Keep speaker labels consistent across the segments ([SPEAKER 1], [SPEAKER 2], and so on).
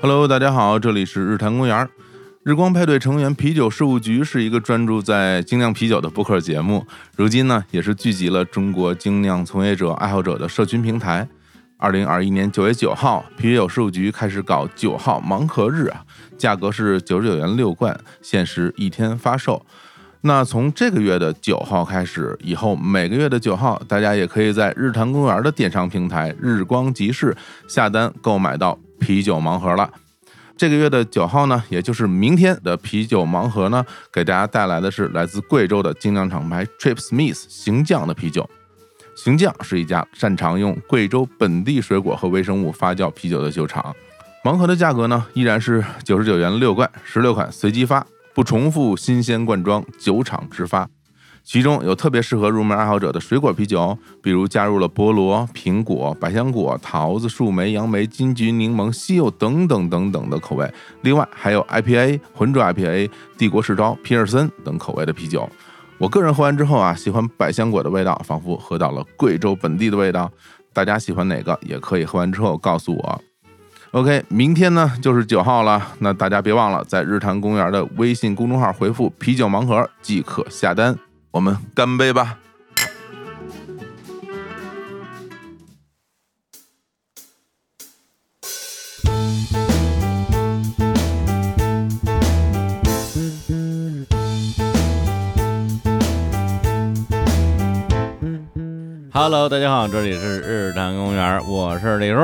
[SPEAKER 1] Hello，大家好，这里是日坛公园儿。日光派对成员啤酒事务局是一个专注在精酿啤酒的播客节目，如今呢也是聚集了中国精酿从业者、爱好者的社群平台。二零二一年九月九号，啤酒事务局开始搞九号盲盒日啊，价格是九十九元六罐，限时一天发售。那从这个月的九号开始，以后每个月的九号，大家也可以在日坛公园的电商平台日光集市下单购买到啤酒盲盒了。这个月的九号呢，也就是明天的啤酒盲盒呢，给大家带来的是来自贵州的精酿厂牌 Trip Smith 行将的啤酒。行将是一家擅长用贵州本地水果和微生物发酵啤酒的酒厂。盲盒的价格呢，依然是九十九元六罐，十六款随机发，不重复新鲜灌装，酒厂直发。其中有特别适合入门爱好者的水果啤酒，比如加入了菠萝、苹果、百香果、桃子、树莓、杨梅、金桔、柠檬、西柚等等等等的口味。另外还有 IPA、浑浊 IPA、帝国世招、皮尔森等口味的啤酒。我个人喝完之后啊，喜欢百香果的味道，仿佛喝到了贵州本地的味道。大家喜欢哪个也可以喝完之后告诉我。OK，明天呢就是九号了，那大家别忘了在日坛公园的微信公众号回复“啤酒盲盒”即可下单。我们干杯吧！
[SPEAKER 2] Hello，大家好，这里是日坛公园，我是李叔。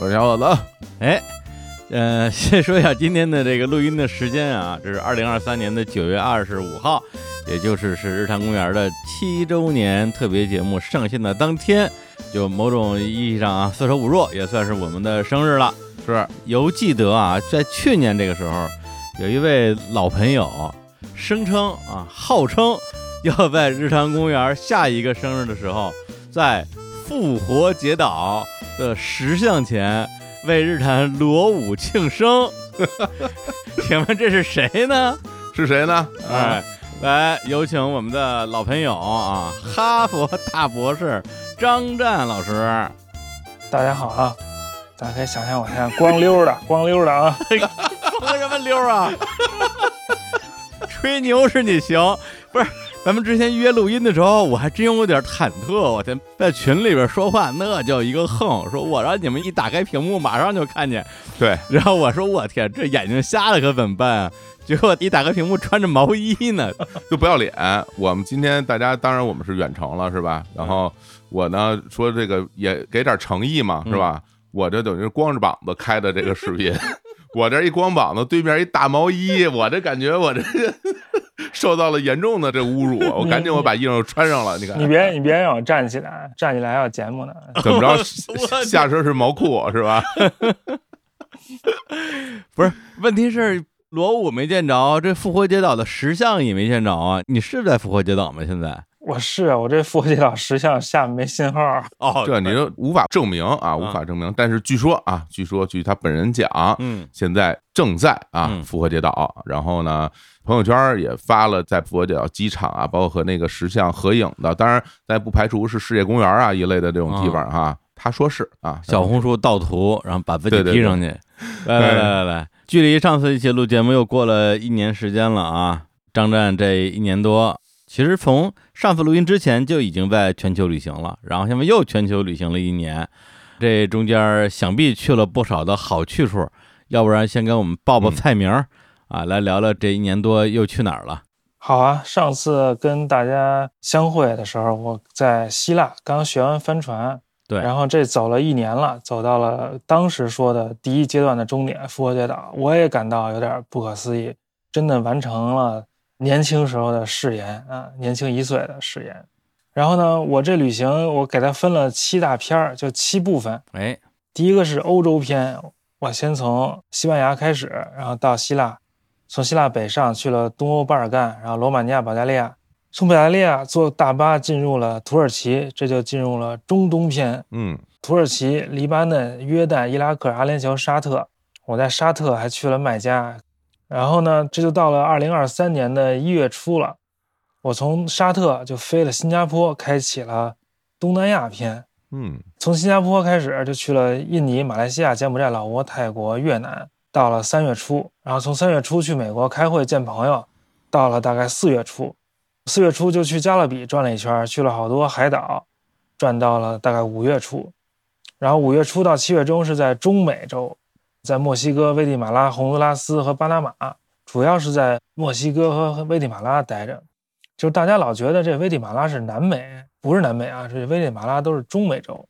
[SPEAKER 1] 我是小伙子，
[SPEAKER 2] 哎，呃， 先说一下今天的这个录音的时间啊，这是二零二三年的九月二十五号，也就是是日坛公园的七周年特别节目上线的当天，就某种意义上啊，四舍五入也算是我们的生日了。
[SPEAKER 1] 是
[SPEAKER 2] 犹记得啊，在去年这个时候，有一位老朋友声称啊，号称要在日坛公园下一个生日的时候，在复活节岛的石像前为日坛罗舞庆生。 请问这是谁呢？
[SPEAKER 1] 是谁呢？
[SPEAKER 2] 哎，来有请我们的老朋友啊，哈佛大博士张湛老师。
[SPEAKER 3] 大家好啊！大家可以想象我现在光溜的，光溜的啊！
[SPEAKER 2] 光什么溜儿啊？ 吹牛是你行，不是？咱们之前约录音的时候，我还真有点忐忑。我天，在群里边说话那叫一个横，说我让你们一打开屏幕，马上就看见。
[SPEAKER 1] 对，
[SPEAKER 2] 然后我说我天，这眼睛瞎了可怎么办啊？结果一打开屏幕，穿着毛衣呢。
[SPEAKER 1] 就不要脸。我们今天大家当然我们是远程了，是吧？然后我呢说这个也给点诚意嘛，是吧？我这等于是光着膀子开的这个视频， 我这一光膀子，对面一大毛衣，我这感觉我这 受到了严重的这侮辱，啊我赶紧我把衣裳穿上了，你看
[SPEAKER 3] 你别你别让我站起来，啊站起来还要节目呢。
[SPEAKER 1] 怎么着
[SPEAKER 2] 我？
[SPEAKER 1] 下身是毛裤是吧？
[SPEAKER 2] 不是，问题是罗武没见着，这复活节岛的石像也没见着啊。你是在复活节岛吗？现在？
[SPEAKER 3] 我是啊我这腹肌老石像下面没信号，啊
[SPEAKER 2] 哦
[SPEAKER 1] 这你就无法证明啊，无法证明。但是据说啊，据说据他本人讲，
[SPEAKER 2] 嗯
[SPEAKER 1] 现在正在啊
[SPEAKER 2] 嗯
[SPEAKER 1] 复活节岛，然后呢，朋友圈儿也发了在复活节岛机场啊，包括和那个石像合影的，当然，咱也不排除是世界公园啊一类的这种地方啊。他说是啊，
[SPEAKER 2] 小红书盗图，然后把自己
[SPEAKER 1] 对对哎
[SPEAKER 2] 踢上去。来来来来来，距离上次一起录节目又过了一年时间了啊！张湛这一年多，其实从上次录音之前就已经在全球旅行了，然后现在又全球旅行了一年，这中间想必去了不少的好去处。要不然先给我们报报
[SPEAKER 1] 嗯
[SPEAKER 2] 菜名儿、啊，来聊聊这一年多又去哪儿了？
[SPEAKER 3] 好啊！上次跟大家相会的时候，我在希腊刚学完帆船，
[SPEAKER 2] 对
[SPEAKER 3] 然后这走了一年了，走到了当时说的第一阶段的终点——复活节岛，我也感到有点不可思议，真的完成了年轻时候的誓言啊，年轻一岁的誓言。然后呢，我这旅行我给它分了七大篇儿，就七部分。
[SPEAKER 2] 哎，
[SPEAKER 3] 第一个是欧洲篇，我先从西班牙开始，然后到希腊，从希腊北上去了东欧巴尔干，然后罗马尼亚、保加利亚，从保加利亚坐大巴进入了土耳其，这就进入了中东篇，
[SPEAKER 1] 嗯，
[SPEAKER 3] 土耳其、黎巴嫩、约旦、伊拉克、阿联酋、沙特。我在沙特还去了麦加，然后呢，这就到了二零二三年的一月初了。我从沙特就飞了新加坡，开启了东南亚篇。
[SPEAKER 1] 嗯
[SPEAKER 3] 从新加坡开始就去了印尼、马来西亚、柬埔寨、老挝、泰国、越南，到了三月初，然后从三月初去美国开会见朋友，到了大概四月初，四月初就去加勒比转了一圈，去了好多海岛，转到了大概五月初，然后五月初到七月中是在中美洲，在墨西哥、危地马拉、洪都拉斯和巴拿马，主要是在墨西哥和危地马拉待着。就是大家老觉得这危地马拉是南美，不是南美啊，这危地马拉都是中美洲。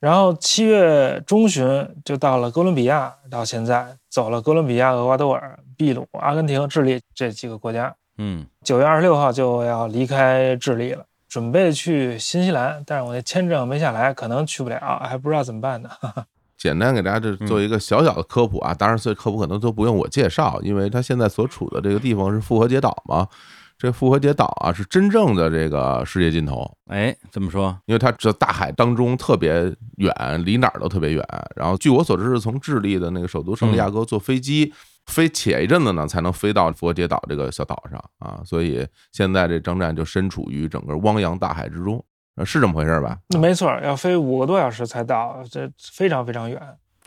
[SPEAKER 3] 然后七月中旬就到了哥伦比亚，到现在走了哥伦比亚、厄瓜多尔、秘鲁、阿根廷、智利这几个国家。
[SPEAKER 2] 嗯，
[SPEAKER 3] 九月二十六号就要离开智利了，准备去新西兰，但是我那签证没下来，可能去不了，还不知道怎么办呢。
[SPEAKER 1] 简单给大家这做一个小小的科普啊，当然这科普可能都不用我介绍，因为它现在所处的这个地方是复活节岛嘛。这复活节岛啊，是真正的这个世界尽头，
[SPEAKER 2] 哎，这么说，
[SPEAKER 1] 因为它这大海当中特别远，离哪儿都特别远。然后据我所知，是从智利的那个首都圣地亚哥坐飞机、飞且一阵子呢，才能飞到复活节岛这个小岛上啊。所以现在这张站就身处于整个汪洋大海之中，呃是这么回事儿吧？
[SPEAKER 3] 没错，要飞五个多小时才到，这非常非常远。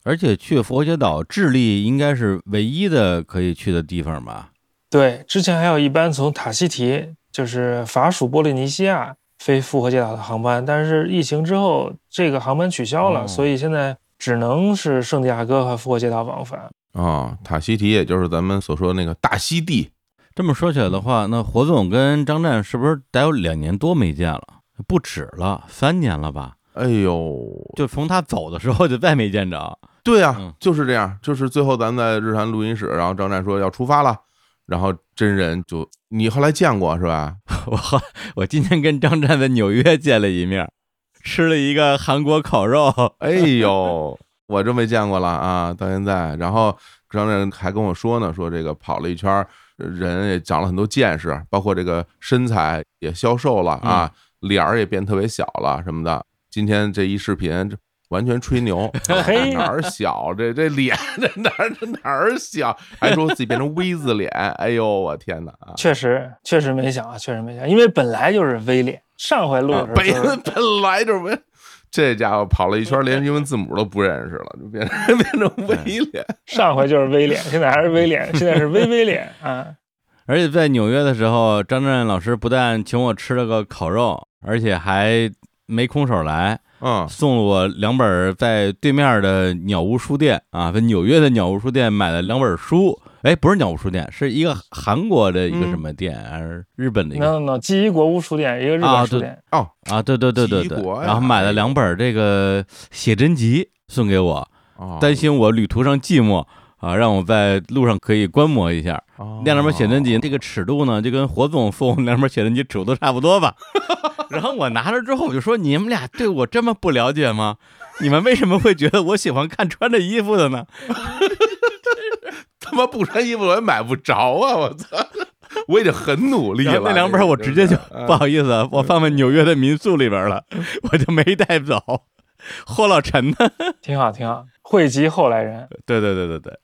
[SPEAKER 2] 而且去佛学岛，智利应该是唯一的可以去的地方吧？
[SPEAKER 3] 对，之前还有一班从塔希提，就是法属波利尼西亚飞复活节岛的航班，但是疫情之后这个航班取消了，
[SPEAKER 2] 哦
[SPEAKER 3] 所以现在只能是圣地亚哥和复活节岛往返。
[SPEAKER 1] 啊、塔希提也就是咱们所说的那个大溪地，
[SPEAKER 2] 这么说起来的话，那火总跟张湛是不是得有两年多没见了？不止了，三年了吧？
[SPEAKER 1] 哎呦，
[SPEAKER 2] 就从他走的时候就再没见着。
[SPEAKER 1] 对呀、
[SPEAKER 2] 嗯
[SPEAKER 1] 就是这样，就是最后咱们在日坛录音室，然后张湛说要出发了，然后真人就你后来见过是吧？
[SPEAKER 2] 我后我今天跟张湛在纽约见了一面，吃了一个韩国烤肉。
[SPEAKER 1] 哎呦，我真没见过了啊，到现在。然后张震还跟我说呢，说这个跑了一圈儿，人也长了很多见识，包括这个身材也消瘦了啊，脸儿也变特别小了什么的。今天这一视频。这完全吹牛，
[SPEAKER 3] 嘿
[SPEAKER 1] 哪儿小这这脸，这哪儿这哪儿小，还说自己变成 V 字脸，哎呦我天哪啊！
[SPEAKER 3] 确实，确实没想啊，确实没想，因为本来就是微脸，上回录
[SPEAKER 2] 啊
[SPEAKER 3] 的时
[SPEAKER 1] 本
[SPEAKER 3] 候就是、
[SPEAKER 1] 本来就是微，这家伙跑了一圈儿，连英文字母都不认识了，就变成变成 V 脸，
[SPEAKER 3] 上回就是微脸，现在还是微脸，现在是微微脸啊。
[SPEAKER 2] 而且在纽约的时候，张湛老师不但请我吃了个烤肉，而且还没空手来，
[SPEAKER 1] 嗯，
[SPEAKER 2] 啊送了我两本在对面的鸟屋书店啊，在纽约的鸟屋书店买了两本书。哎，不是鸟屋书店，是一个韩国的一个
[SPEAKER 1] 嗯
[SPEAKER 2] 什么店，还是日本的一个
[SPEAKER 3] no no no，记忆国屋书店，一个日
[SPEAKER 2] 啊
[SPEAKER 3] 本书
[SPEAKER 2] 对
[SPEAKER 3] 店，
[SPEAKER 1] 哦，
[SPEAKER 2] 啊？对对对对
[SPEAKER 1] 齐
[SPEAKER 2] 对
[SPEAKER 1] 国。呀
[SPEAKER 2] 然后买了两本这个写真集送给我，
[SPEAKER 1] 哦
[SPEAKER 2] 担心我旅途上寂寞啊，让我在路上可以观摩一下。
[SPEAKER 1] 哦
[SPEAKER 2] 那两本写真集，这个尺度呢，就跟火总送我两本写真集尺度差不多吧。然后我拿着之后，我就说：“你们俩对我这么不了解吗？ 你们为什么会觉得我喜欢看穿着衣服的呢
[SPEAKER 1] 他妈不穿衣服我也买不着啊！我操， 我已经很努？”力
[SPEAKER 2] 然
[SPEAKER 1] 了
[SPEAKER 2] 后。那两本我直接就 不
[SPEAKER 1] 啊
[SPEAKER 2] 好意思，我放在纽约的民宿里边了， 我就没带走。霍老陈呢？
[SPEAKER 3] 挺好挺好，汇集后来人。
[SPEAKER 2] 对对对对对，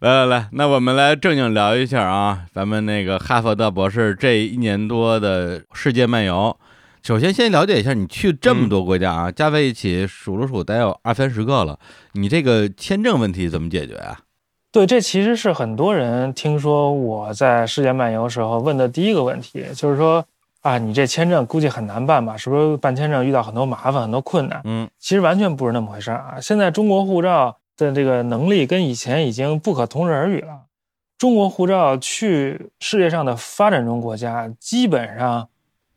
[SPEAKER 2] 来来来，那我们来正经聊一下啊，咱们那个哈佛大博士这一年多的世界漫游。首先，先了解一下，你去这么多国家啊，加在一起数了数，得有二三十个了。你这个签证问题怎么解决啊？
[SPEAKER 3] 对，这其实是很多人听说我在世界漫游时候问的第一个问题，就是说啊，你这签证估计很难办吧？是不是办签证遇到很多麻烦、很多困难？
[SPEAKER 2] 嗯，
[SPEAKER 3] 其实完全不是那么回事儿啊！现在中国护照的这个能力跟以前已经不可同日而语了。中国护照去世界上的发展中国家，基本上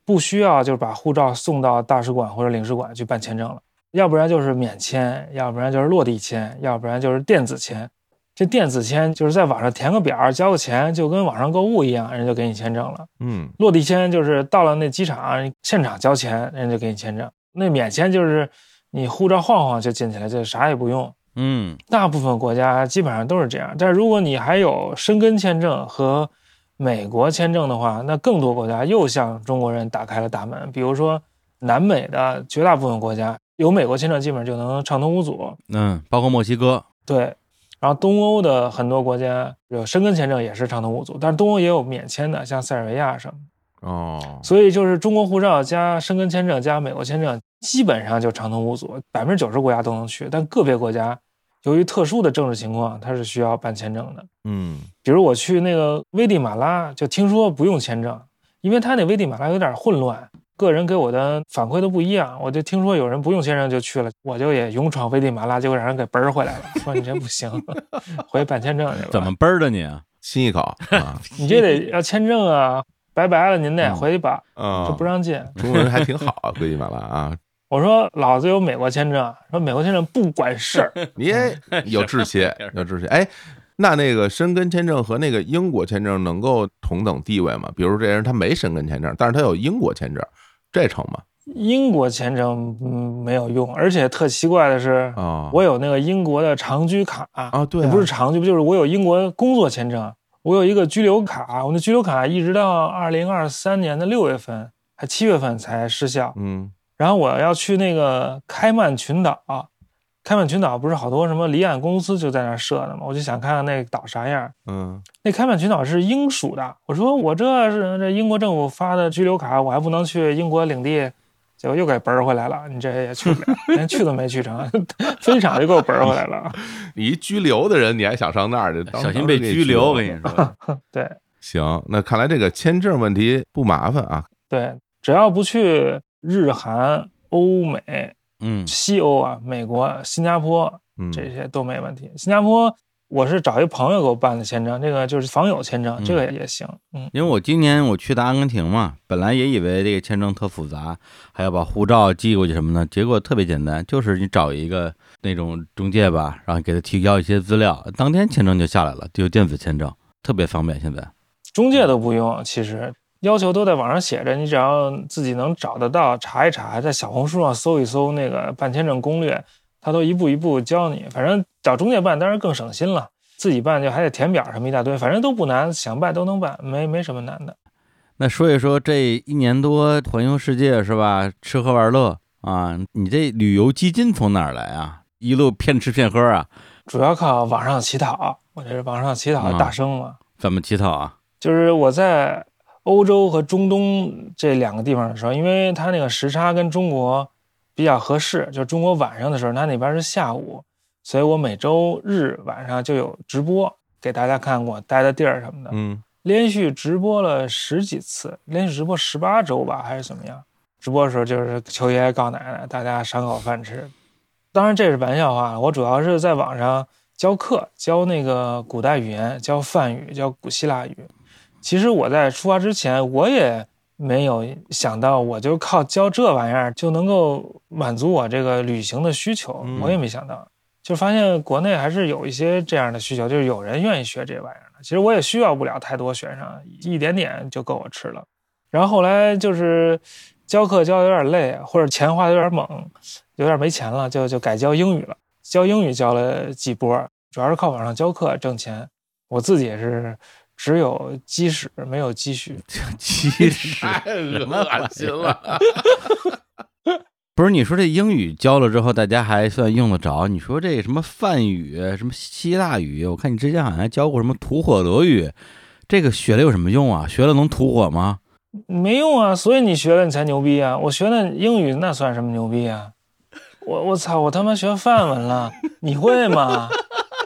[SPEAKER 3] 不需要就是把护照送到大使馆或者领事馆去办签证了，要不然就是免签，要不然就是落地签，要不然就是电子签。这电子签就是在网上填个表儿，交个钱，就跟网上购物一样，人就给你签证了。
[SPEAKER 1] 嗯
[SPEAKER 3] 落地签就是到了那机场现场交钱，人家就给你签证。那免签就是你护照晃晃就进去了，就啥也不用。
[SPEAKER 2] 嗯，
[SPEAKER 3] 大部分国家基本上都是这样，但是如果你还有申根签证和美国签证的话，那更多国家又向中国人打开了大门。比如说南美的绝大部分国家有美国签证，基本上就能畅通无阻。
[SPEAKER 2] 嗯，包括墨西哥，
[SPEAKER 3] 对，然后东欧的很多国家呃有申根签证也是畅通无阻，但是东欧也有免签的，像塞尔维亚什么的。
[SPEAKER 1] 哦，
[SPEAKER 3] 所以就是中国护照加申根签证加美国签证，基本上就畅通无阻，百分之九十国家都能去，但个别国家由于特殊的政治情况，它是需要办签证的。
[SPEAKER 1] 嗯
[SPEAKER 3] 比如我去那个危地马拉，就听说不用签证，因为他那危地马拉有点混乱，个人给我的反馈都不一样。我就听说有人不用签证就去了，我就也勇闯危地马拉，结果让人给嘣儿回来了，说你这不行， 回去办签证去吧。
[SPEAKER 2] 怎么？嘣儿的你啊？
[SPEAKER 1] 亲一口啊
[SPEAKER 3] 你这得要签证啊！拜拜了，您得
[SPEAKER 2] 嗯
[SPEAKER 3] 回去吧，
[SPEAKER 1] 啊
[SPEAKER 3] 这不让进。
[SPEAKER 1] 中国人还挺好啊， 危地马拉啊，
[SPEAKER 3] 我说老子有美国签证，啊说美国签证不管事儿，
[SPEAKER 1] 你 也有志气，有志气。哎，那那个申根签证和那个英国签证能够同等地位吗？比如这人他没申根签证，但是他有英国签证，这成吗？
[SPEAKER 3] 英国签证嗯没有用，而且特奇怪的是，
[SPEAKER 1] 啊，
[SPEAKER 3] 我有那个英国的长居卡啊
[SPEAKER 1] 啊，对啊，
[SPEAKER 3] 也不是长居，就是我有英国工作签证，我有一个居留卡，我那居留卡一直到二零二三年的六月份还七月份才失效。
[SPEAKER 1] 嗯
[SPEAKER 3] 然后我要去那个开曼群岛，开曼群岛不是好多什么离岸公司就在那儿设的嘛，我就想看看那个岛啥样。
[SPEAKER 1] 嗯
[SPEAKER 3] 那开曼群岛是英属的，我说我这是这英国政府发的居留卡，我还不能去英国领地，结果又给嘣儿回来了，你这也去不了，连去都没去成， 飞机场就给我嘣儿回来了。
[SPEAKER 1] 你一拘留的人，你还想上那儿去？当
[SPEAKER 2] 小心被拘留，我跟。
[SPEAKER 1] 当时给
[SPEAKER 2] 你 说，
[SPEAKER 3] 对
[SPEAKER 1] 行，那看来这个签证问题不麻烦啊。
[SPEAKER 3] 对，只要不去日韩、欧美、
[SPEAKER 2] 嗯
[SPEAKER 3] 西欧啊、美国、新加坡
[SPEAKER 1] 嗯，
[SPEAKER 3] 这些都没问题。新加坡我是找一朋友给我办的签证，这个就是访友签证，这个也行。嗯，
[SPEAKER 2] 因为我今年我去的阿根廷嘛，本来也以为这个签证特复杂，还要把护照寄过去什么的，结果特别简单，就是你找一个那种中介吧，然后给他提交一些资料，当天签证就下来了，就电子签证，特别方便。现在，
[SPEAKER 3] 中介都不用，其实要求都在网上写着，你只要自己能找得到，查一查，在小红书上搜一搜那个办签证攻略，他都一步一步教你。反正找中介办当然更省心了，自己办就还得填表什么一大堆，反正都不难，想办都能办，没没什么难的。
[SPEAKER 2] 那说一说这一年多环游世界是吧？吃喝玩乐啊，你这旅游基金从哪儿来啊？一路骗吃骗喝啊？
[SPEAKER 3] 主要靠网上乞讨，我这是网上乞讨的大生嘛，
[SPEAKER 2] 怎么乞讨啊？
[SPEAKER 3] 就是我在欧洲和中东这两个地方的时候，因为它那个时差跟中国比较合适，就是中国晚上的时候，它那边是下午，所以我每周日晚上就有直播给大家看我待的地儿什么的，
[SPEAKER 1] 嗯
[SPEAKER 3] 连续直播了十几次，连续直播十八周吧，还是怎么样？直播的时候就是求爷爷告奶奶，大家赏口饭吃。当然这是玩笑话，我主要是在网上教课，教那个古代语言，教梵语，教古希腊语。其实我在出发之前，我也没有想到，我就靠教这玩意儿就能够满足我这个旅行的需求
[SPEAKER 1] 嗯，
[SPEAKER 3] 我也没想到。就发现国内还是有一些这样的需求，就是有人愿意学这玩意儿的。其实我也需要不了太多学生，一点点就够我吃了。然后后来就是教课教的有点累，啊或者钱花的有点猛，有点没钱了，就就改教英语了。教英语教了几波，主要是靠网上教课挣钱。我自己也是只有积使没有积蓄，
[SPEAKER 2] 其 实
[SPEAKER 1] 太恶心了。
[SPEAKER 2] 不是你说这英语教了之后，大家还算用得着？你说这什么梵语、什么希腊语，我看你之前好像还教过什么吐火罗语，这个学了有什么用啊？学了能吐火吗？
[SPEAKER 3] 没用啊。所以你学了你才牛逼啊！我学了英语那算什么牛逼啊？我我操！我他妈学范文了，你会吗？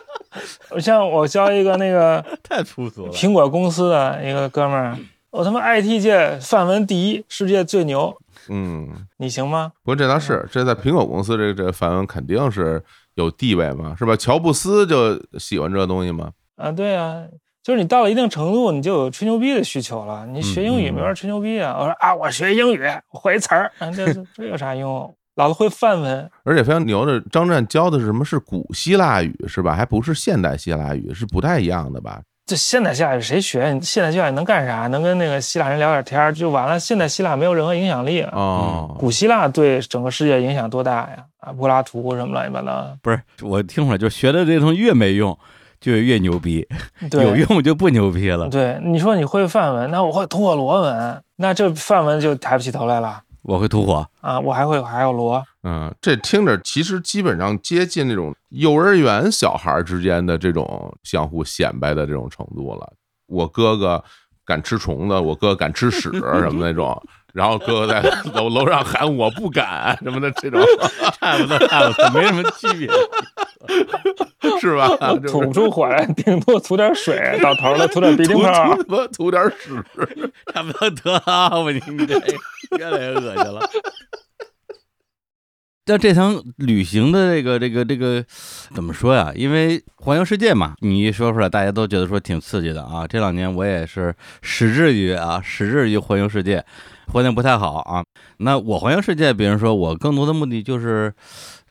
[SPEAKER 3] 我像我教一个那个
[SPEAKER 2] 太粗俗了
[SPEAKER 3] 苹果公司的一个哥们儿，我他妈 IT 界范文第一，世界最牛，
[SPEAKER 1] 嗯，
[SPEAKER 3] 你行吗？
[SPEAKER 1] 不过这倒是，这在苹果公司这这梵文肯定是有地位嘛，是吧？乔布斯就喜欢这东西嘛。
[SPEAKER 3] 啊，对啊，就是你到了一定程度，你就有吹牛逼的需求了。你学英语
[SPEAKER 2] 嗯
[SPEAKER 3] 没法吹牛逼啊！我说啊，我学英语，我会词儿，啊这这有啥用？老子会范文，
[SPEAKER 1] 而且非常牛的，张湛教的是什么？是古希腊语是吧？还不是现代希腊语，是不太一样的吧？
[SPEAKER 3] 这现代希腊语谁学？你现代希腊语能干啥？能跟那个希腊人聊点天儿就完了。现代希腊没有任何影响力啊。
[SPEAKER 1] 哦，
[SPEAKER 3] 古希腊对整个世界影响多大呀？啊，柏拉图什么乱七八糟的，
[SPEAKER 2] 不是，我听出来就是学的这东西越没用，就越牛逼，
[SPEAKER 3] 对
[SPEAKER 2] 有用就不牛逼了。
[SPEAKER 3] 对，你说你会范文，那我会吐火罗文，那这范文就抬不起头来了
[SPEAKER 2] 我会吐火，
[SPEAKER 3] 啊！我还会还有罗，
[SPEAKER 1] 嗯，这听着其实基本上接近那种幼儿园小孩儿之间的这种相互显摆的这种程度了。我哥哥敢吃虫子，我哥敢吃屎什么那种，
[SPEAKER 4] 然后哥哥在楼楼上喊我不敢什么的这种，
[SPEAKER 2] 差不多差不多，没什么区别。
[SPEAKER 4] 是 吧？啊就是
[SPEAKER 3] 吐不出火来，顶多吐点水，到头了吐点鼻涕
[SPEAKER 4] 涂
[SPEAKER 3] 泡
[SPEAKER 4] 涂。他妈涂点屎，
[SPEAKER 2] 差不多得了，我你你这越来越恶心了。但这趟旅行的这个这个这个怎么说呀？因为环游世界嘛，你一说出来，大家都觉得说挺刺激的啊。这两年我也是矢志于啊，矢志于环游世界，环境不太好啊。那我环游世界，比如说我更多的目的就是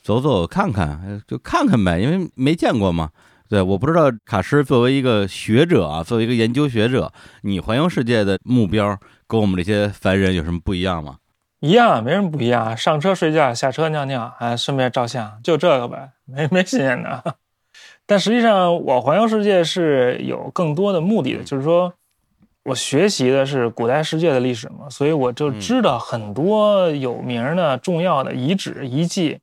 [SPEAKER 2] 走走看看，呃就看看呗，因为没见过嘛。对，我不知道卡诗作为一个学者啊，作为一个研究学者，你环游世界的目标跟我们这些凡人有什么不一样吗？
[SPEAKER 3] 一样，没人不一样。上车睡觉，下车尿尿，哎，顺便照相，就这个呗，没没新鲜的。 但实际上，我环游世界是有更多的目的的，就是说，我学习的是古代世界的历史嘛，所以我就知道很多有名儿的、重要的遗址遗迹。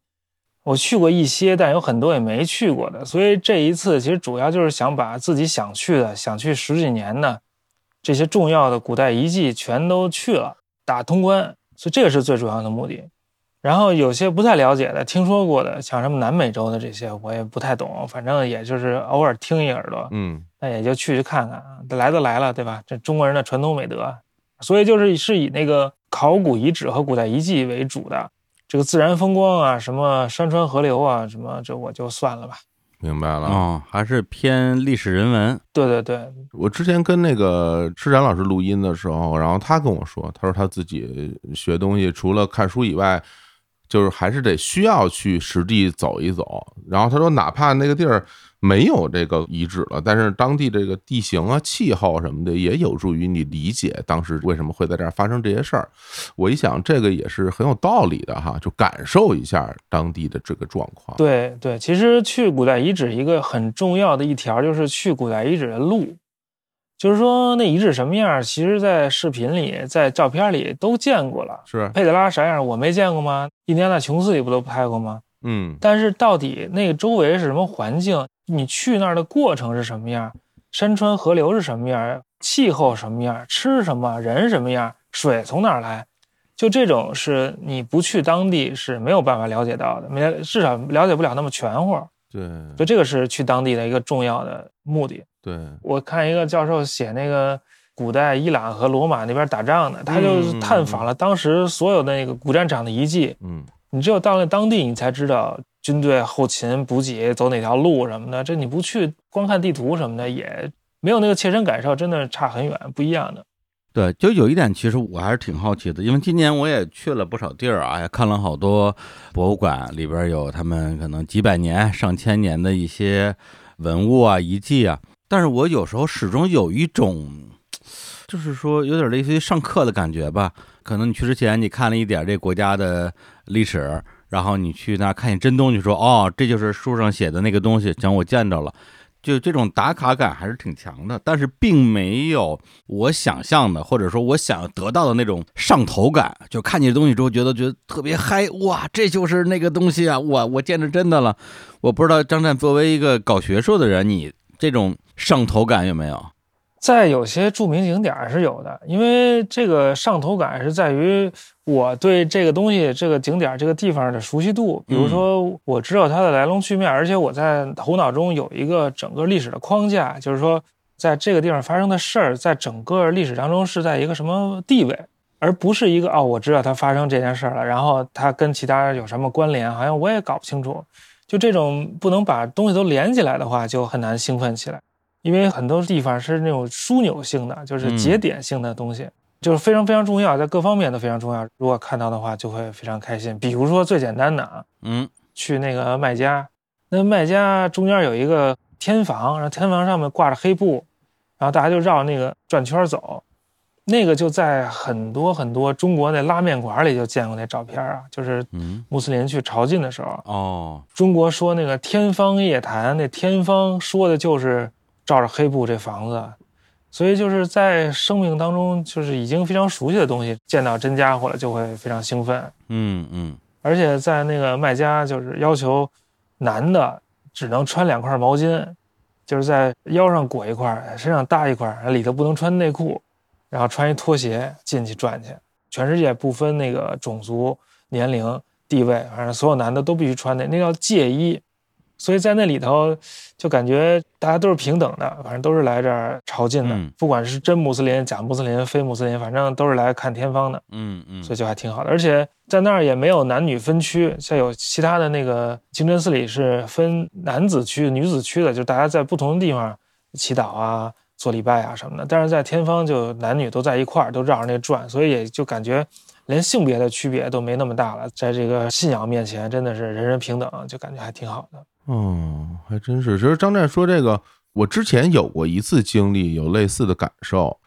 [SPEAKER 3] 我去过一些，但有很多也没去过的，所以这一次其实主要就是想把自己想去的、想去十几年的这些重要的古代遗迹全都去了，打通关，所以这个是最主要的目的。然后有些不太了解的、听说过的，像什么南美洲的这些，我也不太懂，反正也就是偶尔听一耳朵，
[SPEAKER 4] 嗯，
[SPEAKER 3] 那也就去去看看啊，来都来了，对吧？这中国人的传统美德，啊所以就是是以那个考古遗址和古代遗迹为主的，这个自然风光啊，什么山川河流啊，什么这我就算了吧。
[SPEAKER 4] 明白了。
[SPEAKER 2] 哦，还是偏历史人文。
[SPEAKER 3] 对对对，
[SPEAKER 4] 我之前跟那个施展老师录音的时候，然后他跟我说，他说他自己学东西除了看书以外，就是还是得需要去实地走一走。然后他说，哪怕那个地儿没有这个遗址了，但是当地这个地形啊、气候什么的，也有助于你理解当时为什么会在这儿发生这些事儿。我一想，这个也是很有道理的哈，就感受一下当地的这个状况。
[SPEAKER 3] 对对，其实去古代遗址一个很重要的一条就是去古代遗址的路，就是说那遗址什么样儿，其实在视频里、在照片里都见过了。
[SPEAKER 4] 是，
[SPEAKER 3] 佩德拉啥样儿我没见过吗？印第安纳琼斯里不都拍过吗？
[SPEAKER 4] 嗯，
[SPEAKER 3] 但是到底那个周围是什么环境，你去那儿的过程是什么样，山川河流是什么样，气候什么样，吃什么，人什么样，水从哪儿来，就这种是你不去当地是没有办法了解到的，没至少了解不了那么全乎儿。
[SPEAKER 4] 对
[SPEAKER 3] 所以这个是去当地的一个重要的目的。
[SPEAKER 4] 对，
[SPEAKER 3] 我看一个教授写那个古代伊朗和罗马那边打仗的，他就
[SPEAKER 4] 嗯
[SPEAKER 3] 探访了当时所有的那个古战场的遗迹，
[SPEAKER 4] 嗯，
[SPEAKER 3] 你只有到了当地，你才知道军队后勤补给走哪条路什么的。这你不去光看地图什么的，也没有那个切身感受，真的差很远，不一样的。
[SPEAKER 2] 对，就有一点，其实我还是挺好奇的，因为今年我也去了不少地儿啊，也看了好多博物馆，里边有他们可能几百年、上千年的一些文物啊、遗迹啊。但是我有时候始终有一种，就是说有点类似于上课的感觉吧。可能你去之前你看了一点这国家的历史，然后你去那儿看见真东西说，哦，这就是书上写的那个东西，行，我见着了。就这种打卡感还是挺强的，但是并没有我想象的，或者说我想要得到的那种上头感，就看见东西之后觉得觉得特别嗨，哇，这就是那个东西啊，哇，我见着真的了。我不知道张湛作为一个搞学术的人，你这种上头感有没有？
[SPEAKER 3] 在有些著名景点儿是有的，因为这个上头感是在于我对这个东西、这个景点儿、这个地方的熟悉度。比如说，我知道它的来龙去脉，而且我在头脑中有一个整个历史的框架，就是说，在这个地方发生的事儿，在整个历史当中是在一个什么地位，而不是一个哦，我知道它发生这件事儿了，然后它跟其他有什么关联，好像我也搞不清楚。就这种不能把东西都连起来的话，就很难兴奋起来。因为很多地方是那种枢纽性的，就是节点性的东西，就是非常非常重要，在各方面都非常重要。如果看到的话，就会非常开心。比如说最简单的啊，
[SPEAKER 2] 嗯
[SPEAKER 3] 去那个麦家，那麦家中间有一个天房，然后天房上面挂着黑布，然后大家就绕那个转圈走。那个就在很多很多中国那拉面馆里就见过那照片啊，就是
[SPEAKER 2] 嗯，
[SPEAKER 3] 穆斯林去朝觐的时候，
[SPEAKER 2] 哦，
[SPEAKER 3] 中国说那个天方夜谭，那天方说的就是照着黑布这房子，所以就是在生命当中，就是已经非常熟悉的东西，见到真家伙了就会非常兴奋。
[SPEAKER 2] 嗯嗯，
[SPEAKER 3] 而且在那个卖家就是要求男的只能穿两块毛巾，就是在腰上裹一块，身上搭一块，里头不能穿内裤，然后穿一拖鞋进去转去。全世界不分那个种族、年龄、地位，反正所有男的都必须穿那，那叫戒衣。所以在那里头，就感觉大家都是平等的，反正都是来这儿朝觐的，
[SPEAKER 2] 嗯
[SPEAKER 3] 不管是真穆斯林、假穆斯林、非穆斯林，反正都是来看天方的。
[SPEAKER 2] 嗯嗯
[SPEAKER 3] 所以就还挺好的。而且在那儿也没有男女分区，像有其他的那个清真寺里是分男子区、女子区的，就是大家在不同的地方祈祷啊、做礼拜啊什么的。但是在天方就男女都在一块儿，都绕着那转，所以也就感觉连性别的区别都没那么大了。在这个信仰面前，真的是人人平等，就感觉还挺好的。
[SPEAKER 1] 哦，还真是。其实张湛说这个，我之前有过一次经历，有类似的感受，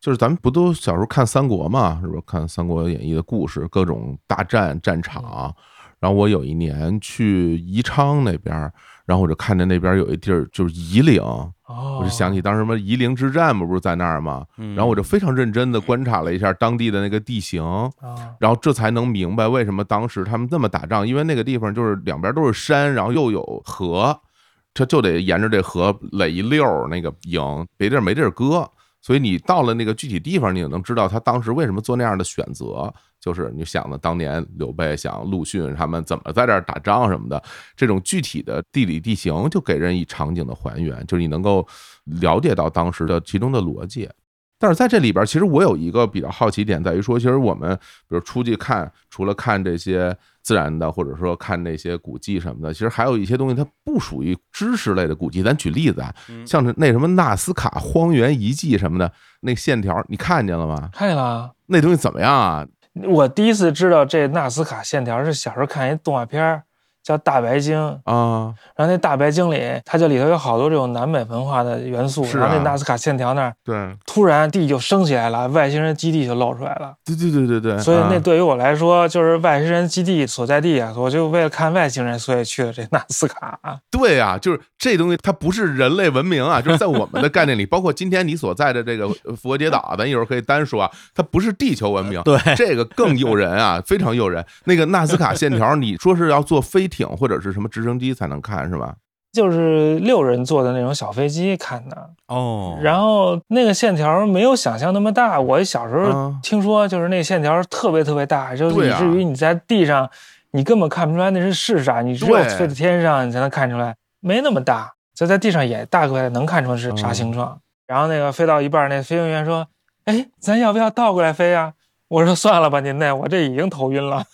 [SPEAKER 1] 就是咱们不都小时候看三国嘛，是不是？看《三国演义》的故事，各种大战战场。然后我有一年去宜昌那边儿，然后我就看见那边有一地儿就是夷陵，
[SPEAKER 3] 哦，
[SPEAKER 1] 我就想起当时什么夷陵之战嘛，不是在那儿吗？
[SPEAKER 2] 嗯
[SPEAKER 1] 然后我就非常认真的观察了一下当地的那个地形，
[SPEAKER 3] 啊，
[SPEAKER 1] 然后这才能明白为什么当时他们这么打仗，因为那个地方就是两边都是山，然后又有河，他就得沿着这河垒一溜儿那个营，别地儿没地儿搁。所以你到了那个具体地方，你就能知道他当时为什么做那样的选择。就是你想的，当年刘备、想陆逊他们怎么在这儿打仗什么的，这种具体的地理地形就给人以场景的还原，就是你能够了解到当时的其中的逻辑。但是在这里边儿，其实我有一个比较好奇点在于说，其实我们比如出去看，除了看这些自然的，或者说看那些古迹什么的，其实还有一些东西它不属于知识类的古迹。咱举例子啊，
[SPEAKER 3] 嗯
[SPEAKER 1] 像是那什么纳斯卡荒原遗迹什么的，那线条你看见了吗？
[SPEAKER 3] 看见了啊。
[SPEAKER 1] 那东西怎么样啊？
[SPEAKER 3] 我第一次知道这纳斯卡线条是小时候看一动画片儿叫《大白鲸》，
[SPEAKER 1] 啊，
[SPEAKER 3] 然后那大白鲸里，它就里头有好多这种南美文化的元素，
[SPEAKER 1] 是啊
[SPEAKER 3] 然后那纳斯卡线条那儿
[SPEAKER 1] 对，
[SPEAKER 3] 突然地就升起来了，外星人基地就露出来了。
[SPEAKER 1] 对对对对对，
[SPEAKER 3] 所以那
[SPEAKER 1] 啊
[SPEAKER 3] 对于我来说，就是外星人基地所在地啊，我就为了看外星人，所以去了这纳斯卡啊。
[SPEAKER 1] 对啊，就是这东西它不是人类文明啊，就是在我们的概念里，包括今天你所在的这个呃复活节岛啊，咱一会儿可以单说啊，它不是地球文明，
[SPEAKER 3] 呃
[SPEAKER 2] 对
[SPEAKER 1] 这个更诱人啊，非常诱人。那个纳斯卡线条，你说是要坐飞艇或者是什么直升机才能看是 吧？
[SPEAKER 3] 就是六人坐的那种小飞机看的，
[SPEAKER 2] 哦，
[SPEAKER 3] 然后那个线条没有想象那么大。我小时候
[SPEAKER 1] 啊
[SPEAKER 3] 听说，就是那线条特别特别大，就是
[SPEAKER 1] 对
[SPEAKER 3] 以
[SPEAKER 1] 啊
[SPEAKER 3] 至于你在地上，你根本看不出来那是是啥，你只有
[SPEAKER 1] 对
[SPEAKER 3] 飞到天上你才能看出来，没那么大。就在地上也大概能看出来是啥
[SPEAKER 1] 嗯
[SPEAKER 3] 形状。然后那个飞到一半，那飞行员说：“哎，咱要不要倒过来飞啊？”我说：“算了吧，您那我这已经头 晕了，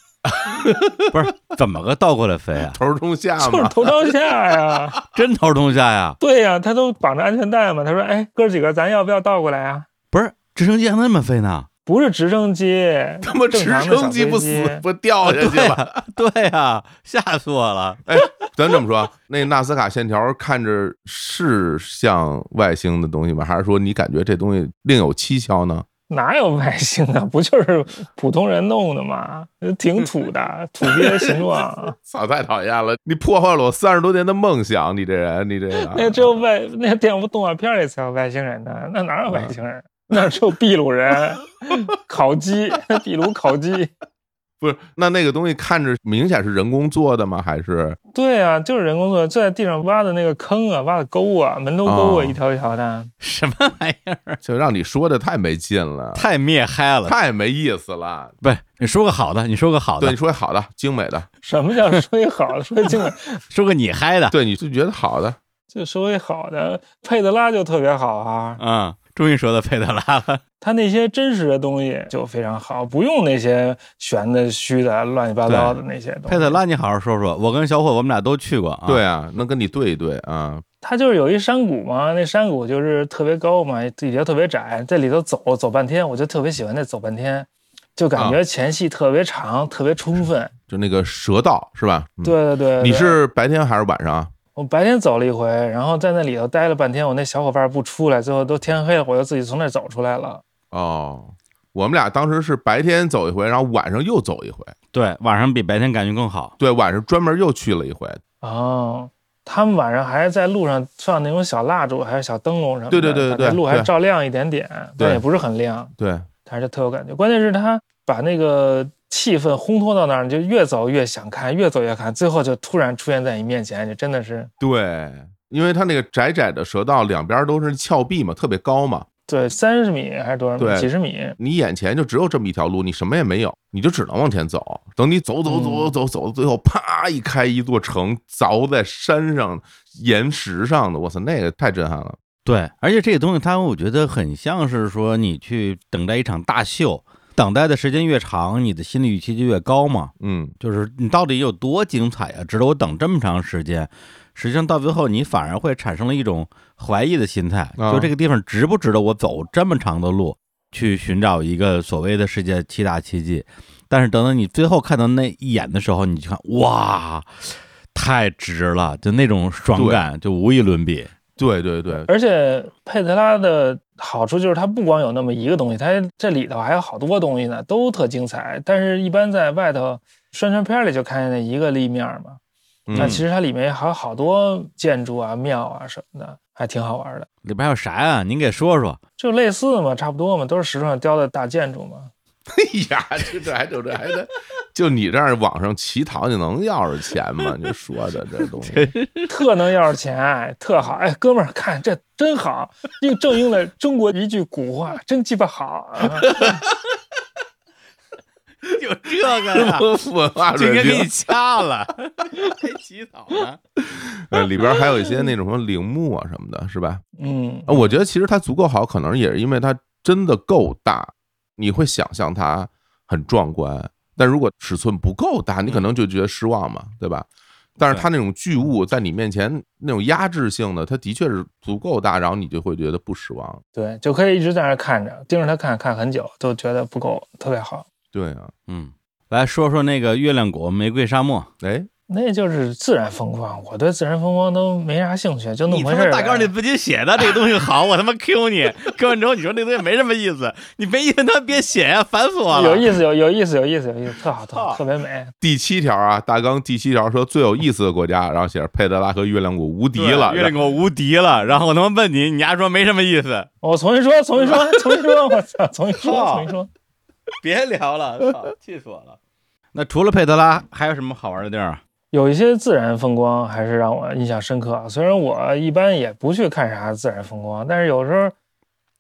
[SPEAKER 2] 不是怎么个倒过来飞啊？
[SPEAKER 1] 头中下
[SPEAKER 3] 就是
[SPEAKER 1] 嘛，
[SPEAKER 3] 头朝下呀。”
[SPEAKER 2] 真头冲下呀？
[SPEAKER 3] 对呀、他都绑着安全带嘛。他说：“哎，哥几个，咱要不要倒过来啊？”
[SPEAKER 2] 不是直升机还能那么飞呢？
[SPEAKER 3] 不是直升机，
[SPEAKER 1] 他妈直
[SPEAKER 3] 正常的小
[SPEAKER 1] 升机
[SPEAKER 3] 飞
[SPEAKER 1] 不
[SPEAKER 3] 机
[SPEAKER 1] 死不掉下去
[SPEAKER 2] 对
[SPEAKER 1] 吗？
[SPEAKER 2] 呀，对呀，吓死我了！
[SPEAKER 1] 哎，咱这么说，那纳斯卡线条看着是像外星的东西吗？还是说你感觉这东西另有蹊跷 呢？
[SPEAKER 3] 哪有外星啊？不就是普通人弄的吗？挺土的，土鳖形状。啊
[SPEAKER 1] 操，太讨厌了！你破坏了我三十多年的梦想，你这人， 你这个
[SPEAKER 3] 那只有外，那电动画片里才有外星人呢，那哪有外星人？那只有秘鲁人，烤鸡，秘鲁烤鸡。
[SPEAKER 1] 不是？那那个东西看着明显是人工做的吗？还是
[SPEAKER 3] 对啊，就是人工作，就在地上挖的那个坑啊，挖的沟啊，门头沟
[SPEAKER 1] 哦
[SPEAKER 3] 啊，一条一条的。
[SPEAKER 2] 什么玩意儿？
[SPEAKER 1] 就让你说的太没劲 了，
[SPEAKER 2] 太灭嗨了！
[SPEAKER 1] 太没意思了。
[SPEAKER 2] 不是，你说个好的，你说个好
[SPEAKER 1] 对，
[SPEAKER 2] 的
[SPEAKER 1] 你，说好的，精美 的，
[SPEAKER 3] 什么叫说一好 的，说一精美，
[SPEAKER 2] 说个你嗨的。
[SPEAKER 1] 对，你就觉得好的，
[SPEAKER 3] 就说一好的，佩德拉就特别好啊。
[SPEAKER 2] 嗯，终于说到佩德拉了。
[SPEAKER 3] 它那些真实的东西就非常好，不用那些玄的、虚的、乱七八糟的那些东西。
[SPEAKER 2] 佩德，拉，你好好说说。我跟小伙我们俩都去过啊。
[SPEAKER 1] 对啊，能跟你对一对啊，
[SPEAKER 3] 它就是有一山谷嘛，那山谷就是特别高嘛，底下特别窄，在里头走走半天，我就特别喜欢那走半天，就
[SPEAKER 1] 啊
[SPEAKER 3] 感觉前戏特别长，特别充分。
[SPEAKER 1] 就那个蛇道是吧？嗯，
[SPEAKER 3] 对对对，
[SPEAKER 1] 你
[SPEAKER 3] 对
[SPEAKER 1] 是白天还是晚上啊？
[SPEAKER 3] 我白天走了一回，然后在那里头待了半天，我那小伙伴不出来，最后都天黑了，我就自己从那儿走出来了。
[SPEAKER 1] 哦，我们俩当时是白天走一回，然后晚上又走一回，
[SPEAKER 2] 对，晚上比白天感觉更好。
[SPEAKER 1] 对，晚上专门又去了一回，
[SPEAKER 3] 哦，他们晚上还在路上放那种小蜡烛，还有小灯笼什么的，
[SPEAKER 1] 对对对对对
[SPEAKER 3] 把那路还
[SPEAKER 1] 对
[SPEAKER 3] 照亮一点点，
[SPEAKER 1] 对
[SPEAKER 3] 但也不是很亮，
[SPEAKER 1] 对，
[SPEAKER 3] 但是就特有感觉。关键是他把那个气氛烘托到那儿，你就越走越想看，越走越看，最后就突然出现在你面前，就真的是
[SPEAKER 1] 对，因为它那个窄窄的蛇道两边都是峭壁嘛，特别高嘛，
[SPEAKER 3] 对，三十米还是多少
[SPEAKER 4] 对
[SPEAKER 3] 米？几十米？
[SPEAKER 4] 你眼前就只有这么一条路，你什么也没有，你就只能往前走。等你走走
[SPEAKER 3] 嗯
[SPEAKER 4] 走走走，最后啪一开一座城，凿在山上岩石上的，我操，那个太震撼了。
[SPEAKER 2] 对，而且这个东西它我觉得很像是说你去等待一场大秀，等待的时间越长，你的心理预期就越高嘛。
[SPEAKER 4] 嗯，
[SPEAKER 2] 就是你到底有多精彩啊，值得我等这么长时间？实际上到最后，你反而会产生了一种怀疑的心态，
[SPEAKER 4] 啊
[SPEAKER 2] 就这个地方值不值得我走这么长的路去寻找一个所谓的世界七大奇迹？但是等到你最后看到那一眼的时候，你就看哇，太值了，就那种爽感就无与伦比。
[SPEAKER 4] 对对对，
[SPEAKER 3] 而且佩特拉的好处就是它不光有那么一个东西，它这里头还有好多东西呢，都特精彩。但是，一般在外头宣传片里就看见那一个立面嘛。那
[SPEAKER 4] 嗯
[SPEAKER 3] 其实它里面还有好多建筑啊、庙啊什么的，还挺好玩的。
[SPEAKER 2] 里边还有啥呀、您给说 说。
[SPEAKER 3] 就类似嘛，差不多嘛，都是石头上雕的大建筑 嘛。
[SPEAKER 4] 哎呀，这这还这这还得，就你这样网上乞讨，你能要着钱吗？你说的这 东西，
[SPEAKER 3] 特能要着钱，特好。哎，哥们儿，看这真好，应正应了中国一句古话，真鸡巴好。 啊
[SPEAKER 2] 有这个
[SPEAKER 3] 啊
[SPEAKER 4] 文化水平
[SPEAKER 2] 掐 了，还乞讨呢？
[SPEAKER 4] 呃里边还有一些那种什么陵墓啊什么的，是吧？
[SPEAKER 3] 嗯，
[SPEAKER 4] 啊，我觉得其实它足够好，可能也是因为它真的够大，你会想象它很壮观。但如果尺寸不够大，
[SPEAKER 2] 嗯
[SPEAKER 4] 你可能就觉得失望嘛，对吧？但是它那种巨物在你面前那种压制性的，它的确是足够大，然后你就会觉得不失望。
[SPEAKER 3] 对，就可以一直在那儿看着，盯着它看，看很久，都觉得不够，特别好。
[SPEAKER 4] 对啊，
[SPEAKER 2] 嗯，来说说那个月亮谷玫瑰沙漠。
[SPEAKER 4] 哎，
[SPEAKER 3] 那就是自然风光，我对自然风光都没啥兴趣，就那
[SPEAKER 2] 你
[SPEAKER 3] 么
[SPEAKER 2] 他妈
[SPEAKER 3] 回事儿呗。
[SPEAKER 2] 大纲里自己写的这个东西好，我他妈 Q 你，Q 完之后你说那东西没什么意思，你没意思他妈别写呀，烦死我了。哦
[SPEAKER 3] 有意思，有有意思，有意思，有意思，特好，特
[SPEAKER 2] 操
[SPEAKER 3] 好，特别美。
[SPEAKER 4] 第七条啊，大纲第七条说最有意思的国家，然后写着佩德拉和月亮谷无敌
[SPEAKER 2] 对
[SPEAKER 4] 了。
[SPEAKER 2] 月亮谷无敌了。然后我他妈问你，你丫说没什么意思，
[SPEAKER 3] 我哦重新说，重新说，重新说，我操，重新说，
[SPEAKER 2] 操
[SPEAKER 3] 重新说。
[SPEAKER 2] 别聊了，操，气死我了。那除了佩德拉，还有什么好玩的地儿啊？
[SPEAKER 3] 有一些自然风光还是让我印象深刻啊。虽然我一般也不去看啥自然风光，但是有时候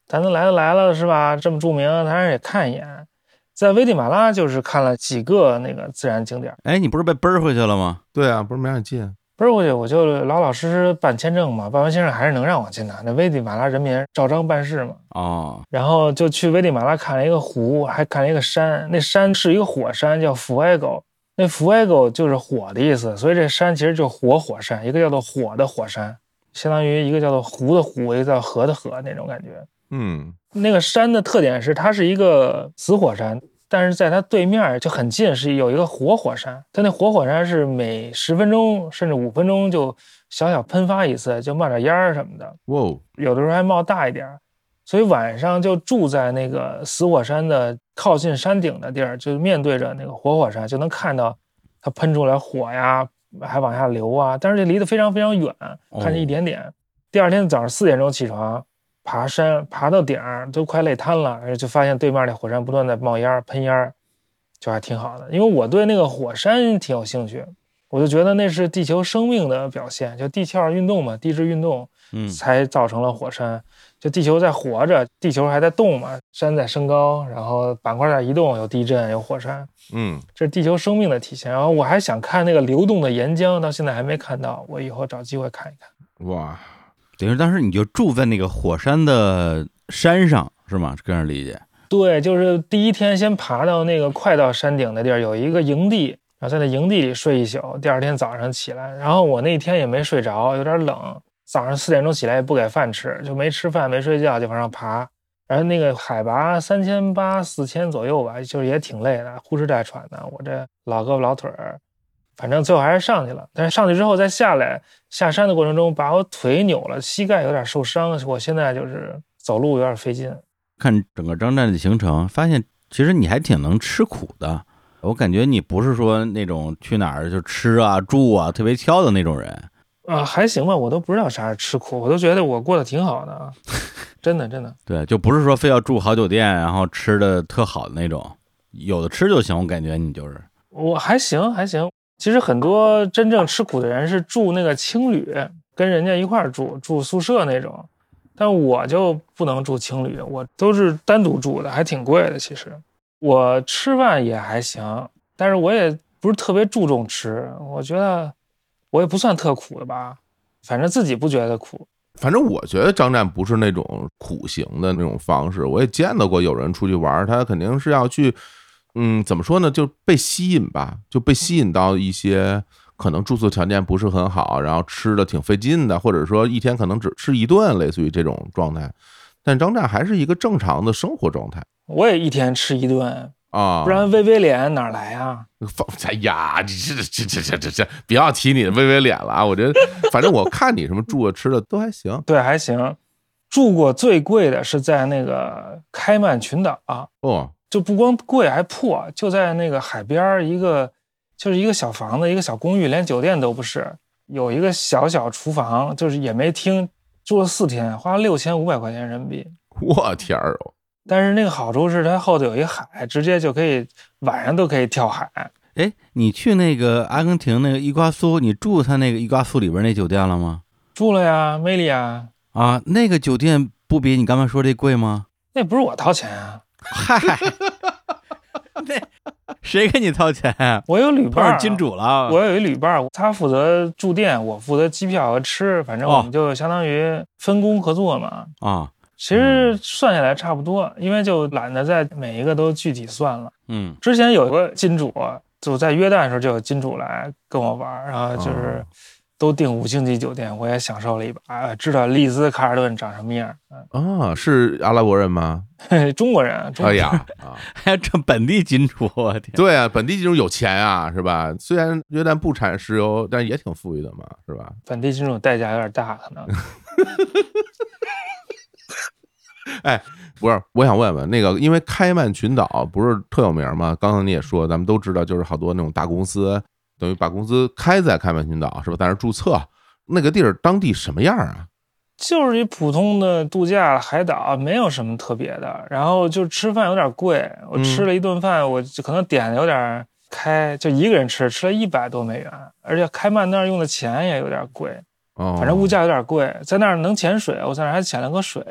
[SPEAKER 3] 咱都来都来了是吧？这么著名，当然也看一眼。在危地马拉就是看了几个那个自然景点，
[SPEAKER 2] 哎，你不是被奔儿回去了吗？
[SPEAKER 4] 对啊，不是没让你进，
[SPEAKER 3] 不是我去，我就老老实实办签证嘛，办完签证还是能让我进的。那危地马拉人民照章办事嘛。
[SPEAKER 2] 哦，
[SPEAKER 3] 然后就去危地马拉看了一个湖，还看了一个山。那山是一个火山，叫伏埃狗。那伏埃狗就是火的意思，所以这山其实就是活火山，一个叫做火的火山，相当于一个叫做湖的湖，一个叫河的河那种感觉。
[SPEAKER 4] 嗯，
[SPEAKER 3] 那个山的特点是它是一个死火山，但是在它对面就很近是有一个活火山，它那活火山是每十分钟甚至五分钟就小小喷发一次，就冒点烟儿什么的。
[SPEAKER 4] 哇哦，
[SPEAKER 3] 有的时候还冒大一点儿，所以晚上就住在那个死火山的靠近山顶的地儿，就是面对着那个活火山，就能看到它喷出来火呀，还往下流啊。但是这离得非常非常远，看见一点点。第二天早上四点钟起床，爬山爬到顶儿都快累瘫了，然后就发现对面那火山不断在冒烟儿喷烟儿，就还挺好的。因为我对那个火山挺有兴趣，我就觉得那是地球生命的表现，就地壳运动嘛，地质运动。
[SPEAKER 2] 嗯，
[SPEAKER 3] 才造成了火山。就地球在活着，地球还在动嘛，山在升高，然后板块在移动，有地震，有火山，
[SPEAKER 4] 嗯，
[SPEAKER 3] 这是地球生命的体现。然后我还想看那个流动的岩浆，到现在还没看到，我以后找机会看一看。
[SPEAKER 4] 哇，
[SPEAKER 2] 等于当时你就住在那个火山的山上是吗？这样理解？
[SPEAKER 3] 对，就是第一天先爬到那个快到山顶的地儿，有一个营地，然后在那营地里睡一宿，第二天早上起来，然后我那天也没睡着，有点冷，早上四点钟起来也不给饭吃，就没吃饭没睡觉就往上爬，然后那个海拔三千八四千左右吧，就是也挺累的，呼哧带喘的，我这老胳膊老腿儿，反正最后还是上去了，但是上去之后再下来，下山的过程中把我腿扭了，膝盖有点受伤，我现在就是走路有点费劲。
[SPEAKER 2] 看整个张站的行程，发现其实你还挺能吃苦的。我感觉你不是说那种去哪儿就吃啊住啊特别挑的那种人。
[SPEAKER 3] 啊，还行吧，我都不知道啥是吃苦，我都觉得我过得挺好的啊，真的真的。
[SPEAKER 2] 对，就不是说非要住好酒店，然后吃的特好的那种，有的吃就行。我感觉你就是
[SPEAKER 3] 我还行还行。其实很多真正吃苦的人是住那个青旅，跟人家一块儿住，住宿舍那种。但我就不能住青旅，我都是单独住的，还挺贵的。其实我吃饭也还行，但是我也不是特别注重吃，我觉得我也不算特苦的吧，反正自己不觉得苦。
[SPEAKER 1] 反正我觉得张湛不是那种苦行的那种方式，我也见到过有人出去玩儿，他肯定是要去，嗯，怎么说呢，就被吸引吧，就被吸引到一些可能住宿条件不是很好，然后吃的挺费劲的，或者说一天可能只吃一顿，类似于这种状态。但张湛还是一个正常的生活状态
[SPEAKER 3] 我也一天吃一顿，
[SPEAKER 1] 啊，
[SPEAKER 3] 不 然微微脸哪儿来啊？
[SPEAKER 1] 放哎呀，你这这这这这这，不要提你的微微脸了啊！我觉得，反正我看你什么住的吃的都还行。
[SPEAKER 3] 对，还行。住过最贵的是在那个开曼群岛、啊
[SPEAKER 1] 哦，
[SPEAKER 3] 就不光贵还破，就在那个海边儿一个，就是一个小房子，一个小公寓，连酒店都不是，有一个小小厨房，就是也没厅，住了四天，花了六千五百块钱人民币。
[SPEAKER 1] 我天儿哦，
[SPEAKER 3] 但是那个好处是它后头有一海，直接就可以晚上都可以跳海。
[SPEAKER 2] 哎，你去那个阿根廷那个伊瓜苏，你住他那个伊瓜苏里边那酒店了吗？
[SPEAKER 3] 住了呀，梅里啊，
[SPEAKER 2] 啊，那个酒店不比你刚才说这贵吗？
[SPEAKER 3] 那不是我掏钱啊，
[SPEAKER 2] 嗨， 那谁给你掏钱啊？
[SPEAKER 3] 我有旅
[SPEAKER 2] 碰
[SPEAKER 3] 伴儿啊、
[SPEAKER 2] 上金主了，
[SPEAKER 3] 我有一旅伴儿，他负责住店，我负责机票和吃，反正
[SPEAKER 2] 哦
[SPEAKER 3] 我们就相当于分工合作嘛。
[SPEAKER 2] 啊，
[SPEAKER 3] 其实
[SPEAKER 1] 嗯
[SPEAKER 3] 算下来差不多，因为就懒得在每一个都具体算了。
[SPEAKER 2] 嗯
[SPEAKER 3] 之前有个金主，就在约旦的时候就有金主来跟我玩儿，然后就是
[SPEAKER 1] 哦
[SPEAKER 3] 都订五星级酒店，我也享受了一把，啊知道利兹卡尔顿长什么样儿。
[SPEAKER 1] 啊，是阿拉伯人吗？
[SPEAKER 3] 嗯 中国人，中国
[SPEAKER 1] 哎
[SPEAKER 3] 人
[SPEAKER 1] 呀啊，
[SPEAKER 2] 还 这本地金主，我天，
[SPEAKER 1] 对啊，本地就是有钱啊，是吧？虽然约旦不产石油，但也挺富裕的嘛，是吧？
[SPEAKER 3] 本地金主代价有点大，可能
[SPEAKER 1] 不是，我想问问那个，因为开曼群岛不是特有名吗？刚刚你也说，咱们都知道，就是好多那种大公司等于把公司开在开曼群岛，是吧？在那儿注册，那个地儿当地什么样啊？
[SPEAKER 3] 就是一普通的度假海岛，没有什么特别的。然后就吃饭有点贵，我
[SPEAKER 1] 嗯
[SPEAKER 3] 吃了一顿饭，我就可能点的有点开，就一个人吃，吃了一百多美元，而且开曼那儿用的钱也有点贵，
[SPEAKER 1] 哦，
[SPEAKER 3] 反正物价有点贵，在那儿能潜水，我在那儿还潜了个水。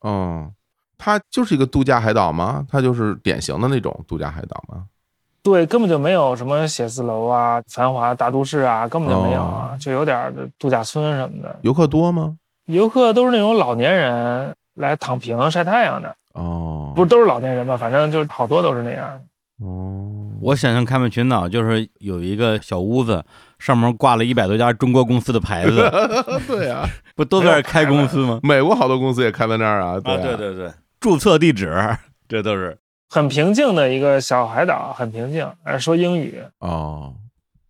[SPEAKER 1] 哦，它就是一个度假海岛吗？它就是典型的那种度假海岛吗？
[SPEAKER 3] 对，根本就没有什么写字楼啊、繁华大都市啊，根本就没有啊，就有点儿度假村什么的。
[SPEAKER 1] 游客多吗？
[SPEAKER 3] 游客都是那种老年人来躺平晒太阳的，
[SPEAKER 1] 哦，
[SPEAKER 3] 不是都是老年人吧？反正就是好多都是那样。
[SPEAKER 1] 哦，
[SPEAKER 2] 我想象开曼群岛就是有一个小屋子，上面挂了一百多家中国公司的牌子，
[SPEAKER 1] 对啊，
[SPEAKER 2] 不都在这儿开公司 吗？
[SPEAKER 1] 美国好多公司也开在那儿啊，对啊
[SPEAKER 2] 对对，注册地址，这都是。
[SPEAKER 3] 很平静的一个小海岛，很平静，呃，说英语。
[SPEAKER 1] 哦，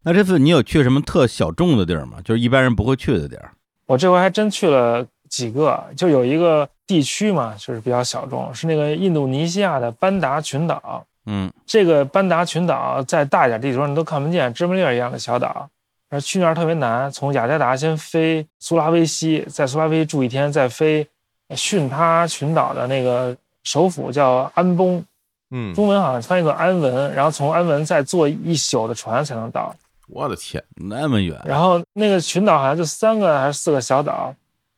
[SPEAKER 2] 那这次你有去什么特小众的地儿吗？就是一般人不会去的地儿。
[SPEAKER 3] 我这回还真去了几个，就有一个地区嘛，就是比较小众，是那个印度尼西亚的班达群岛。
[SPEAKER 2] 嗯，
[SPEAKER 3] 这个班达群岛在大一点地图上你都看不见，芝麻粒儿一样的小岛。而去那儿特别难，从雅加达先飞苏拉威西，在苏拉威西住一天，再飞逊他群岛的那个首府叫安崩，
[SPEAKER 1] 嗯，
[SPEAKER 3] 中文好像翻译作安文，然后从安文再坐一宿的船才能到。
[SPEAKER 1] 我的天，
[SPEAKER 2] 那么远，
[SPEAKER 3] 然后那个群岛好像就三个还是四个小岛，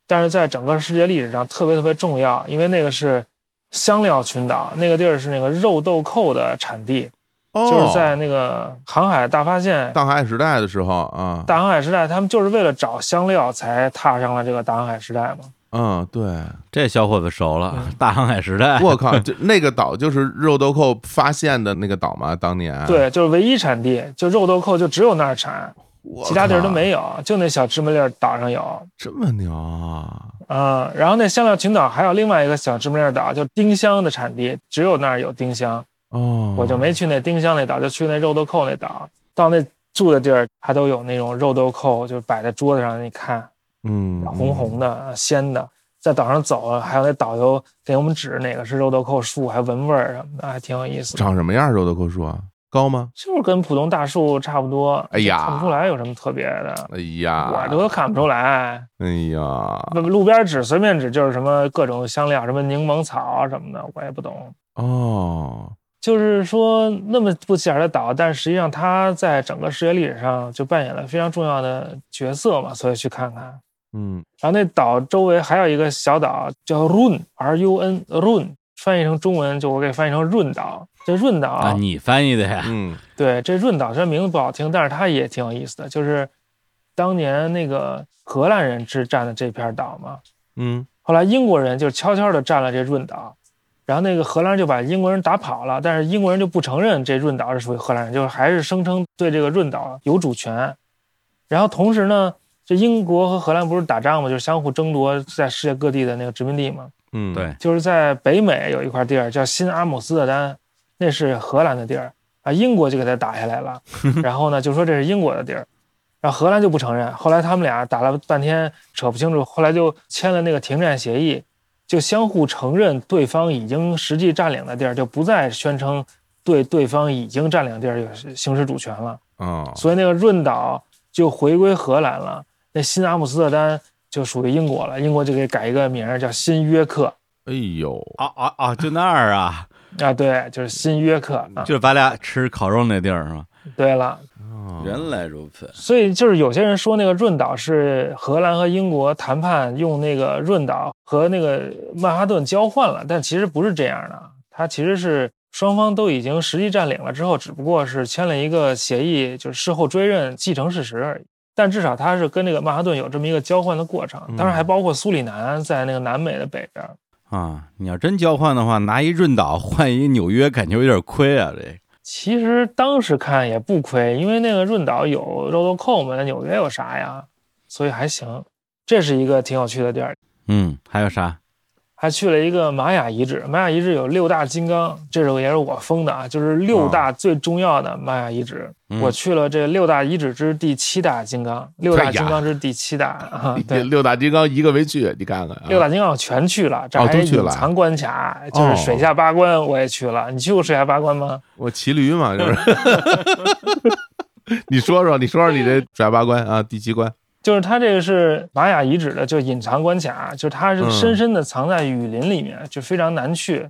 [SPEAKER 3] 但是在整个世界历史上特别特别重要，因为那个是香料群岛，那个地儿是那个肉豆蔻的产地，
[SPEAKER 1] 哦，
[SPEAKER 3] 就是在那个航海大发现、
[SPEAKER 1] 大航海时代的时候啊，
[SPEAKER 3] 大航海时代，他们就是为了找香料才踏上了这个大航海时代嘛。
[SPEAKER 1] 嗯，对，
[SPEAKER 2] 这小伙子熟了，大航海时代。
[SPEAKER 1] 我 靠，就那个岛就是肉豆蔻发现的那个岛吗？当年，
[SPEAKER 3] 对，就是唯一产地，就肉豆蔻就只有那儿产，
[SPEAKER 1] 我靠，
[SPEAKER 3] 其他地儿都没有，就那小芝麻粒儿岛上有。
[SPEAKER 1] 这么牛啊！
[SPEAKER 3] 嗯，然后那香料群岛还有另外一个小芝麻粒儿岛，就丁香的产地，只有那儿有丁香。
[SPEAKER 1] 哦，
[SPEAKER 3] 我就没去那丁香那岛，就去那肉豆蔻那岛。到那住的地儿，它都有那种肉豆蔻，就摆在桌子上，你看
[SPEAKER 1] 嗯，嗯
[SPEAKER 3] 红红的、鲜的，在岛上走，还有那导游给我们指哪个是肉豆蔻树，还闻味儿什么的，还挺有意思的。
[SPEAKER 1] 长什么样？肉豆蔻树啊，高吗？
[SPEAKER 3] 就是跟普通大树差不多，
[SPEAKER 1] 哎呀
[SPEAKER 3] 看不出来有什么特别的，
[SPEAKER 1] 哎呀，
[SPEAKER 3] 我都看不出来。
[SPEAKER 1] 哎呀，
[SPEAKER 3] 路边指随便指就是什么各种香料，什么柠檬草啊什么的，我也不懂。
[SPEAKER 1] 哦，
[SPEAKER 3] 就是说那么不起眼的岛，但实际上它在整个世界历史上就扮演了非常重要的角色嘛，所以去看看。
[SPEAKER 4] 嗯
[SPEAKER 3] 然后那岛周围还有一个小岛叫 Run，R U N Run，翻译成中文就我给翻译成润岛。这润岛，
[SPEAKER 2] 啊，你翻译的呀？
[SPEAKER 4] 嗯
[SPEAKER 3] 对这润岛虽然名字不好听，但是它也挺有意思的，就是当年那个荷兰人是占的这片岛嘛，
[SPEAKER 4] 嗯
[SPEAKER 3] 后来英国人就悄悄地占了这润岛，然后那个荷兰人就把英国人打跑了，但是英国人就不承认这润岛是属于荷兰人，就是还是声称对这个润岛有主权。然后同时呢，这英国和荷兰不是打仗嘛，就是相互争夺在世界各地的那个殖民地嘛，
[SPEAKER 4] 嗯，
[SPEAKER 2] 对，
[SPEAKER 3] 就是在北美有一块地儿叫新阿姆斯特丹，那是荷兰的地儿啊，英国就给它打下来了，然后呢就说这是英国的地儿，然后荷兰就不承认，后来他们俩打了半天扯不清楚，后来就签了那个停战协议，就相互承认对方已经实际占领的地儿，就不再宣称对对方已经占领地儿有行使主权了。
[SPEAKER 4] 啊，
[SPEAKER 1] 哦
[SPEAKER 3] 所以那个润岛就回归荷兰了，那新阿姆斯特丹就属于英国了，英国就给改一个名儿叫新约克
[SPEAKER 4] 哎呦，
[SPEAKER 2] 啊啊啊！就那儿啊，
[SPEAKER 3] 啊，对，就是新约克啊。
[SPEAKER 2] 就是咱俩吃烤肉那地儿是吗？
[SPEAKER 3] 对了，
[SPEAKER 1] 哦
[SPEAKER 2] 原来如此，
[SPEAKER 3] 所以就是有些人说那个润岛是荷兰和英国谈判用那个润岛和那个曼哈顿交换了，但其实不是这样的，它其实是。双方都已经实际占领了之后，只不过是签了一个协议，就是事后追认继承事实而已。但至少它是跟那个曼哈顿有这么一个交换的过程，当然还包括苏里南在那个南美的北边。
[SPEAKER 2] 啊，你要真交换的话，拿一润岛换一纽约，感觉有点亏啊。这
[SPEAKER 3] 其实当时看也不亏，因为那个润岛有肉豆蔻嘛，那纽约有啥呀？所以还行，这是一个挺有趣的地儿。
[SPEAKER 2] 嗯，还有啥？
[SPEAKER 3] 还去了一个玛雅遗址，玛雅遗址有六大金刚，这是也是我封的啊，就是六大最重要的玛雅遗址。
[SPEAKER 2] 嗯
[SPEAKER 3] 我去了这六大遗址之第七大金刚，六大金刚之第七大啊，
[SPEAKER 1] 这
[SPEAKER 3] 对，
[SPEAKER 1] 六大金刚一个没去，你看看啊，
[SPEAKER 3] 六大金刚我全去了，这
[SPEAKER 1] 哦
[SPEAKER 3] 还
[SPEAKER 1] 都去了哦
[SPEAKER 3] 隐藏关卡，就是水下八关我也去了。你去过水下八关吗？
[SPEAKER 4] 我骑驴嘛，就是，
[SPEAKER 1] 你说说，你说说你这甩八关啊，第七关，
[SPEAKER 3] 就是它这个是玛雅遗址的，就隐藏关卡，就是它是深深的藏在雨林里面，就非常难去，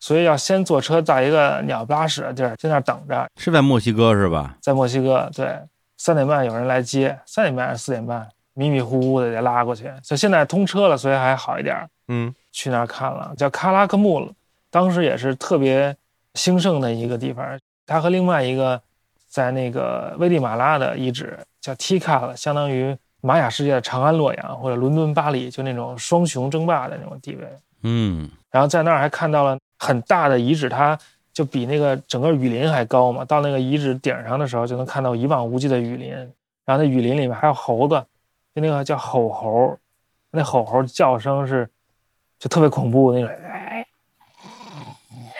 [SPEAKER 3] 所以要先坐车到一个鸟不拉屎的地儿，在那儿等着，
[SPEAKER 2] 是在墨西哥是吧？
[SPEAKER 3] 在墨西哥，对，三点半有人来接，三点半还是四点半，迷迷糊糊的得拉过去，就现在通车了，所以还好一点儿，
[SPEAKER 4] 嗯
[SPEAKER 3] 去那儿看了，叫喀拉克木了，当时也是特别兴盛的一个地方，它和另外一个在那个危地马拉的遗址叫 Tikal，相当于玛雅世界的长安、洛阳或者伦敦、巴黎，就那种双雄争霸的那种地位。
[SPEAKER 2] 嗯，
[SPEAKER 3] 然后在那儿还看到了很大的遗址，它就比那个整个雨林还高嘛。到那个遗址顶上的时候，就能看到一望无际的雨林。然后那雨林里面还有猴子，就那个叫吼猴，那吼猴叫声是就特别恐怖那种，哎，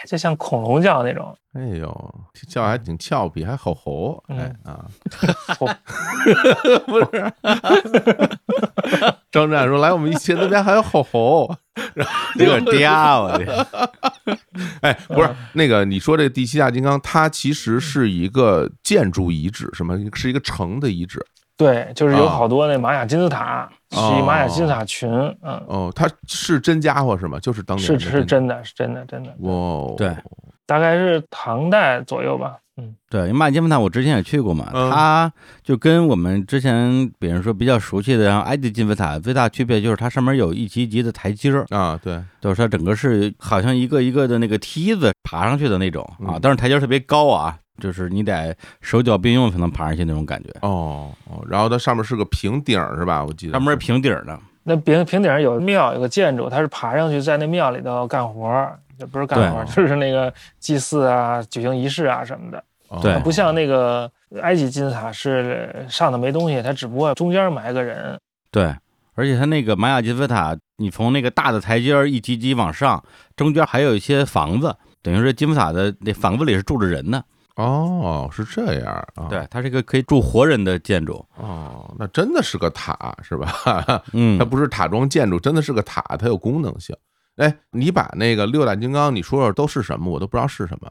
[SPEAKER 3] 就像恐龙叫那种。
[SPEAKER 1] 哎呦，这叫还挺俏皮，还好猴，哎啊， 张湛说来我们一起，那边还有好猴，
[SPEAKER 2] 有点嗲，我这
[SPEAKER 1] 哎，不是那个你说这第七大金刚，它其实是一个建筑遗址，什么是一个城的遗址
[SPEAKER 3] 对，就是有
[SPEAKER 1] 啊
[SPEAKER 3] 好多那玛雅金字塔，是一玛雅金字塔群，嗯，
[SPEAKER 1] 哦，它是真家伙是吗？就是当年
[SPEAKER 3] 是
[SPEAKER 1] 的
[SPEAKER 3] 是
[SPEAKER 1] 真，
[SPEAKER 3] 真的，是真的，真的，
[SPEAKER 1] 哇哦，
[SPEAKER 2] 对
[SPEAKER 3] 大概是唐代左右吧，嗯，
[SPEAKER 2] 对，因为麦金芬塔我之前也去过嘛，
[SPEAKER 4] 嗯
[SPEAKER 2] 它就跟我们之前比如说比较熟悉的，然后埃及金字塔最大区别就是它上面有一级一级的台阶儿，
[SPEAKER 4] 啊，对，
[SPEAKER 2] 就是它整个是好像一个一个的那个梯子爬上去的那种啊，
[SPEAKER 4] 嗯
[SPEAKER 2] 但是台阶儿特别高啊，就是你得手脚并用才能爬上去那种感觉。
[SPEAKER 4] 哦哦，然后它上面是个平顶儿是吧？我记得
[SPEAKER 2] 上面是平顶儿的，
[SPEAKER 3] 那平平顶上有庙，有个建筑，他是爬上去在那庙里头干活儿，也不是干活儿，就是那个祭祀啊、举行仪式啊什么的。
[SPEAKER 4] 哦
[SPEAKER 2] 对
[SPEAKER 3] 不像那个埃及金字塔是上头没东西，它只不过中间埋个人。
[SPEAKER 2] 对，而且它那个玛雅金字塔，你从那个大的台阶儿一级级往上，中间还有一些房子，等于说金字塔的那房子里是住着人的。
[SPEAKER 1] 哦，是这样啊，
[SPEAKER 2] 对，它是一个可以住活人的建筑。
[SPEAKER 1] 哦，那真的是个塔是吧？
[SPEAKER 2] 嗯
[SPEAKER 1] 它，不是塔装建筑，真的是个塔，它有功能性。哎，你把那个六大金刚，你说说都是什么？我都不知道是什么。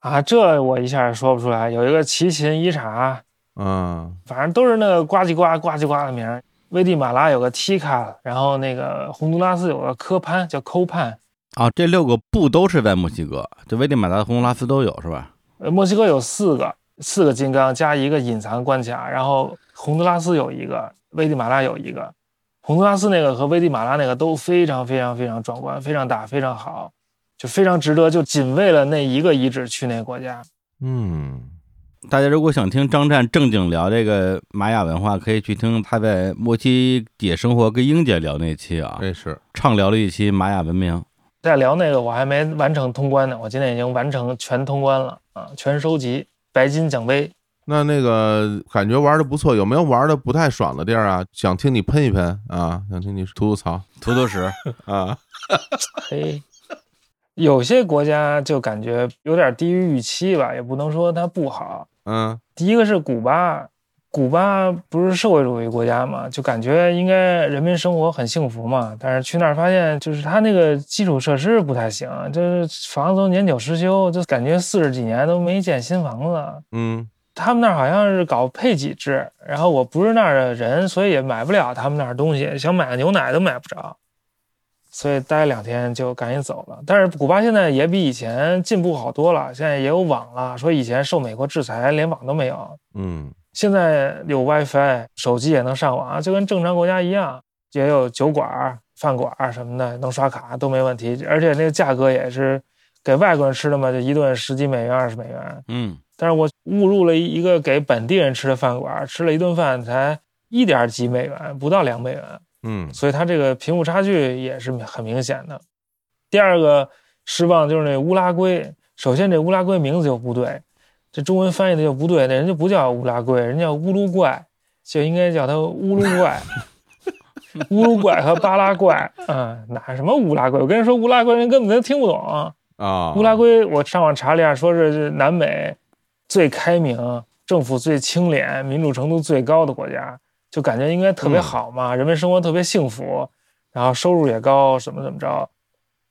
[SPEAKER 3] 啊，这我一下也说不出来。有一个齐秦伊察，
[SPEAKER 1] 嗯，
[SPEAKER 3] 反正都是那个呱唧呱呱唧呱的名儿。危地马拉有个 Tika，然后那个洪都拉斯有个科潘，叫科潘。
[SPEAKER 2] 啊，这六个不都是在墨西哥，就危地马拉、洪都拉斯都有是吧？
[SPEAKER 3] 呃，墨西哥有四个，四个金刚加一个隐藏关卡，然后洪都拉斯有一个，危地马拉有一个，洪都拉斯那个和危地马拉那个都非常非常非常壮观，非常大，非常好，就非常值得，就仅为了那一个遗址去那个国家。
[SPEAKER 1] 嗯，
[SPEAKER 2] 大家如果想听张湛正经聊这个玛雅文化，可以去听他在莫西姐生活跟英姐聊那期啊，
[SPEAKER 1] 这是
[SPEAKER 2] 畅聊了一期玛雅文明。
[SPEAKER 3] 在聊那个，我还没完成通关呢，我今天已经完成全通关了啊，全收集白金奖杯。
[SPEAKER 1] 那那个感觉玩的不错，有没有玩的不太爽的地儿啊？想听你喷一喷啊，想听你吐吐槽
[SPEAKER 2] 土土石，
[SPEAKER 1] 啊。
[SPEAKER 3] 嘿，有些国家就感觉有点低于预期吧，也不能说它不好。
[SPEAKER 1] 嗯，
[SPEAKER 3] 第一个是古巴，古巴不是社会主义国家嘛，就感觉应该人民生活很幸福嘛，但是去那儿发现就是它那个基础设施不太行，就是房子都年久失修，就感觉四十几年都没建新房子。
[SPEAKER 1] 嗯，
[SPEAKER 3] 他们那儿好像是搞配给制，然后我不是那儿的人，所以也买不了他们那儿东西，想买牛奶都买不着，所以待两天就赶紧走了。但是古巴现在也比以前进步好多了，现在也有网了，说以前受美国制裁连网都没有，
[SPEAKER 1] 嗯，
[SPEAKER 3] 现在有 WiFi，手机也能上网，啊就跟正常国家一样，也有酒馆、饭馆什么的能刷卡都没问题，而且那个价格也是给外国人吃的嘛，就一顿十几美元、二十美元。
[SPEAKER 2] 嗯，
[SPEAKER 3] 但是我误入了一个给本地人吃的饭馆，吃了一顿饭才一点几美元，不到两美元，
[SPEAKER 1] 嗯，
[SPEAKER 3] 所以它这个贫富差距也是很明显的。第二个失望就是那乌拉圭，首先这乌拉圭名字就不对，这中文翻译的就不对，那人家不叫乌拉圭，人家叫乌鲁怪，就应该叫它乌鲁怪。乌鲁怪和巴拉怪，啊、哪什么乌拉圭？我跟人说乌拉圭，人根本就听不懂、
[SPEAKER 1] 啊，
[SPEAKER 3] 乌拉圭，我上网查了一下，说是南美最开明、政府最清廉、民主程度最高的国家，就感觉应该特别好嘛，人民生活特别幸福，然后收入也高，怎么怎么着。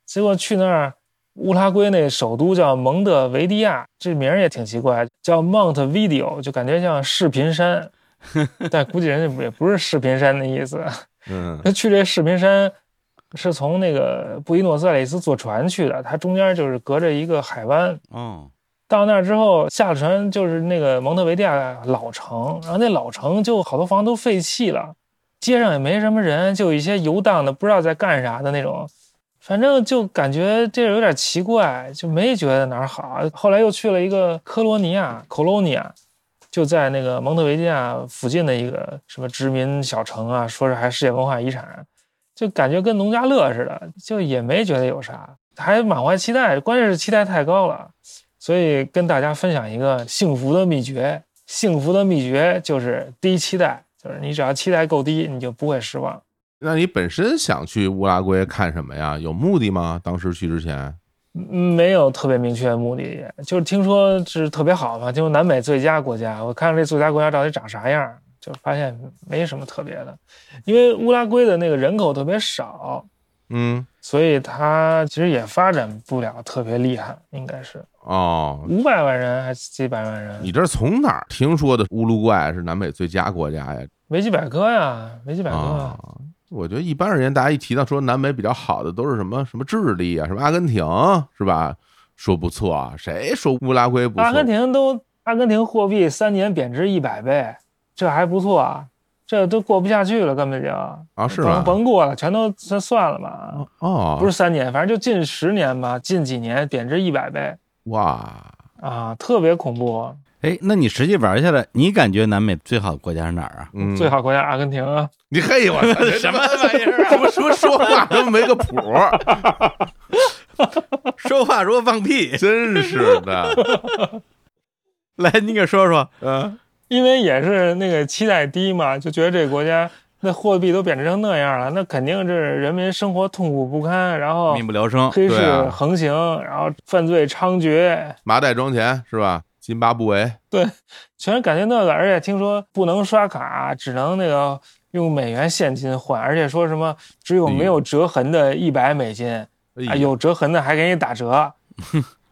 [SPEAKER 3] 结果去那儿，乌拉圭那首都叫蒙特维迪亚，这名儿也挺奇怪，叫 Mount Video，就感觉像视频山，但估计人家也不是视频山的意思。
[SPEAKER 1] 嗯
[SPEAKER 3] 他去这视频山是从那个布宜诺斯艾利斯坐船去的，它中间就是隔着一个海湾。
[SPEAKER 2] 哦，
[SPEAKER 3] 到那儿之后，下了船就是那个蒙特维迪亚老城，然后那老城就好多房都废弃了，街上也没什么人，就有一些游荡的不知道在干啥的那种，反正就感觉这有点奇怪，就没觉得哪儿好。后来又去了一个科罗尼亚 （Colonia），就在那个蒙特维迪亚附近的一个什么殖民小城啊，说是还世界文化遗产，就感觉跟农家乐似的，就也没觉得有啥，还满怀期待，关键是期待太高了。所以跟大家分享一个幸福的秘诀。幸福的秘诀就是低期待，就是你只要期待够低，你就不会失望。
[SPEAKER 1] 那你本身想去乌拉圭看什么呀？有目的吗？当时去之前？
[SPEAKER 3] 嗯没有特别明确的目的，就是听说是特别好嘛，听说南美最佳国家。我看看这最佳国家到底长啥样，就发现没什么特别的，因为乌拉圭的那个人口特别少，
[SPEAKER 1] 嗯，
[SPEAKER 3] 所以它其实也发展不了特别厉害，应该是
[SPEAKER 1] 哦，
[SPEAKER 3] 五百万人还是几百万人？
[SPEAKER 1] 你这从哪儿听说的乌鲁怪是南美最佳国家呀？
[SPEAKER 3] 维基百科呀，维基百科。
[SPEAKER 1] 啊，我觉得一般而言，大家一提到说南美比较好的，都是什么什么智利啊，什么阿根廷是吧？说不错啊，谁说乌拉圭不错？
[SPEAKER 3] 阿根廷都阿根廷货币三年贬值一百倍，这还不错啊，这都过不下去了，根本就啊
[SPEAKER 1] 是吗
[SPEAKER 3] 甭过了，全都算算了吧，
[SPEAKER 1] 哦，
[SPEAKER 3] 不是三年，反正就近十年吧，近几年贬值一百倍
[SPEAKER 1] 哇，
[SPEAKER 3] 啊，特别恐怖。
[SPEAKER 2] 哎，那你实际玩下来，你感觉南美最好的国家是哪儿啊？
[SPEAKER 1] 嗯，
[SPEAKER 3] 最好国家阿根廷啊，
[SPEAKER 1] 你嘿 我操， 什么玩意儿？什啊么说说话都没个谱，
[SPEAKER 2] 说话如果放屁，
[SPEAKER 1] 真是的。
[SPEAKER 2] 来你给说说。
[SPEAKER 1] 嗯
[SPEAKER 3] 因为也是那个期待低嘛，就觉得这国家。那货币都贬值成那样了，那肯定是人民生活痛苦不堪，然后
[SPEAKER 2] 民不聊生，
[SPEAKER 3] 黑市
[SPEAKER 1] 对啊
[SPEAKER 3] 横行，然后犯罪猖獗，
[SPEAKER 1] 麻袋装钱是吧？津巴布韦，
[SPEAKER 3] 全是感觉那个，而且听说不能刷卡，只能那个用美元现金换，而且说什么只有没有折痕的一百美金，啊，
[SPEAKER 1] 哎呦，
[SPEAKER 3] 有折痕的还给你 打折，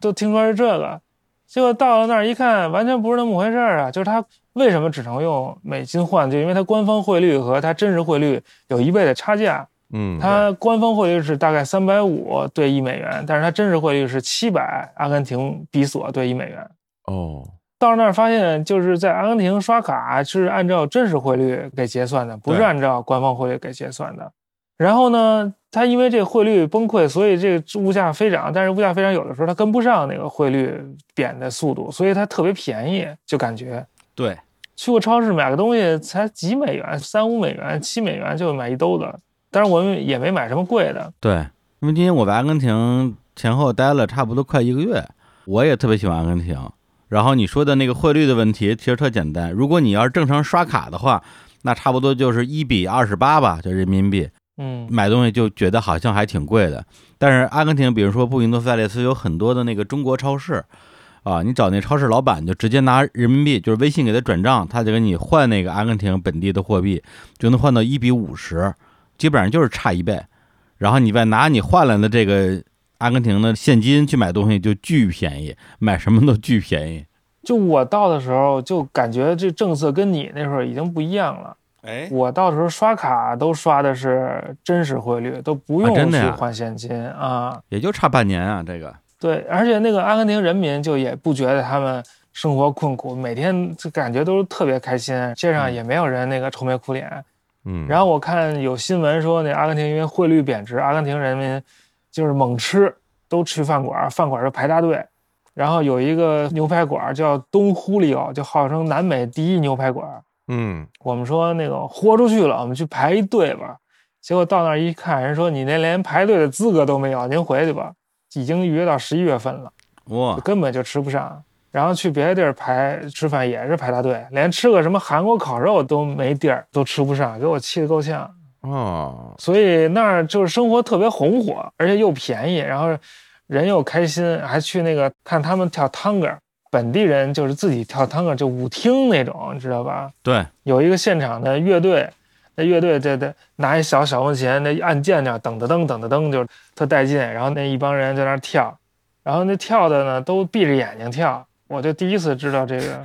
[SPEAKER 3] 都听说是这个。结果到了那儿一看，完全不是那么回事儿啊！就是它为什么只能用美金换，就因为它官方汇率和它真实汇率有一倍的差价。
[SPEAKER 1] 嗯，
[SPEAKER 3] 它官方汇率是大概三百五对一美元，但是它真实汇率是七百阿根廷比索对一美元。
[SPEAKER 1] 哦，
[SPEAKER 3] 到那儿发现就是在阿根廷刷卡是按照真实汇率给结算的，不是
[SPEAKER 4] 对
[SPEAKER 3] 按照官方汇率给结算的。然后呢，它因为这个汇率崩溃，所以这个物价飞涨，但是物价飞涨有的时候它跟不上那个汇率贬的速度，所以它特别便宜，就感觉。
[SPEAKER 2] 对，
[SPEAKER 3] 去过超市买个东西才几美元，三五美元、七美元就买一兜子，当然我们也没买什么贵的。
[SPEAKER 2] 对，因为今天我在阿根廷前后待了差不多快一个月，我也特别喜欢阿根廷。然后你说的那个汇率的问题其实特简单，如果你要是正常刷卡的话，那差不多就是一比二十八吧，就人民币
[SPEAKER 3] 嗯，
[SPEAKER 2] 买东西就觉得好像还挺贵的。但是阿根廷，比如说布宜诺斯艾利斯有很多的那个中国超市，啊，你找那超市老板就直接拿人民币，就是微信给他转账，他就给你换那个阿根廷本地的货币，就能换到一比五十，基本上就是差一倍。然后你再拿你换来的这个阿根廷的现金去买东西，就巨便宜，买什么都巨便宜。
[SPEAKER 3] 就我到的时候，就感觉这政策跟你那时候已经不一样了。
[SPEAKER 4] 哎，
[SPEAKER 3] 我到的时候刷卡都刷的是真实汇率，都不
[SPEAKER 2] 啊真
[SPEAKER 3] 用
[SPEAKER 2] 的
[SPEAKER 3] 去
[SPEAKER 2] 呀
[SPEAKER 3] 换现金啊
[SPEAKER 2] 也就差半年啊，这个
[SPEAKER 3] 对，而且那个阿根廷人民就也不觉得他们生活困苦，每天就感觉都是特别开心，街
[SPEAKER 2] 嗯
[SPEAKER 3] 上也没有人那个愁眉苦脸。
[SPEAKER 1] 嗯，
[SPEAKER 3] 然后我看有新闻说，那阿根廷因为汇率贬值，阿根廷人民就是猛吃，都去饭馆，饭馆就排大队。然后有一个牛排馆叫东呼利奥，就号称南美第一牛排馆。
[SPEAKER 1] 嗯，
[SPEAKER 3] 我们说那个豁出去了，我们去排一队吧。结果到那儿一看，人说你那连排队的资格都没有，您回去吧，已经预约到十一月份了，
[SPEAKER 2] 哇，
[SPEAKER 3] 根本就吃不上。然后去别的地儿排吃饭也是排大队，连吃个什么韩国烤肉都没地儿，都吃不上，给我气得够呛。
[SPEAKER 1] 哦，
[SPEAKER 3] 所以那儿就是生活特别红火，而且又便宜，然后人又开心，还去那个看他们跳探戈，本地人就是自己跳探戈，就舞厅那种，你知道吧？
[SPEAKER 2] 对，
[SPEAKER 3] 有一个现场的乐队，那乐队这这拿一小小风琴，那按键那样噔噔噔噔噔噔，就特带劲。然后那一帮人在那儿跳，然后那跳的呢都闭着眼睛跳，我就第一次知道这个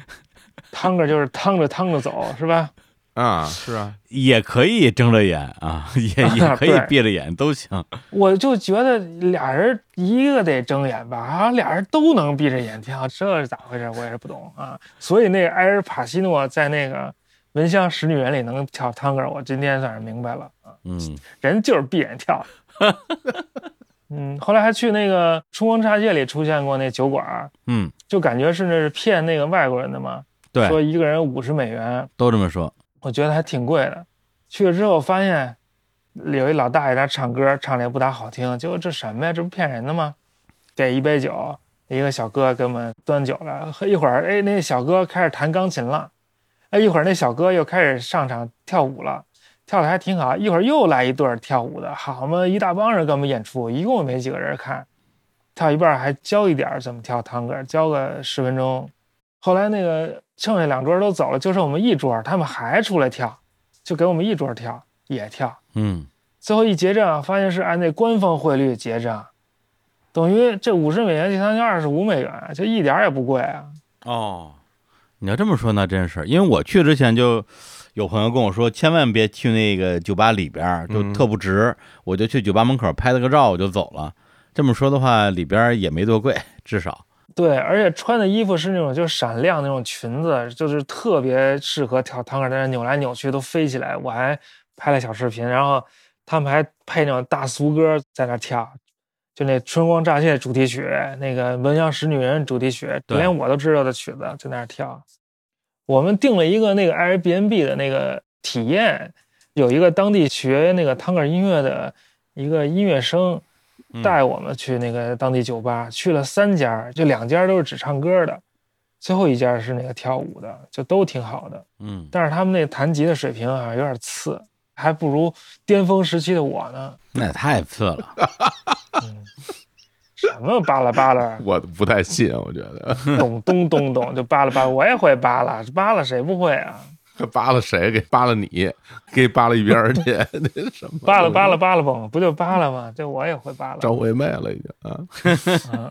[SPEAKER 3] 趟着就是趟着趟着走，是吧？
[SPEAKER 1] 啊，是啊，
[SPEAKER 2] 也可以睁着眼啊，也也可以
[SPEAKER 3] 对
[SPEAKER 2] 闭着眼都行。
[SPEAKER 3] 我就觉得俩人一个得睁眼吧，好像俩人都能闭着眼跳，这是咋回事？我也是不懂啊。所以那个埃尔帕西诺在那个《闻香识女人》里能跳探戈，我今天算是明白了。
[SPEAKER 2] 嗯，
[SPEAKER 3] 人就是闭眼跳。嗯，后来还去那个《春光乍泄》里出现过那酒馆儿，
[SPEAKER 2] 嗯，
[SPEAKER 3] 就感觉是那是骗那个外国人的嘛，说
[SPEAKER 2] 对，
[SPEAKER 3] 一个人五十美元，
[SPEAKER 2] 都这么说。
[SPEAKER 3] 我觉得还挺贵的。去了之后发现有一老大爷在那唱歌，唱的也不咋好听，结果这什么呀？这不骗人的吗？给一杯酒，一个小哥给我们端酒来，喝一会儿，哎，那小哥开始弹钢琴了，哎，一会儿那小哥又开始上场跳舞了，跳的还挺好。一会儿又来一对儿跳舞的，好嘛，一大帮人给我们演出，一共没几个人看，跳一半儿还教一点儿怎么跳探戈，教个十分钟。后来那个剩下两桌儿都走了，就剩我们一桌儿，他们还出来跳，就给我们一桌儿跳，也跳。
[SPEAKER 2] 嗯，
[SPEAKER 3] 最后一结账，发现是按那官方汇率结账，等于这五十美元就相当于二十五美元，啊就一点儿也不贵啊。
[SPEAKER 2] 哦，你要这么说，那真是，因为我去之前就有朋友跟我说，千万别去那个酒吧里边儿，就
[SPEAKER 1] 嗯
[SPEAKER 2] 特不值。我就去酒吧门口拍了个照，我就走了。这么说的话，里边儿也没多贵， 至少
[SPEAKER 3] 对，而且穿的衣服是那种就是闪亮那种裙子，就是特别适合跳探戈，在那扭来扭去都飞起来。我还拍了小视频，然后他们还配那种大俗歌在那跳，就那《春光乍泄》主题曲，那个《闻香识女人》主题曲，
[SPEAKER 2] 对
[SPEAKER 3] 连我都知道的曲子在那跳。我们订了一个那个 Airbnb 的那个体验，有一个当地学那个探戈音乐的一个音乐生，
[SPEAKER 2] 嗯
[SPEAKER 3] 带我们去那个当地酒吧，去了三家，这两家都是只唱歌的，最后一家是那个跳舞的，就都挺好的。
[SPEAKER 2] 嗯，
[SPEAKER 3] 但是他们那弹吉的水平好像有点次，还不如巅峰时期的我呢。
[SPEAKER 2] 那也太次了。
[SPEAKER 3] 嗯，什么巴拉巴拉，
[SPEAKER 1] 我不太信，我觉得
[SPEAKER 3] 咚咚咚咚就巴拉巴拉，我也会巴拉，巴拉谁不会啊？
[SPEAKER 1] 扒拉谁给扒拉你，给扒拉一边儿去，那什么
[SPEAKER 3] 巴拉巴拉巴拉蹦，不就巴拉吗？这我也会巴拉
[SPEAKER 1] 张。惠妹了已经啊，
[SPEAKER 3] 嗯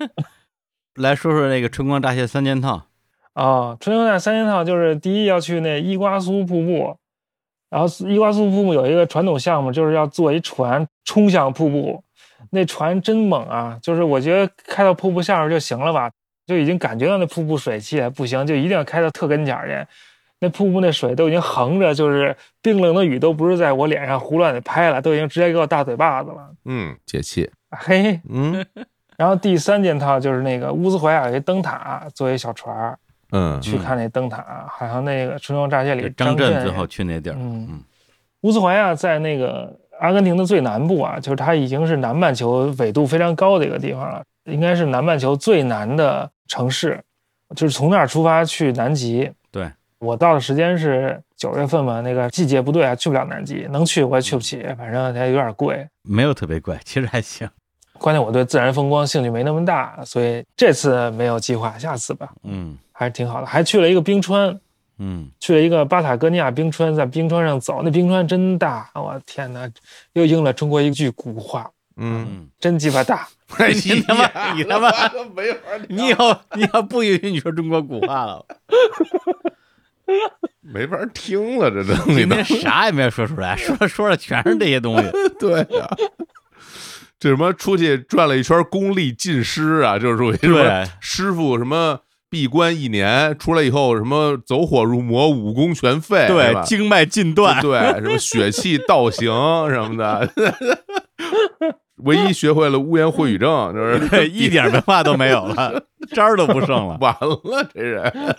[SPEAKER 2] 来说说那个《春光乍泄三件套》，
[SPEAKER 3] 哦，春秋战三件套就是第一要去那伊瓜苏瀑布，然后伊瓜苏瀑布有一个传统项目，就是要坐一船冲向瀑布，那船真猛啊！就是我觉得开到瀑布下边就行了吧，就已经感觉到那瀑布水汽不行，就一定要开到特跟前儿去。那瀑布那水都已经横着，就是冰冷的雨都不是在我脸上胡乱的拍了，都已经直接给我大嘴巴子了。
[SPEAKER 1] 嗯，解气，
[SPEAKER 3] 嘿，
[SPEAKER 1] 嗯
[SPEAKER 3] 然后第三件套就是那个乌兹怀亚有一灯塔，坐一小船儿
[SPEAKER 1] 嗯
[SPEAKER 3] 去看那灯塔，好像那个《春光乍泄》里
[SPEAKER 2] 就张震
[SPEAKER 3] 震
[SPEAKER 2] 最后去那地儿，
[SPEAKER 3] 嗯
[SPEAKER 2] 嗯，
[SPEAKER 3] 乌斯怀亚在那个阿根廷的最南部啊，就是它已经是南半球纬度非常高的一个地方了，应该是南半球最南的城市，就是从那儿出发去南极。
[SPEAKER 2] 对，
[SPEAKER 3] 我到的时间是九月份嘛，那个季节不对啊，去不了南极，能去我也去不起，反正它有点贵。
[SPEAKER 2] 没有特别贵，其实还行，
[SPEAKER 3] 关键我对自然风光兴趣没那么大，所以这次没有计划，下次吧，
[SPEAKER 2] 嗯
[SPEAKER 3] 还是挺好的。还去了一个冰川，
[SPEAKER 2] 嗯，
[SPEAKER 3] 去了一个巴塔哥尼亚冰川，在冰川上走，那冰川真大，我天哪！又应了中国一句古话，
[SPEAKER 1] 嗯，
[SPEAKER 2] 嗯，
[SPEAKER 3] 真鸡巴大。
[SPEAKER 1] 哎
[SPEAKER 2] 你他妈
[SPEAKER 1] 呀
[SPEAKER 2] 你他妈
[SPEAKER 1] 我没法聊，
[SPEAKER 2] 你以后你要不允许你说中国古话了，
[SPEAKER 1] 没法听了，这东西
[SPEAKER 2] 今
[SPEAKER 1] 都
[SPEAKER 2] 天啥也没有说出 来，说着说着全是这些东西，
[SPEAKER 1] 对呀、这什么出去转了一圈，功力尽失啊，就是属于什么
[SPEAKER 2] 对
[SPEAKER 1] 师傅什么闭关一年，出来以后什么走火入魔，武功全废，是吧
[SPEAKER 2] 对，哎经脉尽断，
[SPEAKER 1] 对，什么血气倒行什么的，唯一学会了污言秽语症，就是
[SPEAKER 2] 对，一点文化都没有 了，渣儿都不剩了。
[SPEAKER 1] 完了这人。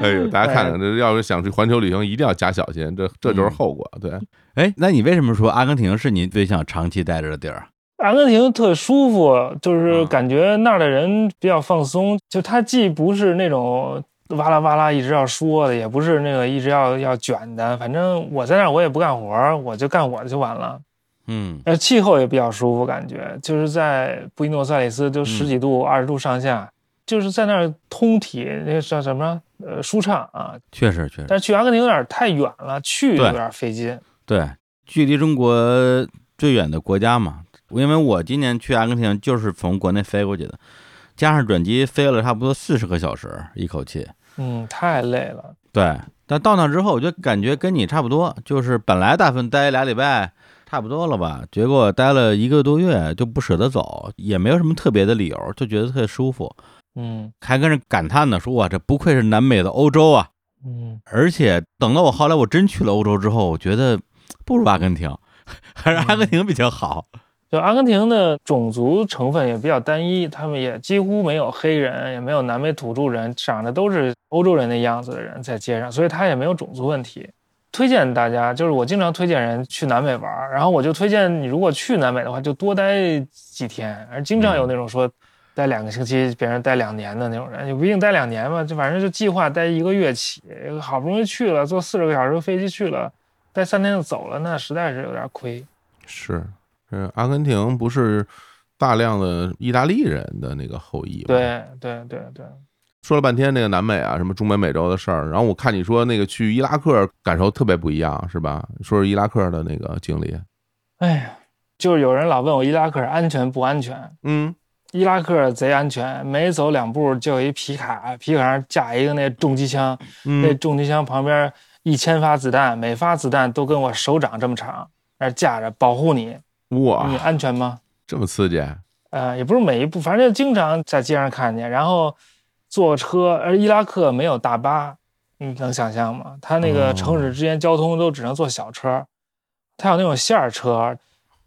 [SPEAKER 1] 哎呦，大家看看，这要是想去环球旅行，一定要加小心，这这就是后果。对，
[SPEAKER 2] 哎，那你为什么说阿根廷是你最想长期待着的地儿？啊
[SPEAKER 3] 阿根廷特舒服，就是
[SPEAKER 2] 嗯
[SPEAKER 3] 感觉那儿的人比较放松，就他既不是那种哇啦哇啦一直要说的，也不是那个一直要要卷的，反正我在那儿我也不干活儿，我就干我的就完了。
[SPEAKER 2] 嗯
[SPEAKER 3] 呃，气候也比较舒服，感觉就是在布宜诺斯艾利斯就十几度、二十、度上下，就是在那儿通体那个叫什么呃舒畅啊。
[SPEAKER 2] 确实确实，
[SPEAKER 3] 但是去阿根廷有点太远了，去
[SPEAKER 2] 对
[SPEAKER 3] 有点费劲。
[SPEAKER 2] 对，距离中国最远的国家嘛，因为我今年去阿根廷就是从国内飞过去的，加上转机飞了差不多四十个小时，一口气。
[SPEAKER 3] 嗯，太累了。
[SPEAKER 2] 对，但到那之后，我就感觉跟你差不多，就是本来打算待俩礼拜，差不多了吧，结果待了一个多月就不舍得走，也没有什么特别的理由，就觉得特别舒服，
[SPEAKER 3] 嗯
[SPEAKER 2] 还跟人感叹呢，说哇，这不愧是南美的欧洲啊！
[SPEAKER 3] 嗯，
[SPEAKER 2] 而且等到我后来我真去了欧洲之后，我觉得不如阿根廷，还是阿根廷比较好。
[SPEAKER 3] 就阿根廷的种族成分也比较单一，他们也几乎没有黑人，也没有南美土著人，长得都是欧洲人那样子的人在街上，所以他也没有种族问题。推荐大家，就是我经常推荐人去南美玩儿，然后我就推荐你，如果去南美的话，就多待几天，而经常有那种说待两个星期，别人待两年的那种人，也不一定待两年嘛，就反正就计划待一个月起，好不容易去了，坐四十个小时飞机去了，待三天就走了，那实在是有点亏。
[SPEAKER 1] 是，嗯，阿根廷不是大量的意大利人的那个后裔吗？
[SPEAKER 3] 对对对对，
[SPEAKER 1] 说了半天那个南美啊，什么中美美洲的事儿，然后我看你说那个去伊拉克感受特别不一样，是吧？说是伊拉克的那个经历，
[SPEAKER 3] 哎呀，就是有人老问我伊拉克安全不安全，
[SPEAKER 1] 嗯，
[SPEAKER 3] 伊拉克贼安全，每走两步就有一皮卡，皮卡上架一个那重机枪，那
[SPEAKER 1] 嗯，
[SPEAKER 3] 重机枪旁边一千发子弹，每发子弹都跟我手掌这么长，那架着保护你，你
[SPEAKER 1] 哇，
[SPEAKER 3] 安全吗？
[SPEAKER 1] 这么刺激，
[SPEAKER 3] 呃，也不是每一步，反正就经常在街上看见。然后坐车，而伊拉克没有大巴，你能想象吗？它那个城市之间交通都只能坐小车，它有那种线儿车，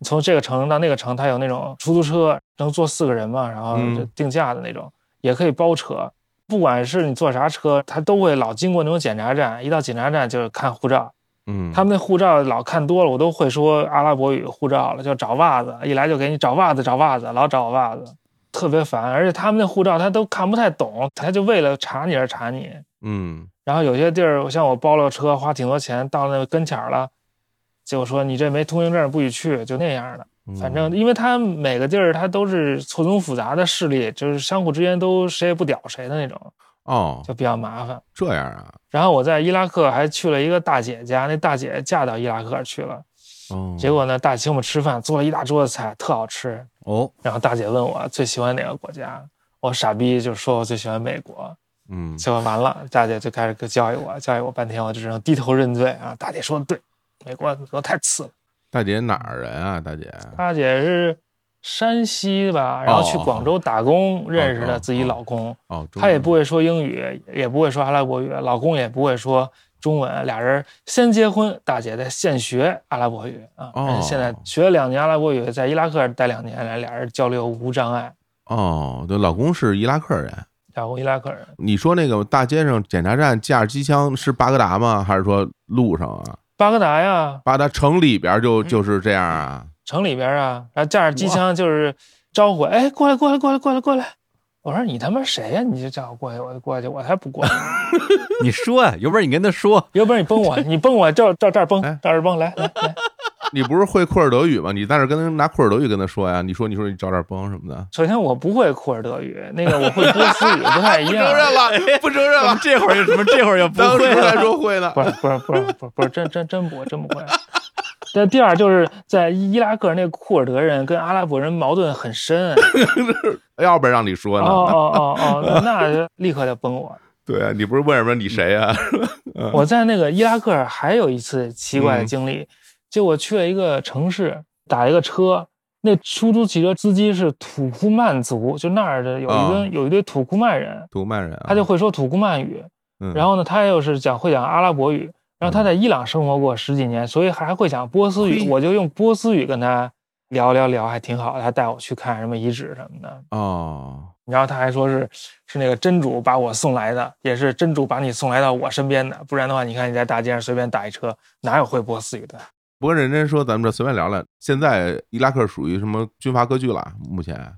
[SPEAKER 3] 从这个城到那个城，它有那种出租车，能坐四个人嘛，然后
[SPEAKER 1] 嗯
[SPEAKER 3] 就定价的那种，也可以包车。不管是你坐啥车，他都会老经过那种检查站，一到检查站就是看护照，
[SPEAKER 1] 嗯，
[SPEAKER 3] 他们那护照老看多了，我都会说阿拉伯语护照了，就找袜子，一来就给你找袜子找袜子，老找我袜子，特别烦。而且他们那护照他都看不太懂，他就为了查你而查你。
[SPEAKER 1] 嗯，
[SPEAKER 3] 然后有些地儿，像我包了车花挺多钱到那跟前儿了，结果说你这没通行证不许去，就那样的。
[SPEAKER 1] 嗯
[SPEAKER 3] 反正因为他每个地儿他都是错综复杂的势力，就是相互之间都谁也不屌谁的那种，
[SPEAKER 1] 哦，
[SPEAKER 3] 就比较麻烦。
[SPEAKER 1] 这样啊，
[SPEAKER 3] 然后我在伊拉克还去了一个大姐家，那大姐嫁到伊拉克去了。
[SPEAKER 1] 哦，
[SPEAKER 3] 结果呢，大姐请我们吃饭，做了一大桌子菜，特好吃。
[SPEAKER 2] 哦，
[SPEAKER 3] 然后大姐问我最喜欢哪个国家，我傻逼就说我最喜欢美国。
[SPEAKER 1] 嗯，
[SPEAKER 3] 结果完了，大姐就开始教育我，教育我半天，我就只能低头认罪啊。大姐说的对，美国美国太次了。
[SPEAKER 1] 大姐哪儿人啊？大姐，
[SPEAKER 3] 大姐是山西吧，然后去广州打工认识的自己老公，
[SPEAKER 1] 哦，中
[SPEAKER 3] 他也
[SPEAKER 1] 文
[SPEAKER 3] 不会说英语，也不会说阿拉伯语，老公也不会说中文，俩人先结婚，大姐在现学阿拉伯语啊，
[SPEAKER 1] 哦
[SPEAKER 3] 人现在学了两年阿拉伯语，在伊拉克待两年，俩俩人交流无障碍，
[SPEAKER 1] 哦，对，老公是伊拉克人。
[SPEAKER 3] 然后伊拉克人。
[SPEAKER 1] 你说那个大街上检查站架着机枪是巴格达吗？还是说路上啊？
[SPEAKER 3] 巴格达呀，
[SPEAKER 1] 巴格达城里边就
[SPEAKER 3] 嗯
[SPEAKER 1] 就是这样啊？
[SPEAKER 3] 城里边啊，然后架着机枪就是招呼，哎，过来，过来，过来，过来，过来。我说你他妈谁呀、你就叫我过去，我就过去，我才 不过去。
[SPEAKER 2] 你说啊呀，有本事你跟他说，
[SPEAKER 3] 有本事你崩我，你崩我，照照 这儿崩，
[SPEAKER 1] 哎
[SPEAKER 3] 照这儿崩，来来来，
[SPEAKER 1] 你不是会库尔德语吗？你在那儿跟他拿库尔德语跟他说呀？你说你说你找点崩什么的？
[SPEAKER 3] 首先我不会库尔德语，那个我会波斯语，不太一样。
[SPEAKER 1] 了，不承认
[SPEAKER 2] 怎么。这会儿又什么，这会儿又不
[SPEAKER 1] 哎 当时
[SPEAKER 2] 会了
[SPEAKER 1] 还说会呢
[SPEAKER 3] 不。是不是不是不是不是真真真不会真不会。但第二就是在伊拉克那个库尔德人跟阿拉伯人矛盾很深，啊
[SPEAKER 1] 要不然让你说
[SPEAKER 3] 哦
[SPEAKER 1] 呢？
[SPEAKER 3] 哦哦哦，那立刻就崩我。
[SPEAKER 1] 对啊，你不是问什么你谁啊呀、
[SPEAKER 3] 我在那个伊拉克还有一次奇怪的
[SPEAKER 1] 嗯
[SPEAKER 3] 经历，就我去了一个城市，打一个车，那出租汽车司机是土库曼族，就那儿的有一
[SPEAKER 1] 啊
[SPEAKER 3] 堆有一堆土库曼人，
[SPEAKER 1] 土曼人啊，
[SPEAKER 3] 他就会说土库曼语，
[SPEAKER 1] 嗯
[SPEAKER 3] 然后呢，他又是讲会讲阿拉伯语，然后他在伊朗生活过十几年，所以还会讲波斯语，
[SPEAKER 1] 嘿
[SPEAKER 3] 我就用波斯语跟他聊聊聊，还挺好的，还带我去看什么遗址什么的。
[SPEAKER 1] 哦，
[SPEAKER 3] 然后他还说是是那个真主把我送来的，也是真主把你送来到我身边的，不然的话，你看你在大街上随便打一车，哪有会波斯语的？
[SPEAKER 1] 不过认真说，咱们这随便聊聊。现在伊拉克属于什么军阀割据了？目前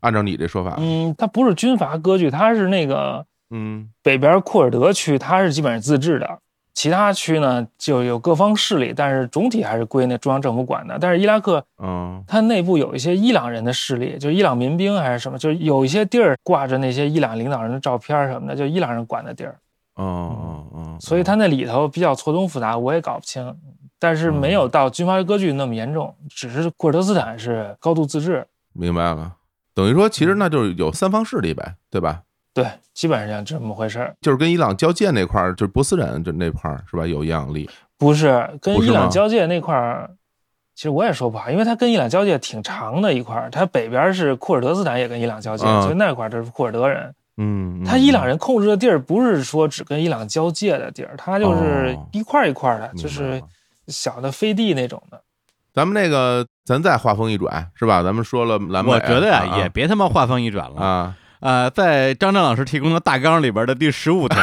[SPEAKER 1] 按照你这说法，
[SPEAKER 3] 嗯，他不是军阀割据，他是那个
[SPEAKER 1] 嗯
[SPEAKER 3] 北边库尔德区，它是基本上自治的，其他区呢就有各方势力，但是总体还是归那中央政府管的。但是伊拉克
[SPEAKER 1] 嗯
[SPEAKER 3] 它内部有一些伊朗人的势力，就是伊朗民兵还是什么，就是有一些地儿挂着那些伊朗领导人的照片什么的，就伊朗人管的地儿，
[SPEAKER 1] 哦哦哦，
[SPEAKER 3] 所以它那里头比较错综复杂，我也搞不清。但是没有到军阀割据那么严重，只是库尔德斯坦是高度自治，
[SPEAKER 1] 明白了。等于说，其实那就是有三方势力呗，对吧？
[SPEAKER 3] 对，基本上就这么回事儿。
[SPEAKER 1] 就是跟伊朗交界那块儿，就是波斯人就那块儿是吧？有影响力。
[SPEAKER 3] 不是跟
[SPEAKER 1] 不是
[SPEAKER 3] 伊朗
[SPEAKER 1] 吗
[SPEAKER 3] 交界那块儿，其实我也说不好，因为它跟伊朗交界挺长的一块儿，它北边是库尔德斯坦也跟伊朗交界，
[SPEAKER 1] 啊
[SPEAKER 3] 所以那块儿就是库尔德人。
[SPEAKER 1] 嗯，
[SPEAKER 3] 他
[SPEAKER 1] 嗯
[SPEAKER 3] 伊朗人控制的地儿不是说只跟伊朗交界的地儿，他就是
[SPEAKER 1] 哦
[SPEAKER 3] 一块儿一块儿的，
[SPEAKER 1] 明
[SPEAKER 3] 就
[SPEAKER 1] 白
[SPEAKER 3] 是
[SPEAKER 1] 了
[SPEAKER 3] 小的飞地那种的。
[SPEAKER 1] 咱们那个，咱再话锋一转，是吧？咱们说了蓝莓啊，
[SPEAKER 2] 我觉得呀，
[SPEAKER 1] 啊
[SPEAKER 2] 也别他妈话锋一转了。
[SPEAKER 1] 啊，
[SPEAKER 2] 呃，在张震老师提供的大纲里边的第十五 条，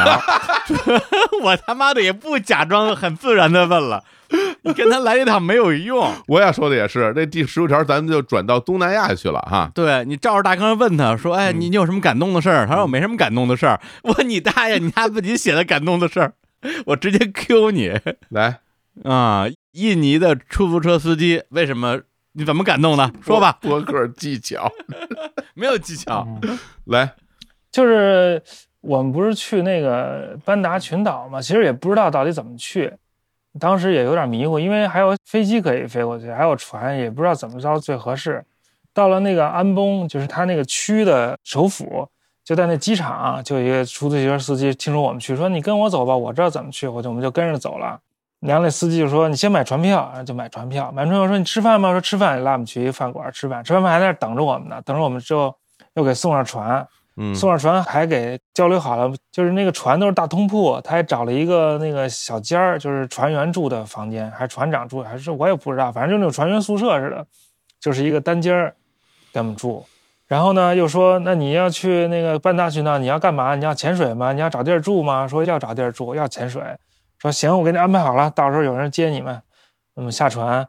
[SPEAKER 2] 我他妈的也不假装很自然的问了，你跟他来一趟没有用。
[SPEAKER 1] 我要说的也是，这第十五条咱们就转到东南亚去了哈。
[SPEAKER 2] 对你照着大纲问他说，哎，你你有什么感动的事儿？他说我没什么感动的事儿。我说你大爷，你他自己写的感动的事儿，我直接 Q 你
[SPEAKER 1] 来，
[SPEAKER 2] 啊！印尼的出租车司机为什么？你怎么感动的？说吧，
[SPEAKER 1] 播客技巧，
[SPEAKER 2] 没有技
[SPEAKER 1] 啊
[SPEAKER 2] 巧。
[SPEAKER 3] 嗯
[SPEAKER 1] 来，
[SPEAKER 3] 就是我们不是去那个班达群岛嘛，其实也不知道到底怎么去，当时也有点迷糊，因为还有飞机可以飞过去，还有船，也不知道怎么着最合适。到了那个安崩，就是他那个区的首府，就在那机场啊、就有一个出租车司机听说我们去，说你跟我走吧，我知道怎么去，我就我们就跟着走了。然后那司机就说：“你先买船票。”然后就买船票。买船票说：“你吃饭吗？”说：“吃饭。”拉我们去一个饭馆吃饭，吃完饭还在那儿等着我们呢。等着我们之后，又给送上船。
[SPEAKER 1] 嗯，
[SPEAKER 3] 送上船还给交流好了，就是那个船都是大通铺，他还找了一个那个小间儿，就是船员住的房间，还是船长住，还是我也不知道，反正就那种船员宿舍似的，就是一个单间儿给我们住。然后呢，又说那你要去那个半大群岛，你要干嘛？你要潜水吗？你要找地儿住吗？说要找地儿住，要潜水。说行，我给你安排好了，到时候有人接你们。我们下船，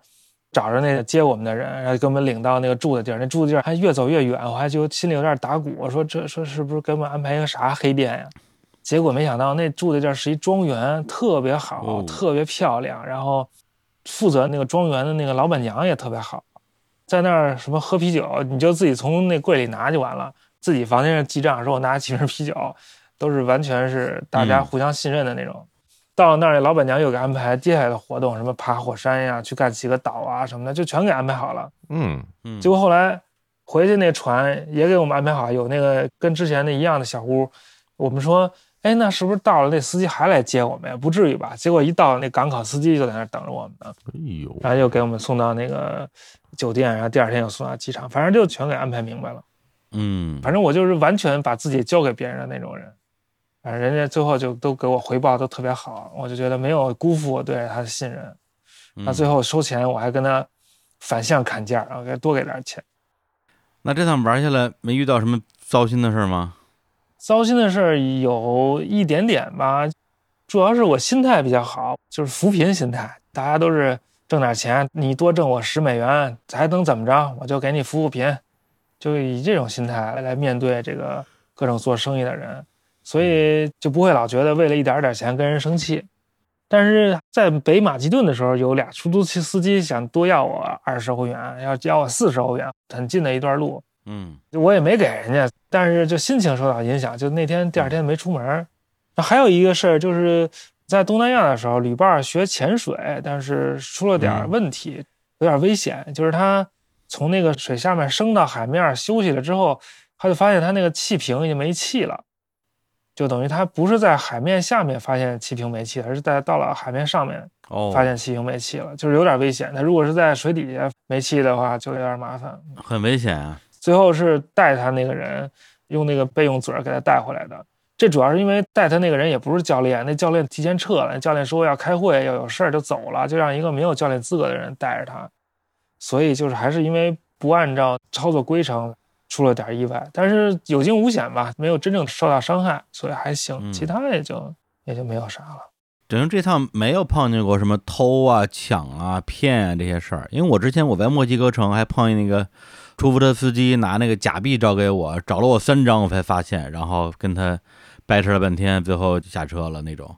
[SPEAKER 3] 找着那个接我们的人，然后给我们领到那个住的地儿。那住的地儿还越走越远，我还就心里有点打鼓，我说这说是不是给我们安排一个啥黑店呀？结果没想到那住的地儿是一庄园，特别好，
[SPEAKER 2] 哦
[SPEAKER 3] 特别漂亮。然后负责那个庄园的那个老板娘也特别好，在那儿什么喝啤酒，你就自己从那柜里拿就完了。自己房间上记账，说我拿几瓶啤酒，都是完全是大家
[SPEAKER 2] 嗯
[SPEAKER 3] 互相信任的那种。到了那儿，老板娘又给安排接下来的活动，什么爬火山呀，去干几个岛啊什么的，就全给安排好了。
[SPEAKER 1] 嗯，
[SPEAKER 2] 嗯
[SPEAKER 3] 结果后来回去那船也给我们安排好，有那个跟之前那一样的小屋。我们说哎，那是不是到了那司机还来接我们呀？不至于吧？结果一到那港口，司机就在那儿等着我们呢，
[SPEAKER 1] 哎呦，
[SPEAKER 3] 然后又给我们送到那个酒店，然后第二天又送到机场，反正就全给安排明白了。
[SPEAKER 2] 嗯，
[SPEAKER 3] 反正我就是完全把自己交给别人的那种人，反正人家最后就都给我回报都特别好，我就觉得没有辜负我对他的信任。那最
[SPEAKER 2] 后，
[SPEAKER 3] 后收钱，我还跟他反向砍价，然后给他多给点钱。
[SPEAKER 2] 那这趟玩下来没遇到什么糟心的事儿吗？
[SPEAKER 3] 糟心的事儿有一点点吧，主要是我心态比较好，就是扶贫心态，大家都是挣点钱，你多挣我十美元，还能怎么着？我就给你扶扶贫，就以这种心态来面对这个各种做生意的人，所以就不会老觉得为了一点点钱跟人生气。但是在北马其顿的时候，有俩出租车司机想多要我二十欧元，要要我四十欧元，很近的一段路，
[SPEAKER 2] 嗯
[SPEAKER 3] 我也没给人家，但是就心情受到影响，就那天第二天没出门儿。那还有一个事儿就是在东南亚的时候，旅伴儿学潜水，但是出了点儿问题，有点危险，就是他从那个水下面升到海面儿休息了之后，他就发现他那个气瓶已经没气了。就等于他不是在海面下面发现气瓶没气，而是在到了海面上面
[SPEAKER 2] 哦，
[SPEAKER 3] 发现气瓶没气了，就是有点危险。他如果是在水底下没气的话，就有点麻烦。
[SPEAKER 2] 很危险啊。
[SPEAKER 3] 最后是带他那个人用那个备用嘴儿给他带回来的。这主要是因为带他那个人也不是教练，那教练提前撤了，那教练说要开会要有事儿就走了，就让一个没有教练资格的人带着他，所以就是还是因为不按照操作规程出了点意外，但是有惊无险吧，没有真正受到伤害，所以还行，
[SPEAKER 2] 嗯
[SPEAKER 3] 其他也就也就没有啥了。
[SPEAKER 2] 等于这趟没有碰见过什么偷啊、抢啊、骗啊这些事儿，因为我之前我在墨西哥城还碰见那个出租车司机拿那个假币找给我，找了我三张，我才发现，然后跟他掰扯了半天，最后下车了那种，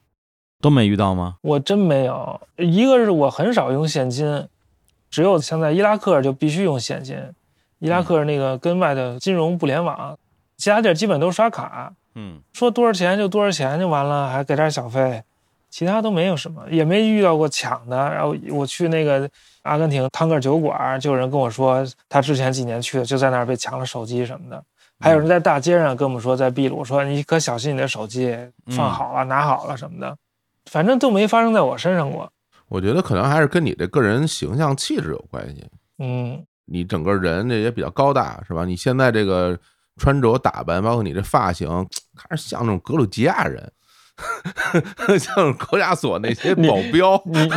[SPEAKER 2] 都没遇到吗？
[SPEAKER 3] 我真没有，一个是我很少用现金，只有像在伊拉克就必须用现金。伊拉克那个跟外的金融不联网，其他地儿基本都是刷卡，
[SPEAKER 2] 嗯，
[SPEAKER 3] 说多少钱就多少钱就完了，还给点小费，其他都没有什么，也没遇到过抢的。然后我去那个阿根廷汤克酒馆，就有人跟我说，他之前几年去的，就在那儿被抢了手机什么的。还
[SPEAKER 1] 嗯
[SPEAKER 3] 有人在大街上跟我们说，在秘鲁说你可小心你的手机
[SPEAKER 1] 嗯
[SPEAKER 3] 放好了、拿好了什么的，反正都没发生在我身上过。
[SPEAKER 1] 我觉得可能还是跟你这个人形象气质有关系。
[SPEAKER 3] 嗯，
[SPEAKER 1] 你整个人这也比较高大，是吧？你现在这个穿着打扮，包括你这发型，看着像那种格鲁吉亚人， 像高加索那些保镖，
[SPEAKER 3] 你 你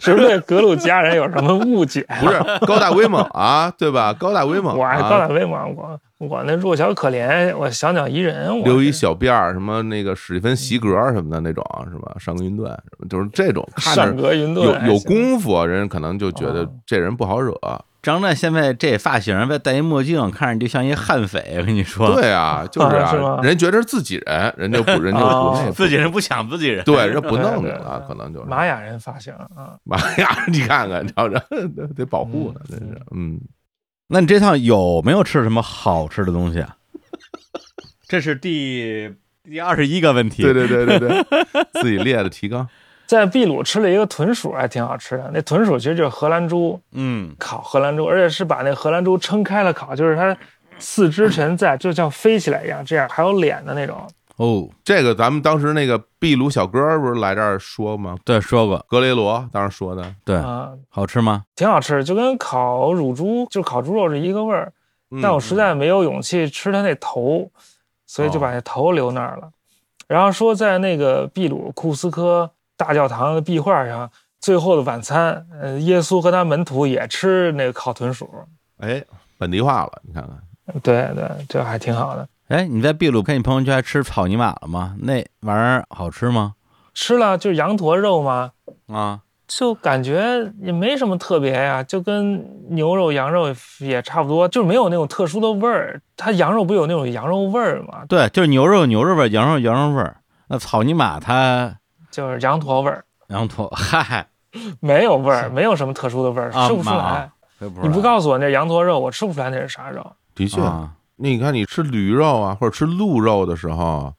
[SPEAKER 3] 是不是对格鲁吉亚人有什么 误解？
[SPEAKER 1] 不是高大威猛啊，对吧？高大威猛、啊，
[SPEAKER 3] 我还高大威猛，我我那弱小可怜，我小鸟依人，我
[SPEAKER 1] 留一小辫儿，什么那个史蒂芬席格什么的那种，是吧？上个云顿，什么就是这种看
[SPEAKER 3] 善
[SPEAKER 1] 着
[SPEAKER 3] 隔云顿还
[SPEAKER 1] 有有
[SPEAKER 3] 行
[SPEAKER 1] 功夫，啊人可能就觉得
[SPEAKER 3] 哦
[SPEAKER 1] 这人不好惹。
[SPEAKER 2] 张湛现在这发型，再戴一墨镜，看着就像一悍匪，我跟你说，
[SPEAKER 1] 对 啊，就是
[SPEAKER 3] 啊是吗
[SPEAKER 1] 啊，人觉得是自己人，人就不人就不
[SPEAKER 3] 哦
[SPEAKER 1] 那个，
[SPEAKER 2] 自己人不抢自己人，
[SPEAKER 1] 对，人不弄你
[SPEAKER 3] 对对
[SPEAKER 1] 了，
[SPEAKER 3] 对
[SPEAKER 1] 可能就是
[SPEAKER 3] 玛雅人发型啊，
[SPEAKER 1] 妈呀，你看看，你瞧着 得保护呢，真是，嗯，
[SPEAKER 2] 那你这趟有没有吃什么好吃的东西 啊？这是第第二十一个问题。
[SPEAKER 1] 对对对对对， 自己列的提纲，
[SPEAKER 3] 在秘鲁吃了一个豚鼠，还挺好吃的。那豚鼠其实就是荷兰猪，
[SPEAKER 2] 嗯，
[SPEAKER 3] 烤荷兰猪，而且是把那荷兰猪撑开了烤，就是它四肢全在，就像飞起来一样，这样还有脸的那种。
[SPEAKER 2] 哦，
[SPEAKER 1] 这个咱们当时那个秘鲁小哥不是来这儿说吗？
[SPEAKER 2] 对，说过，
[SPEAKER 1] 格雷罗当时说的，
[SPEAKER 2] 对，
[SPEAKER 3] 啊，
[SPEAKER 1] 嗯
[SPEAKER 2] 好吃吗？
[SPEAKER 3] 挺好吃，就跟烤乳猪，就烤猪肉是一个味儿。
[SPEAKER 1] 嗯哦
[SPEAKER 3] 但我实在没有勇气吃它那头，所以就把那头留那儿了。然后说在那个秘鲁库斯科大教堂的壁画上，《最后的晚餐》，呃，耶稣和他门徒也吃那个烤豚鼠。
[SPEAKER 1] 哎，本地化了，你看看，
[SPEAKER 3] 对对，这还挺好的。
[SPEAKER 2] 哎，你在秘鲁看你朋友圈吃草泥马了吗？那玩意儿好吃吗？
[SPEAKER 3] 吃了就是羊驼肉嘛，
[SPEAKER 2] 啊，
[SPEAKER 3] 就感觉也没什么特别呀、就跟牛肉、羊肉也差不多，就是没有那种特殊的味儿。它羊肉不有那种羊肉味儿嘛，
[SPEAKER 2] 对，就是牛肉有牛肉味儿，羊肉有羊肉味儿。那草泥马它
[SPEAKER 3] 就是羊驼味儿，
[SPEAKER 2] 羊驼， 嗨，
[SPEAKER 3] 没有味儿，没有什么特殊的味儿，
[SPEAKER 2] 啊
[SPEAKER 3] 吃不出
[SPEAKER 2] 马
[SPEAKER 3] 来。你
[SPEAKER 2] 你
[SPEAKER 3] 不告诉我那羊驼肉，我吃不出来那是啥肉。
[SPEAKER 1] 的确，
[SPEAKER 2] 啊？
[SPEAKER 1] 那你看你吃驴肉啊，或者吃鹿肉的时候，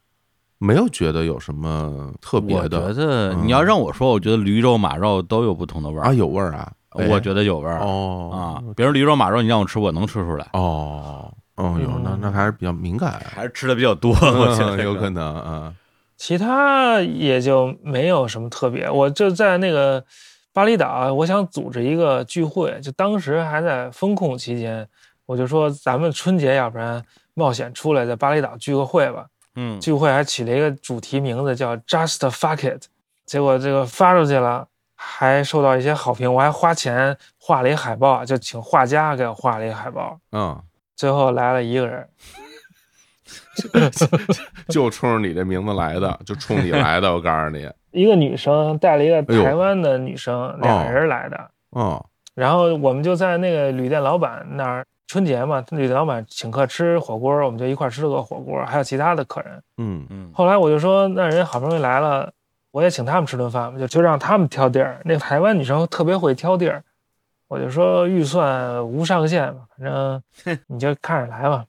[SPEAKER 1] 没有觉得有什么特别
[SPEAKER 2] 我觉
[SPEAKER 1] 的
[SPEAKER 2] 得
[SPEAKER 1] 嗯
[SPEAKER 2] 你要让我说，我觉得驴肉、马肉都有不同的味
[SPEAKER 1] 啊，
[SPEAKER 2] 儿，
[SPEAKER 1] 有味儿啊，哎
[SPEAKER 2] 我觉得有味儿啊
[SPEAKER 1] 哦。
[SPEAKER 2] 比如驴肉、马肉，你让我吃，我能吃出来。
[SPEAKER 1] 哦哦，有那
[SPEAKER 3] 嗯
[SPEAKER 1] 那还是比较敏感啊，
[SPEAKER 2] 还是吃的比较多，我觉
[SPEAKER 1] 嗯
[SPEAKER 2] 得
[SPEAKER 1] 有可能啊。
[SPEAKER 3] 其他也就没有什么特别。我就在那个巴厘岛，我想组织一个聚会，就当时还在风控期间，我就说咱们春节要不然冒险出来在巴厘岛聚个会吧。
[SPEAKER 2] 嗯，
[SPEAKER 3] 聚会还起了一个主题名字叫 “Just Fuck It”，结果这个发出去了，还受到一些好评，我还花钱画了一海报，就请画家给我画了一海报，
[SPEAKER 1] 嗯，
[SPEAKER 3] 最后来了一个人，
[SPEAKER 1] 就冲着你这名字来的，就冲你来的，我告诉你，
[SPEAKER 3] 一个女生带了一个台湾的女生，
[SPEAKER 1] 哎呦
[SPEAKER 3] 俩人来的。
[SPEAKER 1] 嗯
[SPEAKER 3] 然后我们就在那个旅店老板那儿，春节嘛，旅店老板请客吃火锅，我们就一块儿吃了个火锅，还有其他的客人。
[SPEAKER 1] 嗯
[SPEAKER 2] 嗯，
[SPEAKER 3] 后来我就说，那人好不容易来了，我也请他们吃顿饭吧，就就让他们挑地儿。那台湾女生特别会挑地儿，我就说预算无上限嘛，反正你就看着来吧，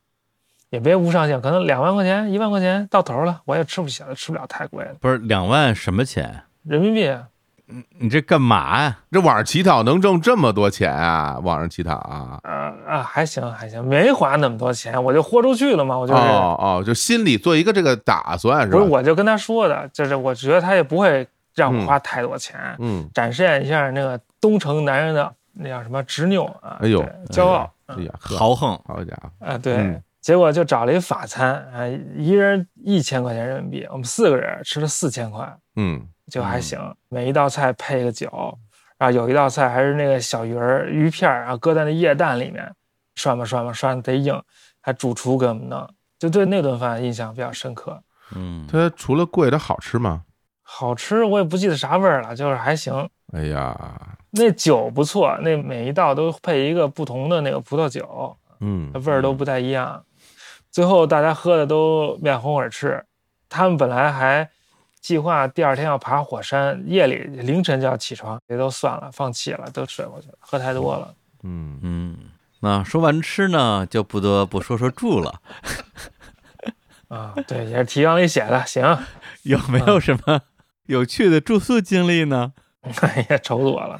[SPEAKER 3] 也别无上限，可能两万块钱、一万块钱到头了，我也吃不起了，吃不了太贵了，
[SPEAKER 2] 不是两万什么钱？
[SPEAKER 3] 人民币啊。
[SPEAKER 2] 你这干嘛呀？
[SPEAKER 1] 这网上乞讨能挣这么多钱啊？网上乞讨啊？
[SPEAKER 3] 啊啊，还行还行，没花那么多钱，我就豁出去了嘛，我就是。
[SPEAKER 1] 哦哦，就心里做一个这个打算是
[SPEAKER 3] 不
[SPEAKER 1] 吧？
[SPEAKER 3] 是，我就跟他说的，就是我觉得他也不会让我
[SPEAKER 1] 嗯
[SPEAKER 3] 花太多钱，
[SPEAKER 1] 嗯，
[SPEAKER 3] 展现一下那个东城男人的那叫什么执拗啊，
[SPEAKER 1] 哎呦
[SPEAKER 3] 对骄傲、嗯
[SPEAKER 1] 哎呀，呵
[SPEAKER 2] 豪横，
[SPEAKER 1] 好家伙，
[SPEAKER 3] 啊，对。
[SPEAKER 1] 嗯
[SPEAKER 3] 结果就找了一法餐，啊，一人一千块钱人民币，我们四个人吃了四千块，
[SPEAKER 1] 嗯
[SPEAKER 3] 就还行。每一道菜配个酒，然后有一道菜还是那个小鱼儿鱼片儿，然后搁在那液氮里面涮吧涮吧涮得硬，还主厨给我们弄，就对那顿饭印象比较深刻。
[SPEAKER 2] 嗯，
[SPEAKER 1] 它除了贵，它好吃吗？
[SPEAKER 3] 好吃，我也不记得啥味儿了，就是还行。
[SPEAKER 1] 哎呀，
[SPEAKER 3] 那酒不错，那每一道都配一个不同的那个葡萄酒，
[SPEAKER 1] 嗯
[SPEAKER 3] 味儿都不太一样。最后大家喝的都面红耳赤，他们本来还计划第二天要爬火山，夜里凌晨就要起床，也都算了，放弃了，都睡过去了，喝太多了。
[SPEAKER 1] 嗯，
[SPEAKER 2] 嗯，那说完吃呢，就不得不说说住了，
[SPEAKER 3] 啊，对，也是提纲里写的，行，
[SPEAKER 2] 有没有什么嗯有趣的住宿经历 呢？
[SPEAKER 3] 也愁死我了。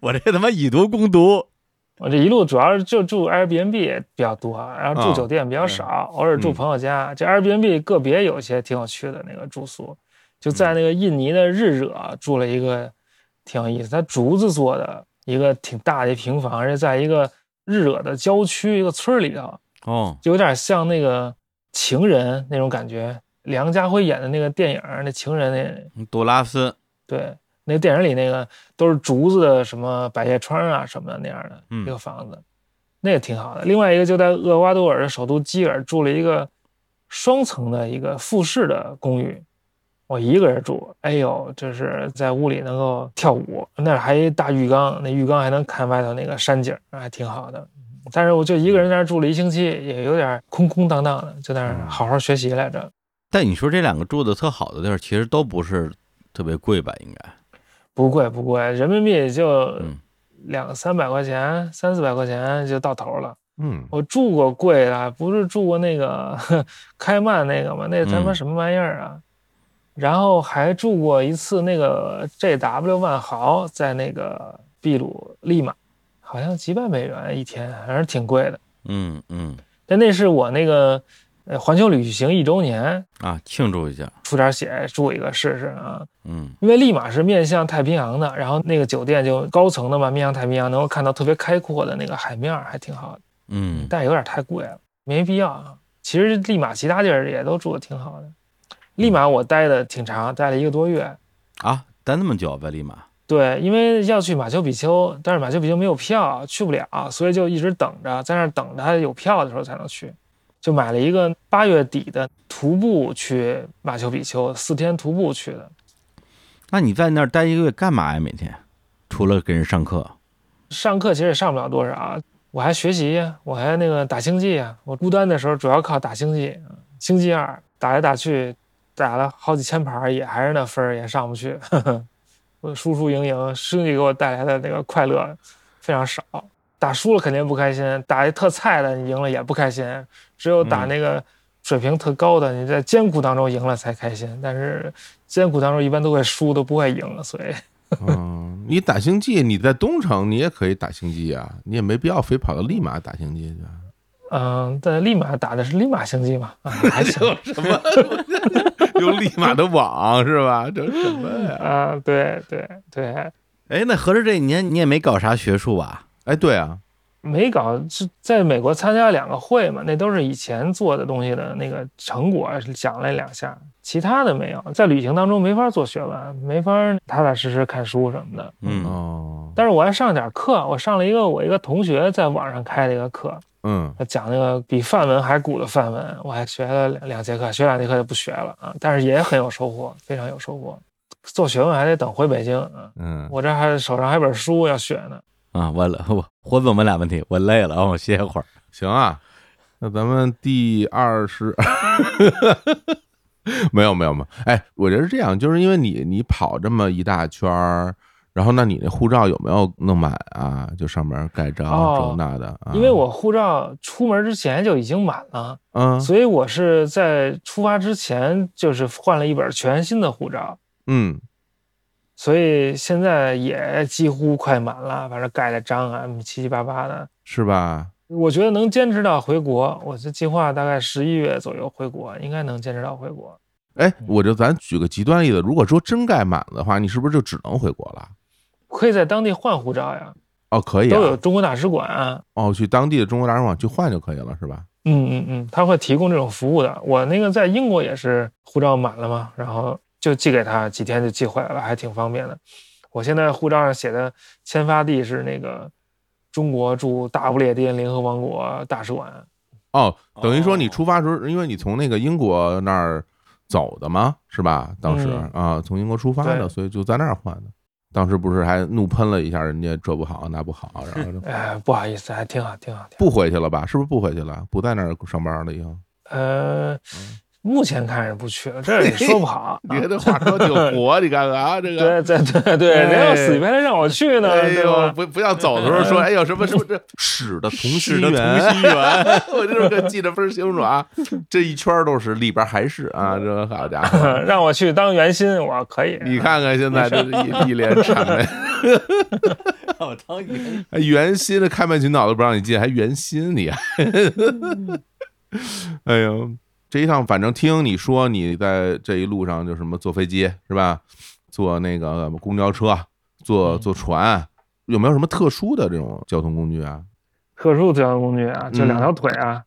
[SPEAKER 2] 我这他妈以毒攻毒，
[SPEAKER 3] 我这一路主要是就住 Airbnb 比较多，然后
[SPEAKER 1] 啊
[SPEAKER 3] 住酒店比较少，偶尔住朋友家。这 Airbnb 个别有一些挺有趣的那个住宿，就在那个印尼的日惹住了一个挺有意思，它竹子做的一个挺大的一平房，而且在一个日惹的郊区一个村儿里头，
[SPEAKER 2] 哦，
[SPEAKER 3] 就有点像那个情人那种感觉。梁家辉演的那个电影儿，那情人那
[SPEAKER 2] 嗯杜拉斯，
[SPEAKER 3] 对，那个电影里那个都是竹子的什么百叶窗啊什么的那样的
[SPEAKER 2] 嗯
[SPEAKER 3] 一个房子，那个挺好的。另外一个就在厄瓜多尔的首都基尔住了一个双层的一个复式的公寓，我一个人住，哎呦，就是在屋里能够跳舞，那儿还一大浴缸，那浴缸还能看外头那个山景儿，还挺好的。但是我就一个人在那儿住了一星期，也有点空空荡荡的，就在那儿好好学习来着。
[SPEAKER 2] 但你说这两个住的特好的地儿，其实都不是特别贵吧？应该，
[SPEAKER 3] 不贵不贵，人民币也就
[SPEAKER 2] 嗯
[SPEAKER 3] 两三百块钱、三四百块钱就到头了。
[SPEAKER 1] 嗯，
[SPEAKER 3] 我住过贵的，不是住过那个 开曼那个吗？那他妈
[SPEAKER 2] 嗯
[SPEAKER 3] 什么玩意儿啊！然后还住过一次那个 JW 万豪，在那个秘鲁利马，好像几百美元一天，还是挺贵的。
[SPEAKER 2] 嗯嗯，
[SPEAKER 3] 但那是我那个呃环球旅行一周年，
[SPEAKER 2] 啊，庆祝一下，
[SPEAKER 3] 出点血住一个试试啊。
[SPEAKER 2] 嗯
[SPEAKER 3] 因为利马是面向太平洋的，然后那个酒店就高层的嘛，面向太平洋，能够看到特别开阔的那个海面儿，还挺好的，
[SPEAKER 2] 嗯，
[SPEAKER 3] 但有点太贵了，没必要啊。其实利马其他地儿也都住的挺好的，利马我待的挺长，待了一个多月。
[SPEAKER 2] 啊，待那么久呗，立马，
[SPEAKER 3] 对，因为要去马丘比丘，但是马丘比丘没有票，去不了，所以就一直等着，在那儿等着它有票的时候才能去。就买了一个八月底的徒步去马丘比丘，四天徒步去的。
[SPEAKER 2] 那你在那儿待一个月干嘛呀？每天除了给人上课，
[SPEAKER 3] 上课其实也上不了多少啊，我还学习呀，我还那个打星际啊。我孤单的时候主要靠打星际，嗯星际二打来打去，打了好几千盘儿，也还是那分儿，也上不去。 呵呵我输输赢赢，星际给我带来的那个快乐非常少。打输了肯定不开心，打一特菜的你赢了也不开心，只有打那个水平特高的，你在艰苦当中赢了才开心。但是艰苦当中一般都会输，都不会赢，所以。
[SPEAKER 1] 嗯，你打 星际，你在东城你也可以打星际啊，你也没必要非跑到利马打星际去啊。
[SPEAKER 3] 嗯，但利马打的是利马星际嘛，啊，还行
[SPEAKER 1] 什么？用立马的网是吧？这什么呀？
[SPEAKER 3] 啊，对对对，
[SPEAKER 2] 哎，那合着这一年你也没搞啥学术吧？
[SPEAKER 1] 哎，对啊，
[SPEAKER 3] 没搞是在美国参加两个会嘛，那都是以前做的东西的那个成果，讲了两下，其他的没有。在旅行当中没法做学问，没法踏踏实实看书什么的。
[SPEAKER 2] 嗯
[SPEAKER 1] 哦，
[SPEAKER 3] 但是我还上点课，我上了一个我一个同学在网上开的一个课，
[SPEAKER 1] 嗯，
[SPEAKER 3] 他讲那个比范文还古的范文，我还学了两两节课，学两节课就不学了啊，但是也很有收获，非常有收获。做学问还得等回北京啊，
[SPEAKER 1] 嗯，
[SPEAKER 3] 我这还手上还有本书要选呢。
[SPEAKER 2] 啊，我我活子我们俩问题，我累了，让我歇会儿。
[SPEAKER 1] 行啊，那咱们第二十， 没有没有没有，哎，我觉得是这样，就是因为你你跑这么一大圈儿，然后那你那护照有没有弄满啊？就上面盖章
[SPEAKER 3] 哦
[SPEAKER 1] 这那的，啊
[SPEAKER 3] 因为我护照出门之前就已经满了，
[SPEAKER 1] 嗯
[SPEAKER 3] 所以我是在出发之前就是换了一本全新的护照，
[SPEAKER 1] 嗯
[SPEAKER 3] 所以现在也几乎快满了，反正盖的章啊七七八八的。
[SPEAKER 1] 是吧？
[SPEAKER 3] 我觉得能坚持到回国，我这计划大概十一月左右回国，应该能坚持到回国。
[SPEAKER 1] 哎，我就咱举个极端例子，如果说真盖满的话，你是不是就只能回国了？
[SPEAKER 3] 可以在当地换护照呀，
[SPEAKER 1] 哦，可以、啊，
[SPEAKER 3] 都有中国大使馆、啊。
[SPEAKER 1] 哦，去当地的中国大使馆去换就可以了，是吧？
[SPEAKER 3] 嗯嗯嗯，他会提供这种服务的。我那个在英国也是护照满了嘛，然后就寄给他，几天就寄回来了，还挺方便的。我现在护照上写的签发地是那个中国驻大不列颠联合王国大使馆。
[SPEAKER 1] 哦，等于说你
[SPEAKER 2] 哦
[SPEAKER 1] 出发时候，因为你从那个英国那儿走的嘛，是吧？当时
[SPEAKER 3] 嗯
[SPEAKER 1] 啊，从英国出发的，
[SPEAKER 3] 对
[SPEAKER 1] 所以就在那儿换的。当时不是还怒喷了一下人家这不好那不好，然后就
[SPEAKER 3] 哎，不好意思，还挺好，挺好，挺好。
[SPEAKER 1] 不回去了吧？是不是不回去了？不在那儿上班了以 后？。
[SPEAKER 3] 呃，目前看是不去了，这也说不好
[SPEAKER 1] 你看这话说挺活，你看看啊，这个。
[SPEAKER 3] 对对对对，
[SPEAKER 1] 哎
[SPEAKER 3] 人要死皮赖脸让我去呢，
[SPEAKER 1] 哎
[SPEAKER 3] 对
[SPEAKER 1] 呦，
[SPEAKER 3] 吧？
[SPEAKER 1] 不不要走的时候说，哎呦什么什么这屎的同心
[SPEAKER 2] 的
[SPEAKER 1] 圆
[SPEAKER 2] 同，心圆，
[SPEAKER 1] 我这个记得分清楚啊，这一圈都是里边还是啊，这好家伙，
[SPEAKER 3] 让我去当袁心，我可以。
[SPEAKER 1] 你看看现在这一一脸谄媚，
[SPEAKER 2] 我当年
[SPEAKER 1] 还圆心的开曼群岛都不让你进，还圆心你还？
[SPEAKER 3] 嗯
[SPEAKER 1] 哎呦，这一趟反正听你说你在这一路上就什么坐飞机是吧？坐那个公交车，
[SPEAKER 3] 嗯
[SPEAKER 1] 坐坐船，有没有什么特殊的这种交通工具啊？
[SPEAKER 3] 特殊交通工具啊，就
[SPEAKER 1] 嗯
[SPEAKER 3] 两条腿啊。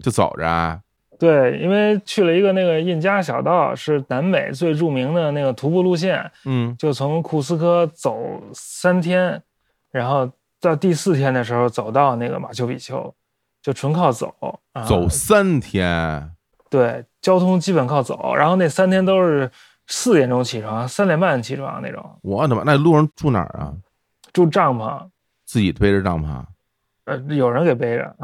[SPEAKER 1] 就走着啊？
[SPEAKER 3] 对，因为去了一个那个印加小道，是南美最著名的那个徒步路线，
[SPEAKER 1] 嗯，
[SPEAKER 3] 就从库斯科走三天，然后到第四天的时候走到那个马丘比丘，就纯靠走。啊、
[SPEAKER 1] 走三天，
[SPEAKER 3] 对，交通基本靠走，然后那三天都是四点钟起床，三点半起床那种，
[SPEAKER 1] 我的妈！那路上住哪儿啊？
[SPEAKER 3] 住帐篷，
[SPEAKER 1] 自己背着帐篷？啊
[SPEAKER 3] 呃，有人给背着。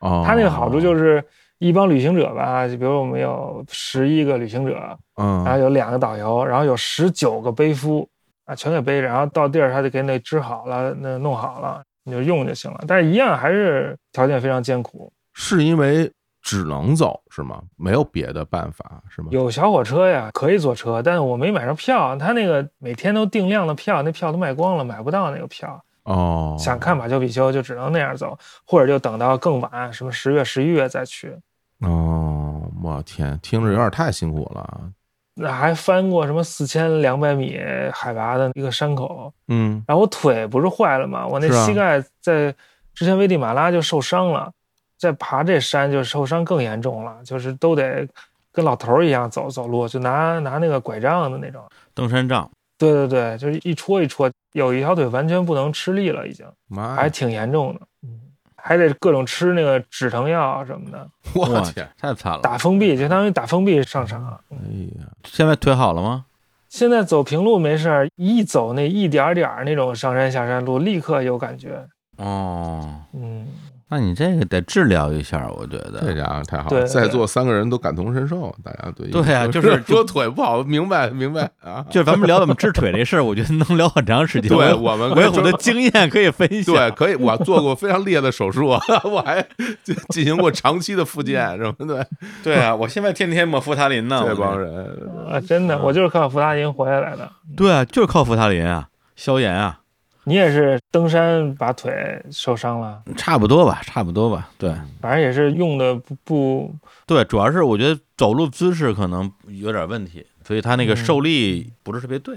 [SPEAKER 1] 哦，，
[SPEAKER 3] 他那个好处就是是一帮旅行者吧，就比如我们有十一个旅行者，
[SPEAKER 1] 嗯，
[SPEAKER 3] 然后有两个导游，然后有十九个背夫啊，全给背着，然后到地儿他就给你支好了，那弄好了，你就用就行了。但是一样还是条件非常艰苦，
[SPEAKER 1] 是因为只能走是吗？没有别的办法是吗？
[SPEAKER 3] 有小火车呀，可以坐车，但是我没买上票，他那个每天都定量的票，那票都卖光了，买不到那个票。
[SPEAKER 1] 哦，
[SPEAKER 3] 想看马丘比丘就只能那样走，或者就等到更晚，什么十月、十一月再去。
[SPEAKER 1] 哦，我天，听着有点太辛苦了。
[SPEAKER 3] 那还翻过什么四千两百米海拔的一个山口，
[SPEAKER 1] 嗯，
[SPEAKER 3] 然后我腿不是坏了吗？我那
[SPEAKER 1] 是啊
[SPEAKER 3] 膝盖在之前危地马拉就受伤了，在爬这山就受伤更严重了，就是都得跟老头儿一样走走路，就拿拿那个拐杖的那种。
[SPEAKER 2] 登山杖，
[SPEAKER 3] 对对对，就是一戳一戳，有一条腿完全不能吃力了，已经
[SPEAKER 1] 妈
[SPEAKER 3] 还
[SPEAKER 1] 呀，
[SPEAKER 3] 挺严重的，嗯，还得各种吃那个止疼药啊什么的，
[SPEAKER 1] 我
[SPEAKER 2] 哇
[SPEAKER 1] 天，，
[SPEAKER 2] 太惨了。
[SPEAKER 3] 打封闭，就相当于打封闭上场。
[SPEAKER 1] 哎呀，
[SPEAKER 2] 现在腿好了吗？
[SPEAKER 3] 现在走平路没事儿，一走那一点儿点儿那种上山下山路，立刻有感觉，
[SPEAKER 2] 哦，
[SPEAKER 3] 嗯。
[SPEAKER 2] 那你这个得治疗一下，我觉
[SPEAKER 1] 这
[SPEAKER 2] 得。
[SPEAKER 1] 家伙太好了，
[SPEAKER 3] 对
[SPEAKER 1] 在座三个人都感同身受，大家对
[SPEAKER 2] 对啊
[SPEAKER 1] 就
[SPEAKER 2] 就是
[SPEAKER 1] 说腿不好，明白明白啊，
[SPEAKER 2] 就是咱们聊咱们治腿这事儿，我觉得能聊很长时间。
[SPEAKER 1] 对
[SPEAKER 2] 我
[SPEAKER 1] 我们
[SPEAKER 2] 我有我的经验可以分享。
[SPEAKER 1] 对，可以，我做过非常烈的手术， 我还进进行过长期的复健什么的，
[SPEAKER 2] 对啊，我现在天天抹扶他林呢
[SPEAKER 1] 这帮人
[SPEAKER 2] 啊
[SPEAKER 3] 啊，真的，我就是靠扶他林活下来的。
[SPEAKER 2] 对啊，就是靠扶他林啊，消炎啊。
[SPEAKER 3] 你也是登山把腿受伤了，
[SPEAKER 2] 差不多吧，差不多吧，对
[SPEAKER 3] 反正也是用的不不
[SPEAKER 2] 嗯对，主要是我觉得走路姿势可能有点问题，所以他那个
[SPEAKER 3] 嗯
[SPEAKER 2] 受力不是特别对，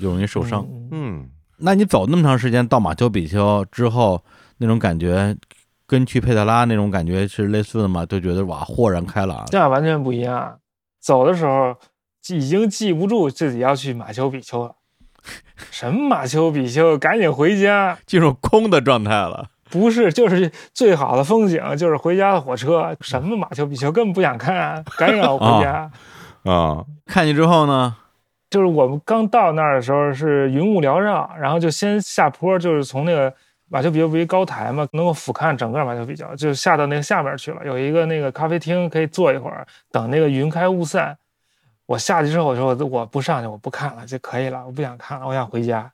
[SPEAKER 2] 就容易受伤。。
[SPEAKER 3] 嗯嗯
[SPEAKER 1] 嗯，
[SPEAKER 2] 那你走那么长时间到马丘比丘之后，那种感觉跟去佩特拉那种感觉是类似的吗？就觉得哇，豁然开朗。
[SPEAKER 3] 这样完全不一样。走的时候记已经记不住自己要去马丘比丘了，什么马丘比丘，赶紧回家。
[SPEAKER 2] 进入空的状态了。
[SPEAKER 3] 不是，就是最好的风景，就是回家的火车。什么马丘比丘，根本不想看，赶紧让我回家。
[SPEAKER 1] 啊，
[SPEAKER 2] 看见之后呢，
[SPEAKER 3] 就是我们刚到那儿的时候是云雾缭绕，然后就先下坡，就是从那个马丘比丘不是一高台嘛，能够俯瞰整个马丘比丘，就下到那个下面去了。有一个那个咖啡厅可以坐一会儿，等那个云开雾散。我下去之后，我说我我不上去，我不看了就可以了，我不想看了，我想回家。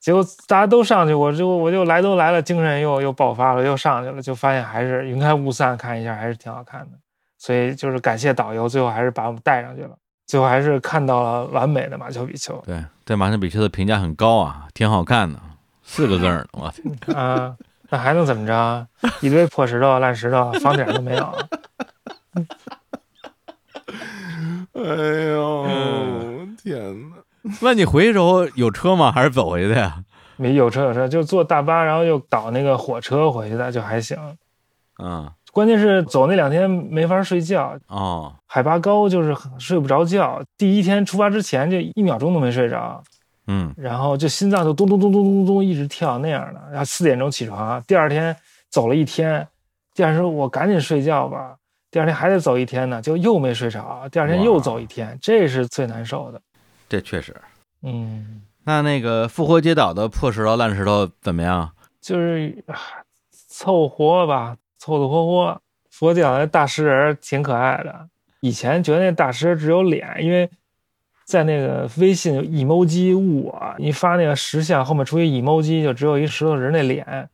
[SPEAKER 3] 结果大家都上去，我就我就来都来了，精神又又爆发了，又上去了，就发现还是云开雾散，看一下还是挺好看的。所以就是感谢导游，最后还是把我们带上去了。最后还是看到了完美的马丘比丘
[SPEAKER 2] 对对马丘比丘的评价很高啊，挺好看的，四个字儿呢，我操！
[SPEAKER 3] 啊，那还能怎么着？啊一堆破石头、烂石头，房顶都没有。
[SPEAKER 1] 哎呦，
[SPEAKER 2] 嗯
[SPEAKER 1] 天哪！
[SPEAKER 2] 那你回去时候有车吗？还是走回去的呀？
[SPEAKER 3] 没有车有车，就坐大巴，然后又倒那个火车回去的，就还行。
[SPEAKER 2] 嗯，
[SPEAKER 3] 关键是走那两天没法睡觉，
[SPEAKER 2] 哦，
[SPEAKER 3] 海拔高就是很睡不着觉。第一天出发之前就一秒钟都没睡着，
[SPEAKER 2] 嗯，
[SPEAKER 3] 然后就心脏就咚咚咚咚咚咚一直跳那样的。然后四点钟起床，第二天走了一天，第二天说我赶紧睡觉吧，第二天还得走一天呢，就又没睡着，第二天又
[SPEAKER 2] 哇
[SPEAKER 3] 走一天，这是最难受的。
[SPEAKER 2] 这确实。
[SPEAKER 3] 嗯，
[SPEAKER 2] 那那个复活节岛的破石头、烂石头怎么样？
[SPEAKER 3] 就是啊凑合吧，凑凑合合。佛教那大石人儿挺可爱的，以前觉得那大石人只有脸，因为在那个微信 emoji 物啊，你发那个石像后面出一 emoji，就只有一石头人那脸，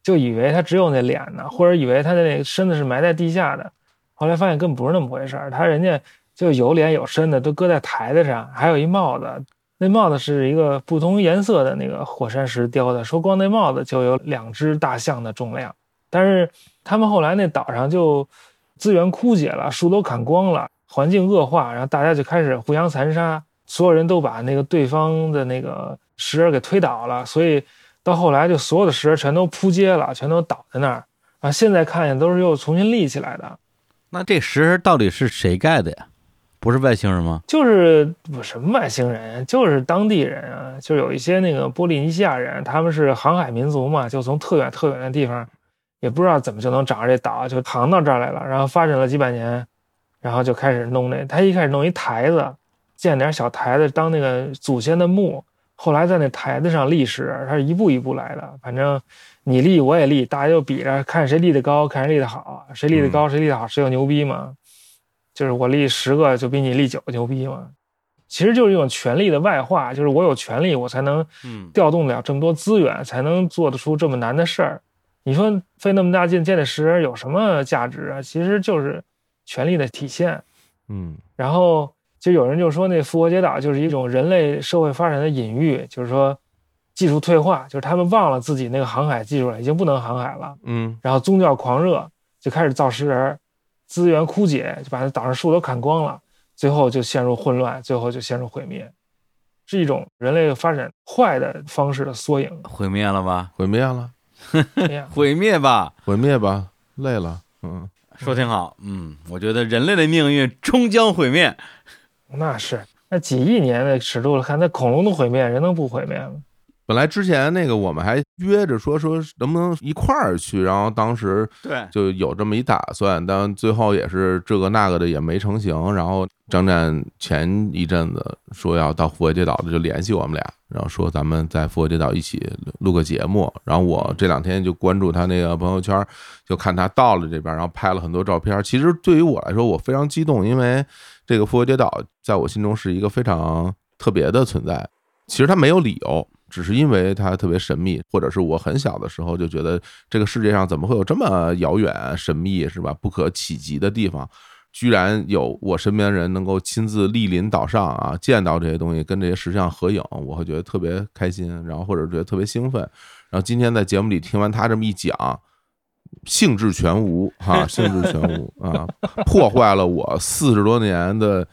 [SPEAKER 3] 就以为他只有那脸呢，或者以为他的那个身子是埋在地下的，后来发现根本不是那么回事儿，他人家就有脸有身子，都搁在台子上，还有一帽子，那帽子是一个不同颜色的那个火山石雕的，说光那帽子就有两只大象的重量。但是他们后来那岛上就资源枯竭了，树都砍光了，环境恶化，然后大家就开始互相残杀，所有人都把那个对方的那个石人给推倒了，所以到后来就所有的石人全都扑街了，全都倒在那儿。啊，现在看见都是又重新立起来的，
[SPEAKER 2] 那这石到底是谁盖的呀？不是外星人吗？
[SPEAKER 3] 就是不什么外星人，就是当地人啊，就有一些那个波利尼西亚人，他们是航海民族嘛，就从特远特远的地方，也不知道怎么就能找着这岛，就航到这儿来了，然后发展了几百年，然后就开始弄那，他一开始弄一台子，建点小台子当那个祖先的墓，后来在那台子上立石，他是一步一步来的，反正你立我也立，大家就比着看谁立得高，看谁立得好，谁立得高谁立得好谁就牛逼嘛。就是我立十个就比你立九个牛逼嘛。其实就是一种权力的外化，就是我有权力，我才能
[SPEAKER 2] 嗯，
[SPEAKER 3] 调动了这么多资源，才能做得出这么难的事儿。你说费那么大劲建这石人有什么价值啊？其实就是权力的体现。
[SPEAKER 1] 嗯
[SPEAKER 3] 然后就有人就说那复活节岛就是一种人类社会发展的隐喻，就是说技术退化，就是他们忘了自己那个航海技术了，已经不能航海了。
[SPEAKER 1] 嗯
[SPEAKER 3] 然后宗教狂热就开始造石人儿，资源枯竭就把那岛上树都砍光了，最后就陷入混乱，最后就陷入毁灭，是一种人类发展坏的方式的缩影。
[SPEAKER 2] 毁灭了吧？
[SPEAKER 1] 毁灭了，
[SPEAKER 3] 这样
[SPEAKER 2] 毁灭吧！
[SPEAKER 1] 毁灭吧，累了，嗯，
[SPEAKER 2] 说挺好，嗯，我觉得人类的命运终将毁灭。
[SPEAKER 3] 那是那几亿年的尺度了，看那恐龙都毁灭，人能不毁灭吗？
[SPEAKER 1] 本来之前那个我们还约着说说能不能一块儿去，然后当时
[SPEAKER 2] 对，
[SPEAKER 1] 就有这么一打算，但最后也是这个那个的也没成型。然后张战前一阵子说要到复活节岛的，就联系我们俩，然后说咱们在复活节岛一起录个节目。然后我这两天就关注他那个朋友圈，就看他到了这边，然后拍了很多照片。其实对于我来说，我非常激动，因为这个复活节岛在我心中是一个非常特别的存在。其实它没有理由，只是因为它特别神秘，或者是我很小的时候就觉得这个世界上怎么会有这么遥远、神秘是吧？不可企及的地方。居然有我身边人能够亲自莅临岛上啊，见到这些东西，跟这些石像合影，我会觉得特别开心，然后或者觉得特别兴奋。然后今天在节目里听完他这么一讲，兴致全无 哈，兴致全无啊，破坏了我四十多年的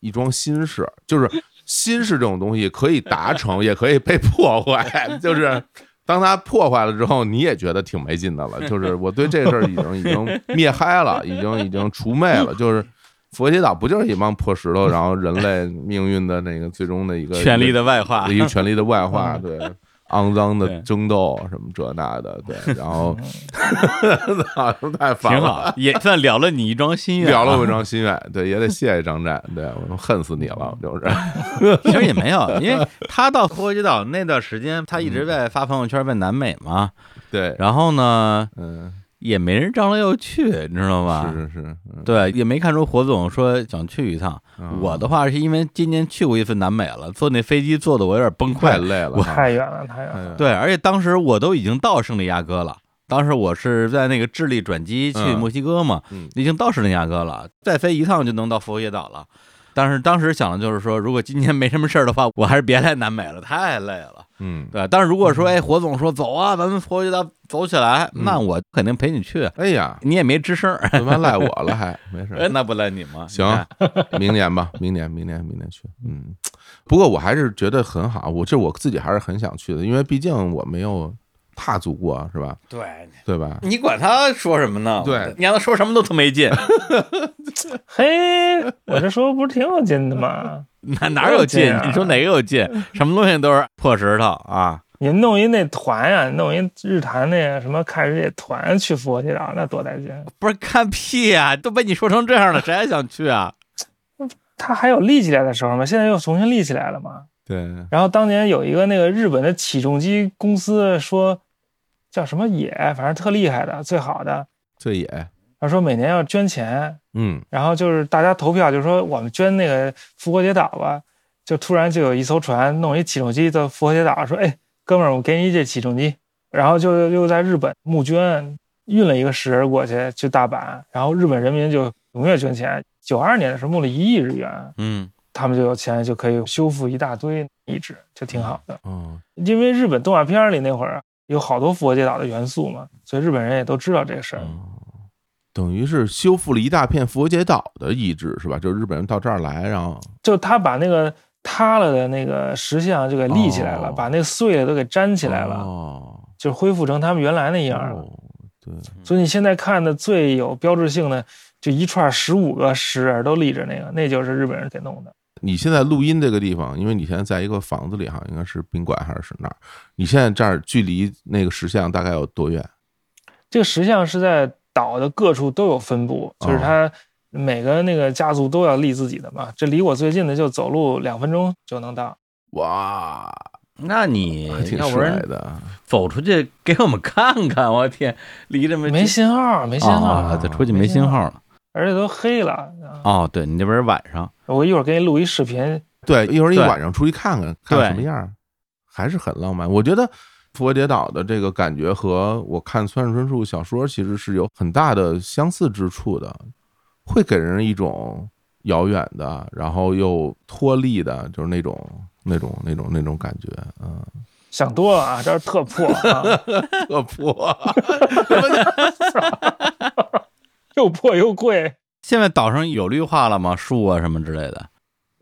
[SPEAKER 1] 一桩心事，就是心事这种东西可以达 成，也可以被破坏，就是。当它破坏了之后，你也觉得挺没劲的 了。就是我对这事儿已经已经灭嗨了，已经已经除魅了。就是佛杰岛不就是一帮破石头，然后人类命运的那个最终的一个
[SPEAKER 2] 权力的外化
[SPEAKER 1] 对，一个权力的外化，对，肮脏的
[SPEAKER 2] 啊嗯对
[SPEAKER 1] 争斗什么这那的， 对，然后 操太烦
[SPEAKER 2] 嗯挺
[SPEAKER 1] 了。
[SPEAKER 2] 好，也算了了你一桩心愿啊。
[SPEAKER 1] 聊了我一桩心愿，对，也得谢谢张湛，对我恨死你了，就是
[SPEAKER 2] 其实也没有， 因为他到佛吉岛那段时间，他一直在发朋友圈问南美嘛，
[SPEAKER 1] 对，
[SPEAKER 2] 然后呢，
[SPEAKER 1] 嗯，
[SPEAKER 2] 也没人张罗要去，你知道吧？
[SPEAKER 1] 是是是，嗯
[SPEAKER 2] 对，也没看出火总说想去一趟。
[SPEAKER 1] 嗯
[SPEAKER 2] 我的话是因为今年去过一次南美了，坐那飞机坐的我有点崩
[SPEAKER 1] 太
[SPEAKER 2] 溃。
[SPEAKER 1] 累了，哎
[SPEAKER 2] 我
[SPEAKER 1] 太
[SPEAKER 3] 太远了，太远了。
[SPEAKER 1] 太
[SPEAKER 2] 对，而且当时我都已经到圣地亚哥了，当时我是在那个智利转机去
[SPEAKER 1] 嗯
[SPEAKER 2] 墨西哥嘛，
[SPEAKER 1] 嗯
[SPEAKER 2] 已经到圣地亚哥了，再飞一趟就能到佛耶岛了。但是当时想的就是说，如果今年没什么事儿的话，我还是别来南美了，太累了。
[SPEAKER 1] 嗯，
[SPEAKER 2] 对，但是如果说，哎，火总说走啊，咱们佛耶岛走起来，
[SPEAKER 1] 嗯
[SPEAKER 2] 那我肯定陪你去，
[SPEAKER 1] 哎呀，
[SPEAKER 2] 你也没吱声儿，
[SPEAKER 1] 他妈赖我了还没事，
[SPEAKER 2] 哎那不赖你吗？
[SPEAKER 1] 行
[SPEAKER 2] 你看，
[SPEAKER 1] 明年吧，明年，明年，明年去。嗯，不过我还是觉得很好，我这我自己还是很想去的，因为毕竟我没有踏足过，是吧？
[SPEAKER 2] 对，
[SPEAKER 1] 对吧？
[SPEAKER 2] 你管他说什么呢？
[SPEAKER 1] 对
[SPEAKER 2] 你让他说什么都特 没劲，
[SPEAKER 3] 嘿，我这说不是挺有劲的吗？
[SPEAKER 2] 哪哪有
[SPEAKER 3] 没
[SPEAKER 2] 劲
[SPEAKER 3] 有劲？啊
[SPEAKER 2] 你说哪个有劲？什么东西都是破石头啊！
[SPEAKER 3] 你弄一那团呀、弄一日坛那个什么看世界团去佛吉岛，那多带劲！
[SPEAKER 2] 不是看屁呀、都被你说成这样了，谁还想去啊？
[SPEAKER 3] 他还有立起来的时候嘛，现在又重新立起来了嘛。
[SPEAKER 1] 对，
[SPEAKER 3] 然后当年有一个那个日本的起重机公司说，叫什么野，反正特厉害的，最好的。
[SPEAKER 1] 这也，
[SPEAKER 3] 他说每年要捐钱，
[SPEAKER 1] 嗯
[SPEAKER 3] 然后就是大家投票，就说我们捐那个复活节岛吧。就突然就有一艘船弄一起重机到复活节岛，说：“哎，哥们儿，我给你这起重机。”然后就又在日本募捐，运了一个石过去去大阪，然后日本人民就踊跃捐钱。九二年的时候募了一亿日元，
[SPEAKER 2] 嗯，
[SPEAKER 3] 他们就有钱就可以修复一大堆遗址，就挺好的。
[SPEAKER 1] 哦，
[SPEAKER 3] 因为日本动画片里那会儿有好多复活节岛的元素嘛，所以日本人也都知道这个事儿。
[SPEAKER 1] 嗯等于是修复了一大片佛节岛的遗址，是吧？就是日本人到这儿来，然后
[SPEAKER 3] 就他把那个塌了的那个石像就给立起来了，
[SPEAKER 1] 哦
[SPEAKER 3] 把那个碎的都给粘起来了，
[SPEAKER 1] 哦，
[SPEAKER 3] 就恢复成他们原来那样了。
[SPEAKER 1] 哦对，
[SPEAKER 3] 所以你现在看的最有标志性的，就一串十五个石人都立着那个，那就是日本人给弄的。
[SPEAKER 1] 你现在录音这个地方，因为你现在在一个房子里哈，应该是宾馆还是哪儿？你现在这儿距离那个石像大概有多远？
[SPEAKER 3] 这个石像是在岛的各处都有分布，
[SPEAKER 1] 哦
[SPEAKER 3] 就是它每个那个家族都要立自己的嘛。这离我最近的就走路两分钟就能到。
[SPEAKER 1] 哇，
[SPEAKER 2] 那你
[SPEAKER 1] 还挺
[SPEAKER 2] 呃要不
[SPEAKER 1] 帅
[SPEAKER 2] 然
[SPEAKER 1] 的。啊
[SPEAKER 2] 走出去 给我们看看，我天，离这么
[SPEAKER 3] 没信号，没信
[SPEAKER 2] 啊
[SPEAKER 3] 号，
[SPEAKER 1] 哦
[SPEAKER 2] 啊，对，出去没信号了。
[SPEAKER 3] 而且都黑了。啊
[SPEAKER 2] 哦，对你这边是晚 上，
[SPEAKER 3] 我一会儿给你录一视频，
[SPEAKER 1] 对，一会儿一
[SPEAKER 2] 对
[SPEAKER 1] 晚上出去看看，看
[SPEAKER 2] 对
[SPEAKER 1] 什么样儿，还是很浪漫。我觉得佛节岛的这个感觉和我看村上春树小说其实是有很大的相似之处的，会给人一种遥远的，然后又脱力的，就是那种那种那种那种感觉，嗯，
[SPEAKER 3] 想多了啊，这是特破啊，
[SPEAKER 1] 特破。
[SPEAKER 3] 又破又贵，
[SPEAKER 2] 现在岛上有绿化了吗？树啊什么之类的。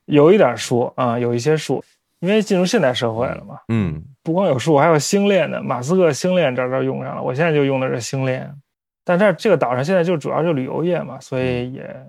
[SPEAKER 3] 有一点树啊，有一些树，因为进入现代社会了嘛，
[SPEAKER 1] 嗯，
[SPEAKER 3] 不光有树，还有星链的。马斯克星链这儿都用上了，我现在就用的是星链。但这儿这个岛上现在就主要就旅游业嘛，所
[SPEAKER 1] 嗯
[SPEAKER 3] 以也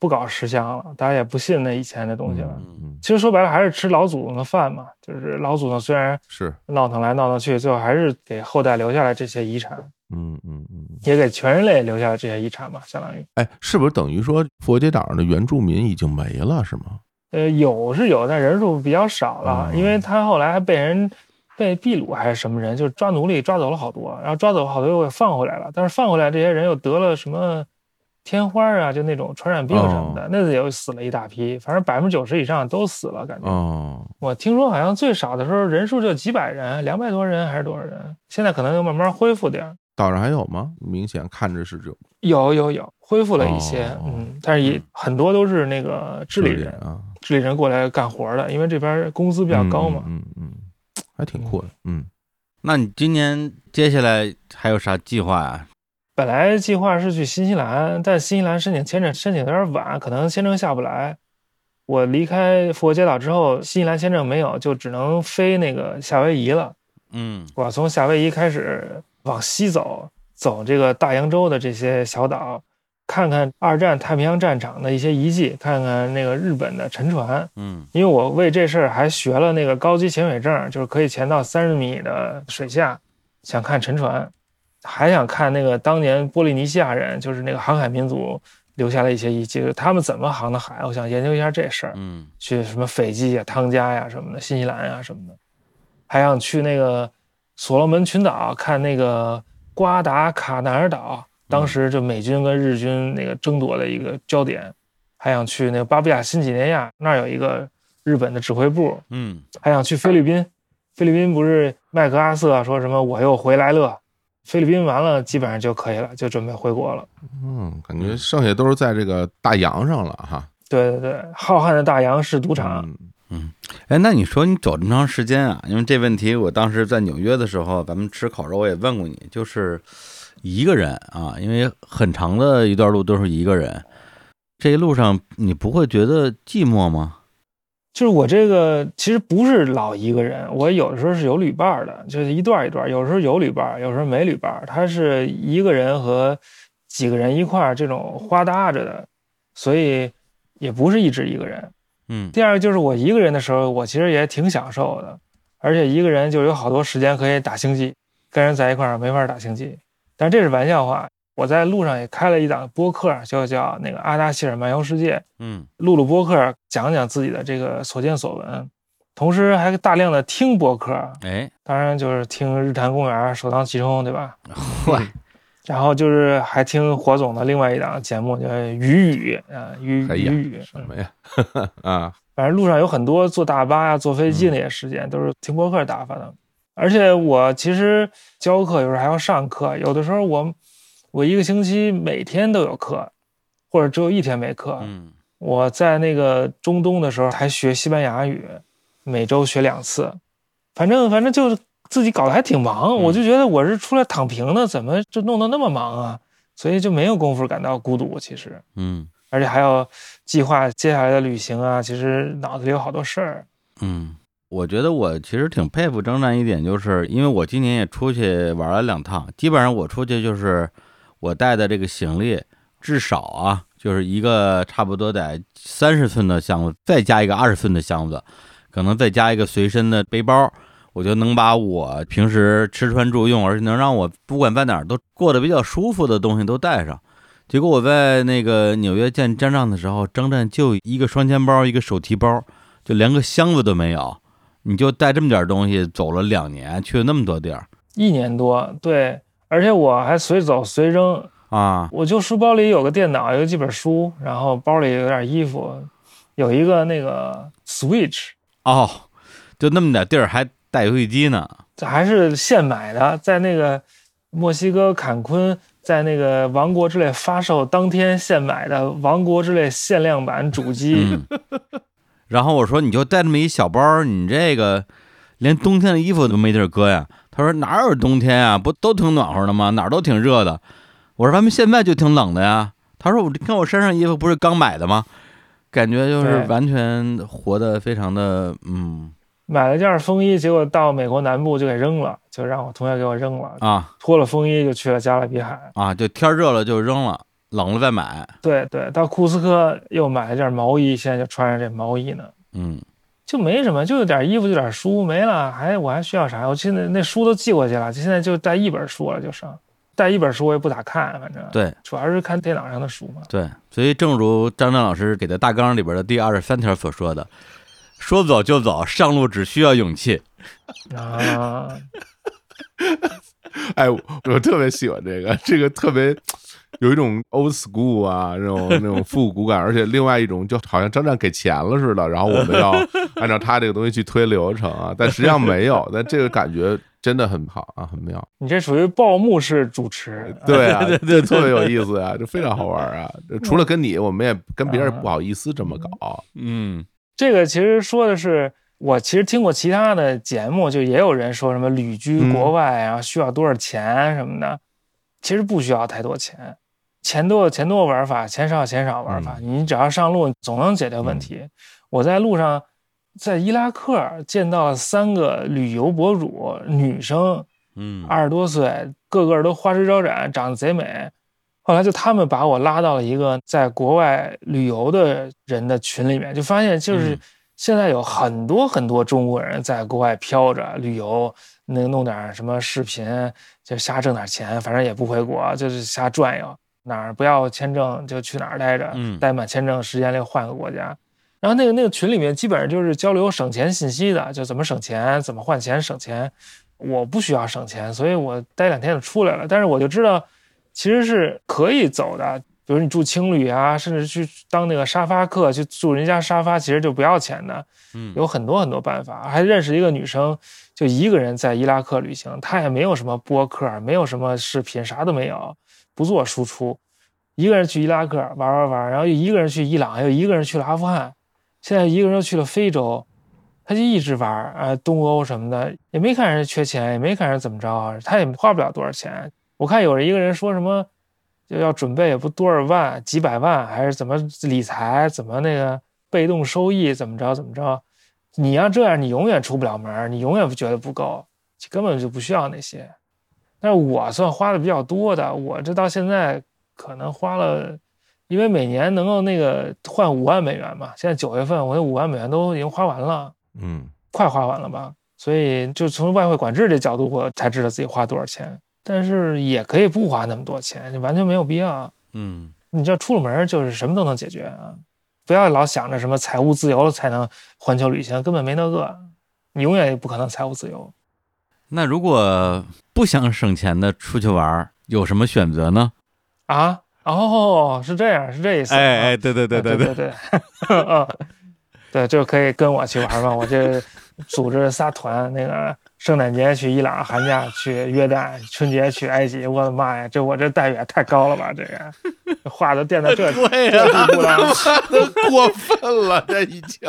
[SPEAKER 3] 不搞石像了，大家也不信那以前的东西了。
[SPEAKER 1] 嗯嗯
[SPEAKER 3] 其实说白了还是吃老祖宗的饭嘛，就是老祖宗虽然
[SPEAKER 1] 是，
[SPEAKER 3] 闹腾来闹腾去，最后还是给后代留下来这些遗产，
[SPEAKER 1] 嗯嗯嗯。嗯
[SPEAKER 3] 也给全人类留下了这些遗产吧，相当于。
[SPEAKER 1] 哎，是不是等于说佛节岛上的原住民已经没了，是吗？
[SPEAKER 3] 呃，有是有，但人数比较少了，
[SPEAKER 1] 哦
[SPEAKER 3] 因为他后来还被人被秘鲁还是什么人，就是抓奴隶抓走了好多，然后抓走了好多又给放回来了，但是放回来这些人又得了什么天花啊，就那种传染病什么的，
[SPEAKER 1] 哦
[SPEAKER 3] 那又死了一大批，反正百分之九十以上都死了，感觉。
[SPEAKER 1] 哦，
[SPEAKER 3] 我听说好像最少的时候人数就几百人，两百多人还是多少人，现在可能又慢慢恢复点儿。
[SPEAKER 1] 岛上还有吗？明显看着是这种
[SPEAKER 3] 有有有，恢复了一些，
[SPEAKER 1] 哦
[SPEAKER 3] 嗯，但是也很多都是那个治理人，
[SPEAKER 1] 啊，
[SPEAKER 3] 治理人过来干活的，因为这边工资比
[SPEAKER 1] 比
[SPEAKER 3] 较高嘛。
[SPEAKER 1] 嗯嗯，嗯还挺酷的，嗯
[SPEAKER 2] 那你今年接下来还有啥计划啊呀、
[SPEAKER 3] 本来计划是去新西兰，但新西兰申请签证申请有点晚，可能签证下不来。我离开复活节岛之后，新西兰签证没有，就只能飞那个夏威夷了。
[SPEAKER 2] 嗯
[SPEAKER 3] 我从夏威夷开始往西走，走这个大洋洲的这些小岛，看看二战太平洋战场的一些遗迹，看看那个日本的沉船。
[SPEAKER 2] 嗯
[SPEAKER 3] 因为我为这事儿还学了那个高级潜水证，就是可以潜到三十米的水下，想看沉船，还想看那个当年波利尼西亚人，就是那个航海民族留下的一些遗迹，他们怎么航的海，我想研究一下这事儿。
[SPEAKER 2] 嗯
[SPEAKER 3] 去什么斐济呀、啊汤加呀什么的，新西兰啊呀什么的，还想去那个所罗门群岛看那个瓜达卡纳尔岛，当时就美军跟日军那个争夺的一个焦点，还想去那个巴布亚新几内亚，那儿有一个日本的指挥部，
[SPEAKER 2] 嗯
[SPEAKER 3] 还想去菲律宾。菲律宾不是麦克阿瑟说什么我又回来了，菲律宾完了基本上就可以了，就准备回国了。
[SPEAKER 1] 嗯，感觉剩下都是在这个大洋上了哈，
[SPEAKER 3] 对对对，浩瀚的大洋是赌场，
[SPEAKER 1] 嗯
[SPEAKER 2] 哎，那你说你走这么长时间啊？因为这问题，我当时在纽约的时候，咱们吃烤肉，我也问过你，就是一个人啊，因为很长的一段路都是一个人，这一路上你不会觉得寂寞吗？
[SPEAKER 3] 就是我这个其实不是老一个人，我有的时候是有旅伴儿的，就是一段儿一段儿，有时候有旅伴儿，有时候没旅伴儿。他是一个人和几个人一块儿这种花搭着的，所以也不是一直一个人。
[SPEAKER 2] 嗯
[SPEAKER 3] 第二个就是我一个人的时候，我其实也挺享受的，而且一个人就有好多时间可以打星际，跟人在一块儿没法打星际。但这是玩笑话，我在路上也开了一档播客，就叫那个阿达希尔漫游世界。
[SPEAKER 2] 嗯
[SPEAKER 3] 录录播客，讲讲自己的这个所见所闻，同时还大量的听播客，
[SPEAKER 2] 哎，
[SPEAKER 3] 当然就是听日坛公园首当其冲，对吧？
[SPEAKER 2] 哇，
[SPEAKER 3] 然后就是还听火总的另外一档节目叫《雨雨》啊，雨
[SPEAKER 1] 哎
[SPEAKER 3] 雨
[SPEAKER 1] 呀
[SPEAKER 3] 雨，
[SPEAKER 1] 什
[SPEAKER 3] 嗯
[SPEAKER 1] 么呀啊，
[SPEAKER 3] 反正路上有很多坐大巴呀、坐飞
[SPEAKER 2] 嗯
[SPEAKER 3] 机那些时间，都是听播客打发的。而且我其实教课有时候还要上课，有的时候我我一个星期每天都有课，或者只有一天没课，
[SPEAKER 2] 嗯
[SPEAKER 3] 我在那个中东的时候还学西班牙语，每周学两次，反正反正就是自己搞得还挺忙，我就觉得我是出来躺平的，怎么就弄得那么忙啊？所以就没有功夫感到孤独，其实，
[SPEAKER 2] 嗯
[SPEAKER 3] 而且还要计划接下来的旅行啊，其实脑子里有好多事儿。
[SPEAKER 2] 嗯，我觉得我其实挺佩服张战一点，就是因为我今年也出去玩了两趟，基本上我出去就是我带的这个行李至少啊，就是一个差不多得三十寸的箱子，再加一个二十寸的箱子，可能再加一个随身的背包，我就能把我平时吃穿住用，而且能让我不管在哪儿都过得比较舒服的东西都带上。结果我在那个纽约见张战的时候，张战就一个双肩包，一个手提包，就连个箱子都没有，你就带这么点东西走了两年，去了那么多地儿
[SPEAKER 3] 一年多，对，而且我还随走随扔，
[SPEAKER 2] 啊！
[SPEAKER 3] 我就书包里有个电脑，有几本书，然后包里有点衣服，有一个那个 Switch，
[SPEAKER 2] 哦，就那么点地儿还带游戏机呢，
[SPEAKER 3] 这还是现买的，在那个墨西哥坎昆，在那个《王国之泪》发售当天现买的《王国之泪》限量版主机。
[SPEAKER 2] 嗯。然后我说你就带这么一小包，你这个连冬天的衣服都没地儿搁呀？他说哪有冬天啊，不都挺暖和的吗？哪儿都挺热的。我说咱们现在就挺冷的呀。他说我你看我身上衣服不是刚买的吗？感觉就是
[SPEAKER 3] 对
[SPEAKER 2] 完全活得非常的嗯
[SPEAKER 3] 买了件风衣，结果到美国南部就给扔了，就让我同学给我扔了。
[SPEAKER 2] 啊
[SPEAKER 3] 脱了风衣就去了加勒比海。
[SPEAKER 2] 啊，就天儿热了就扔了，冷了再买。
[SPEAKER 3] 对对，到库斯科又买了件毛衣，现在就穿上这毛衣呢。
[SPEAKER 2] 嗯
[SPEAKER 3] 就没什么，就有点衣服，就点书，没了。还我还需要啥？我现在那书都寄过去了，现在就带一本书了，就剩带一本书，我也不咋看，反正，
[SPEAKER 2] 对
[SPEAKER 3] 主要是看电脑上的书嘛。
[SPEAKER 2] 对，所以正如张震老师给的大纲里边的第二十三条所说的，说走就走，上路只需要勇气。
[SPEAKER 3] 啊，
[SPEAKER 1] 哎，我我特别喜欢这个，这个特别有一种 old school 啊，那种那种复古感，而且另外一种就好像张战给钱了似的，然后我们要按照他这个东西去推流程啊，但实际上没有，但这个感觉真的很好啊，很妙。
[SPEAKER 3] 你这属于报幕式主持，
[SPEAKER 1] 对啊，
[SPEAKER 2] 对对对对
[SPEAKER 1] 特别有意思啊，这非常好玩啊。这除了跟你，我们也跟别人不好意思这么搞。
[SPEAKER 2] 嗯
[SPEAKER 3] 这个其实说的是，我其实听过其他的节目，就也有人说什么旅居国外啊，需要多少钱什么的，其实不需要太多钱，钱多有钱多玩法，钱少有钱少玩法，你只要上路总能解决问题。我在路上在伊拉克见到了三个旅游博主，女生
[SPEAKER 2] 嗯，
[SPEAKER 3] 二十多岁，个个都花枝招展，长得贼美。后来就他们把我拉到了一个在国外旅游的人的群里面，就发现就是
[SPEAKER 2] 嗯
[SPEAKER 3] 现在有很多很多中国人在国外飘着旅游，那弄点什么视频，就瞎挣点钱，反正也不回国，就是瞎转悠，哪儿不要签证就去哪儿待着，
[SPEAKER 2] 嗯
[SPEAKER 3] 待满签证时间内换个国家。然后那个那个群里面基本上就是交流省钱信息的，就怎么省钱，怎么换钱省钱。我不需要省钱，所以我待两天就出来了。但是我就知道，其实是可以走的。比如你住青旅啊，甚至去当那个沙发客，去住人家沙发，其实就不要钱的。
[SPEAKER 2] 嗯
[SPEAKER 3] 有很多很多办法。还认识一个女生，就一个人在伊拉克旅行，她也没有什么播客，没有什么视频，啥都没有，不做输出，一个人去伊拉克玩玩玩，然后又一个人去伊朗，又一个人去了阿富汗，现在一个人又去了非洲，他就一直玩儿，呃，东欧什么的，也没看人缺钱，也没看人怎么着啊，他也花不了多少钱。我看有人一个人说什么，就要准备也不多少万，几百万，还是怎么理财，怎么那个被动收益，怎么着怎么着。你要这样，你永远出不了门儿，你永远不觉得不够，根本就不需要那些。但是我算花的比较多的，我这到现在可能花了，因为每年能够那个换五万美元嘛，现在九月份我那五万美元都已经花完了。
[SPEAKER 1] 嗯，
[SPEAKER 3] 快花完了吧。所以就从外汇管制这角度，我才知道自己花多少钱。但是也可以不花那么多钱，完全没有必要。
[SPEAKER 2] 嗯
[SPEAKER 3] 你这出了门儿就是什么都能解决啊！不要老想着什么财务自由了才能环球旅行，根本没那个，你永远也不可能财务自由。
[SPEAKER 2] 那如果不想省钱的出去玩儿，有什么选择呢？
[SPEAKER 3] 啊，哦，是这样，是这意思。
[SPEAKER 2] 哎
[SPEAKER 3] 啊
[SPEAKER 2] 哎，对对对
[SPEAKER 3] 对
[SPEAKER 2] 对，
[SPEAKER 3] 对， 嗯，对，就可以跟我去玩嘛。我这组织仨团，那个圣诞节去伊朗，寒假去约旦，春节去埃及。我的妈呀，这我这待遇也太高了吧？这个话都垫到这
[SPEAKER 2] 对
[SPEAKER 3] 这地步了，
[SPEAKER 1] 过分了，这已经。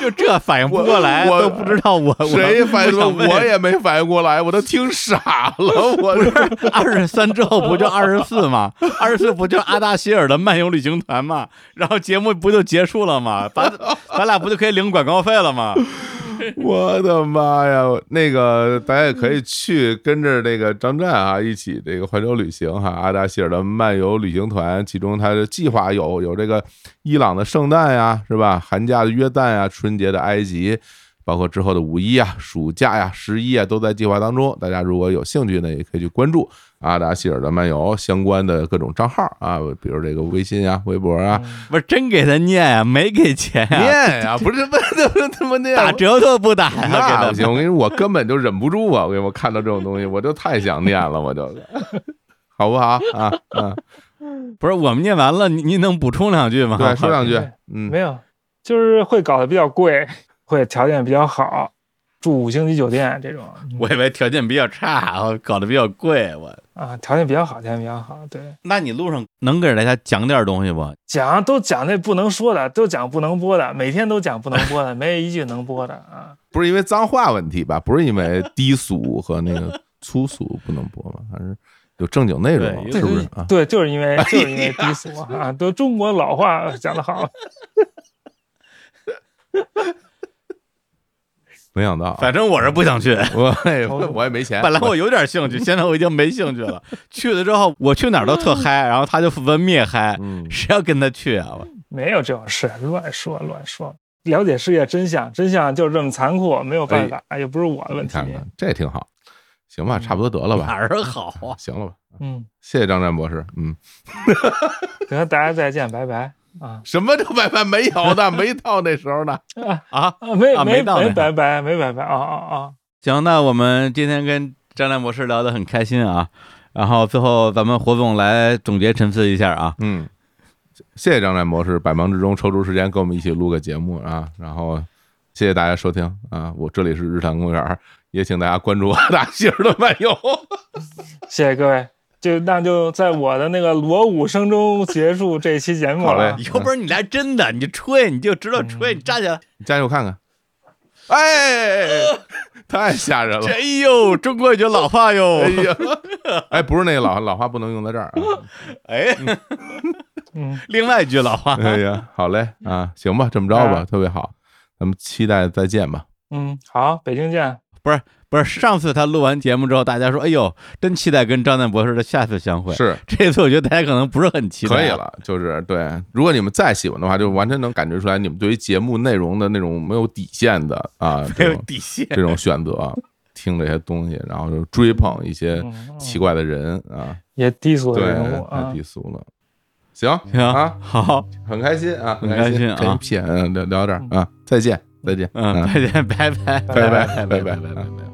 [SPEAKER 2] 就这反应不过来，
[SPEAKER 1] 我我
[SPEAKER 2] 都不知道我
[SPEAKER 1] 谁反应过来？我
[SPEAKER 2] 也
[SPEAKER 1] 也没反应过来，我都听傻了。我这
[SPEAKER 2] 二十三之后不就二十四吗？二十四不就阿达希尔的漫游旅行团吗？然后节目不就结束了吗？咱咱俩不就可以领广告费了吗？
[SPEAKER 1] 我的妈呀！那个大家也可以去跟着那个张湛啊一起这个环球旅行哈、阿达希尔的漫游旅行团，其中他的计划有有这个伊朗的圣诞呀，是吧？寒假的约旦呀，春节的埃及。包括之后的五一啊、暑假呀、十一啊，都在计划当中。大家如果有兴趣呢，也可以去关注阿达希尔的漫游相关的各种账号啊，比如这个微信啊、微博啊，
[SPEAKER 2] 不是真给他念呀，没给钱呀，
[SPEAKER 1] 念呀，不是问他们他妈念
[SPEAKER 2] 打折都不 打呀，
[SPEAKER 1] 那
[SPEAKER 2] 给
[SPEAKER 1] 不
[SPEAKER 2] 他
[SPEAKER 1] 行，我跟你说，我根本就忍不住啊！我跟你说，看到这种东西，我就太想念了，我就，好不好啊？嗯，
[SPEAKER 2] 不是我们念完了，您您能补充两句吗？
[SPEAKER 1] 对，说两 句
[SPEAKER 3] 对，
[SPEAKER 1] 嗯
[SPEAKER 3] 没，有，就是会搞得比较贵，会条件比较好，住五星级酒店这种
[SPEAKER 2] 我以为条件比较差，我搞得比较贵，我。
[SPEAKER 3] 啊，条件比较好，条件比较好，对。
[SPEAKER 2] 那你路上能给大家讲点东西不？
[SPEAKER 3] 讲都讲那不能说的，都讲不能播的，每天都讲不能播的，没有一句能播的啊。
[SPEAKER 1] 不是因为脏话问题吧？不是因为低俗和那个粗俗不能播嘛？还是有正经内容，
[SPEAKER 2] 对
[SPEAKER 1] 是不是啊？
[SPEAKER 3] 对，就是因为就是因为低俗啊，都中国老话讲得好，
[SPEAKER 1] 没想到啊，
[SPEAKER 2] 反正我是不想去。
[SPEAKER 1] 我也我也没钱，
[SPEAKER 2] 本来我有点兴趣，现在我已经没兴趣了。去了之后，我去哪儿都特嗨，然后他就负责灭嗨，
[SPEAKER 1] 嗯
[SPEAKER 2] 谁要跟他去啊？我
[SPEAKER 3] 没有这种事，乱说乱说。了解世界真相，真相就是这么残酷，没有办法，也不是我的问
[SPEAKER 1] 你
[SPEAKER 3] 题。
[SPEAKER 1] 看看这也挺好，行吧，差不多得了
[SPEAKER 2] 哪
[SPEAKER 1] 吧，
[SPEAKER 2] 儿好啊？
[SPEAKER 1] 行了吧，
[SPEAKER 3] 嗯，
[SPEAKER 1] 谢谢张湛博士，嗯，
[SPEAKER 3] 得大家再见，拜拜啊
[SPEAKER 1] 什么叫拜拜没有的，没到那时候呢，
[SPEAKER 2] 啊，
[SPEAKER 3] 啊，没
[SPEAKER 2] 啊没
[SPEAKER 3] 没
[SPEAKER 2] 到那儿
[SPEAKER 3] 没拜拜，没拜拜啊啊啊！
[SPEAKER 2] 行，那我们今天跟张亮博士聊得很开心啊。然后最后咱们火总来总结陈思一下啊。
[SPEAKER 1] 嗯，谢谢张湛博士百忙之中抽出时间跟我们一起录个节目啊，然后谢谢大家收听啊！我这里是日坛公园，也请大家关注我大喜儿的漫游。
[SPEAKER 3] 谢谢各位，就那就在我的那个锣鼓声中结束这期节目
[SPEAKER 1] 好嘞
[SPEAKER 3] 了。
[SPEAKER 2] 有本事你来真的，你就吹，你就知道吹，你站起来。
[SPEAKER 1] 加油看看，哎，太吓人了！
[SPEAKER 2] 哎呦，中国已经老化哟
[SPEAKER 1] 哎。呀，哎，不是那个老老话不能用在这儿啊！
[SPEAKER 2] 哎，
[SPEAKER 3] 嗯，
[SPEAKER 2] 另外一句老话，
[SPEAKER 1] 哎呀，好嘞啊，行吧，这么着吧，
[SPEAKER 3] 啊
[SPEAKER 1] 特别好，咱们期待再见吧。
[SPEAKER 3] 嗯，好，北京见。
[SPEAKER 2] 不是上次他录完节目之后，大家说，哎呦，真期待跟张楠博士的下次相会。
[SPEAKER 1] 是，
[SPEAKER 2] 这次我觉得大家可能不是很期待。啊
[SPEAKER 1] 可以，了，就是对。如果你们再喜欢的话，就完全能感觉出来你们对于节目内容的那种没有底线的啊，
[SPEAKER 2] 没
[SPEAKER 1] 这
[SPEAKER 2] 有
[SPEAKER 1] 种
[SPEAKER 2] 底线。
[SPEAKER 1] 这种选择啊，听这些东西，然后就追捧一些
[SPEAKER 3] 嗯，嗯
[SPEAKER 1] 奇怪的人啊，
[SPEAKER 3] 也低俗的
[SPEAKER 1] 对
[SPEAKER 3] 人物，
[SPEAKER 1] 太
[SPEAKER 3] 啊
[SPEAKER 1] 低，俗了。行
[SPEAKER 2] 行
[SPEAKER 1] 啊，
[SPEAKER 2] 好，
[SPEAKER 1] 很开心啊，
[SPEAKER 2] 很
[SPEAKER 1] 开
[SPEAKER 2] 开心啊
[SPEAKER 1] 这一片嗯聊聊点儿啊，再见，再见，
[SPEAKER 2] 嗯，再见，拜
[SPEAKER 1] 拜
[SPEAKER 2] 拜，
[SPEAKER 1] 拜，
[SPEAKER 3] 拜
[SPEAKER 2] 拜
[SPEAKER 1] 拜
[SPEAKER 2] 拜，
[SPEAKER 1] 拜
[SPEAKER 2] 拜，拜。
[SPEAKER 1] 嗯
[SPEAKER 2] 拜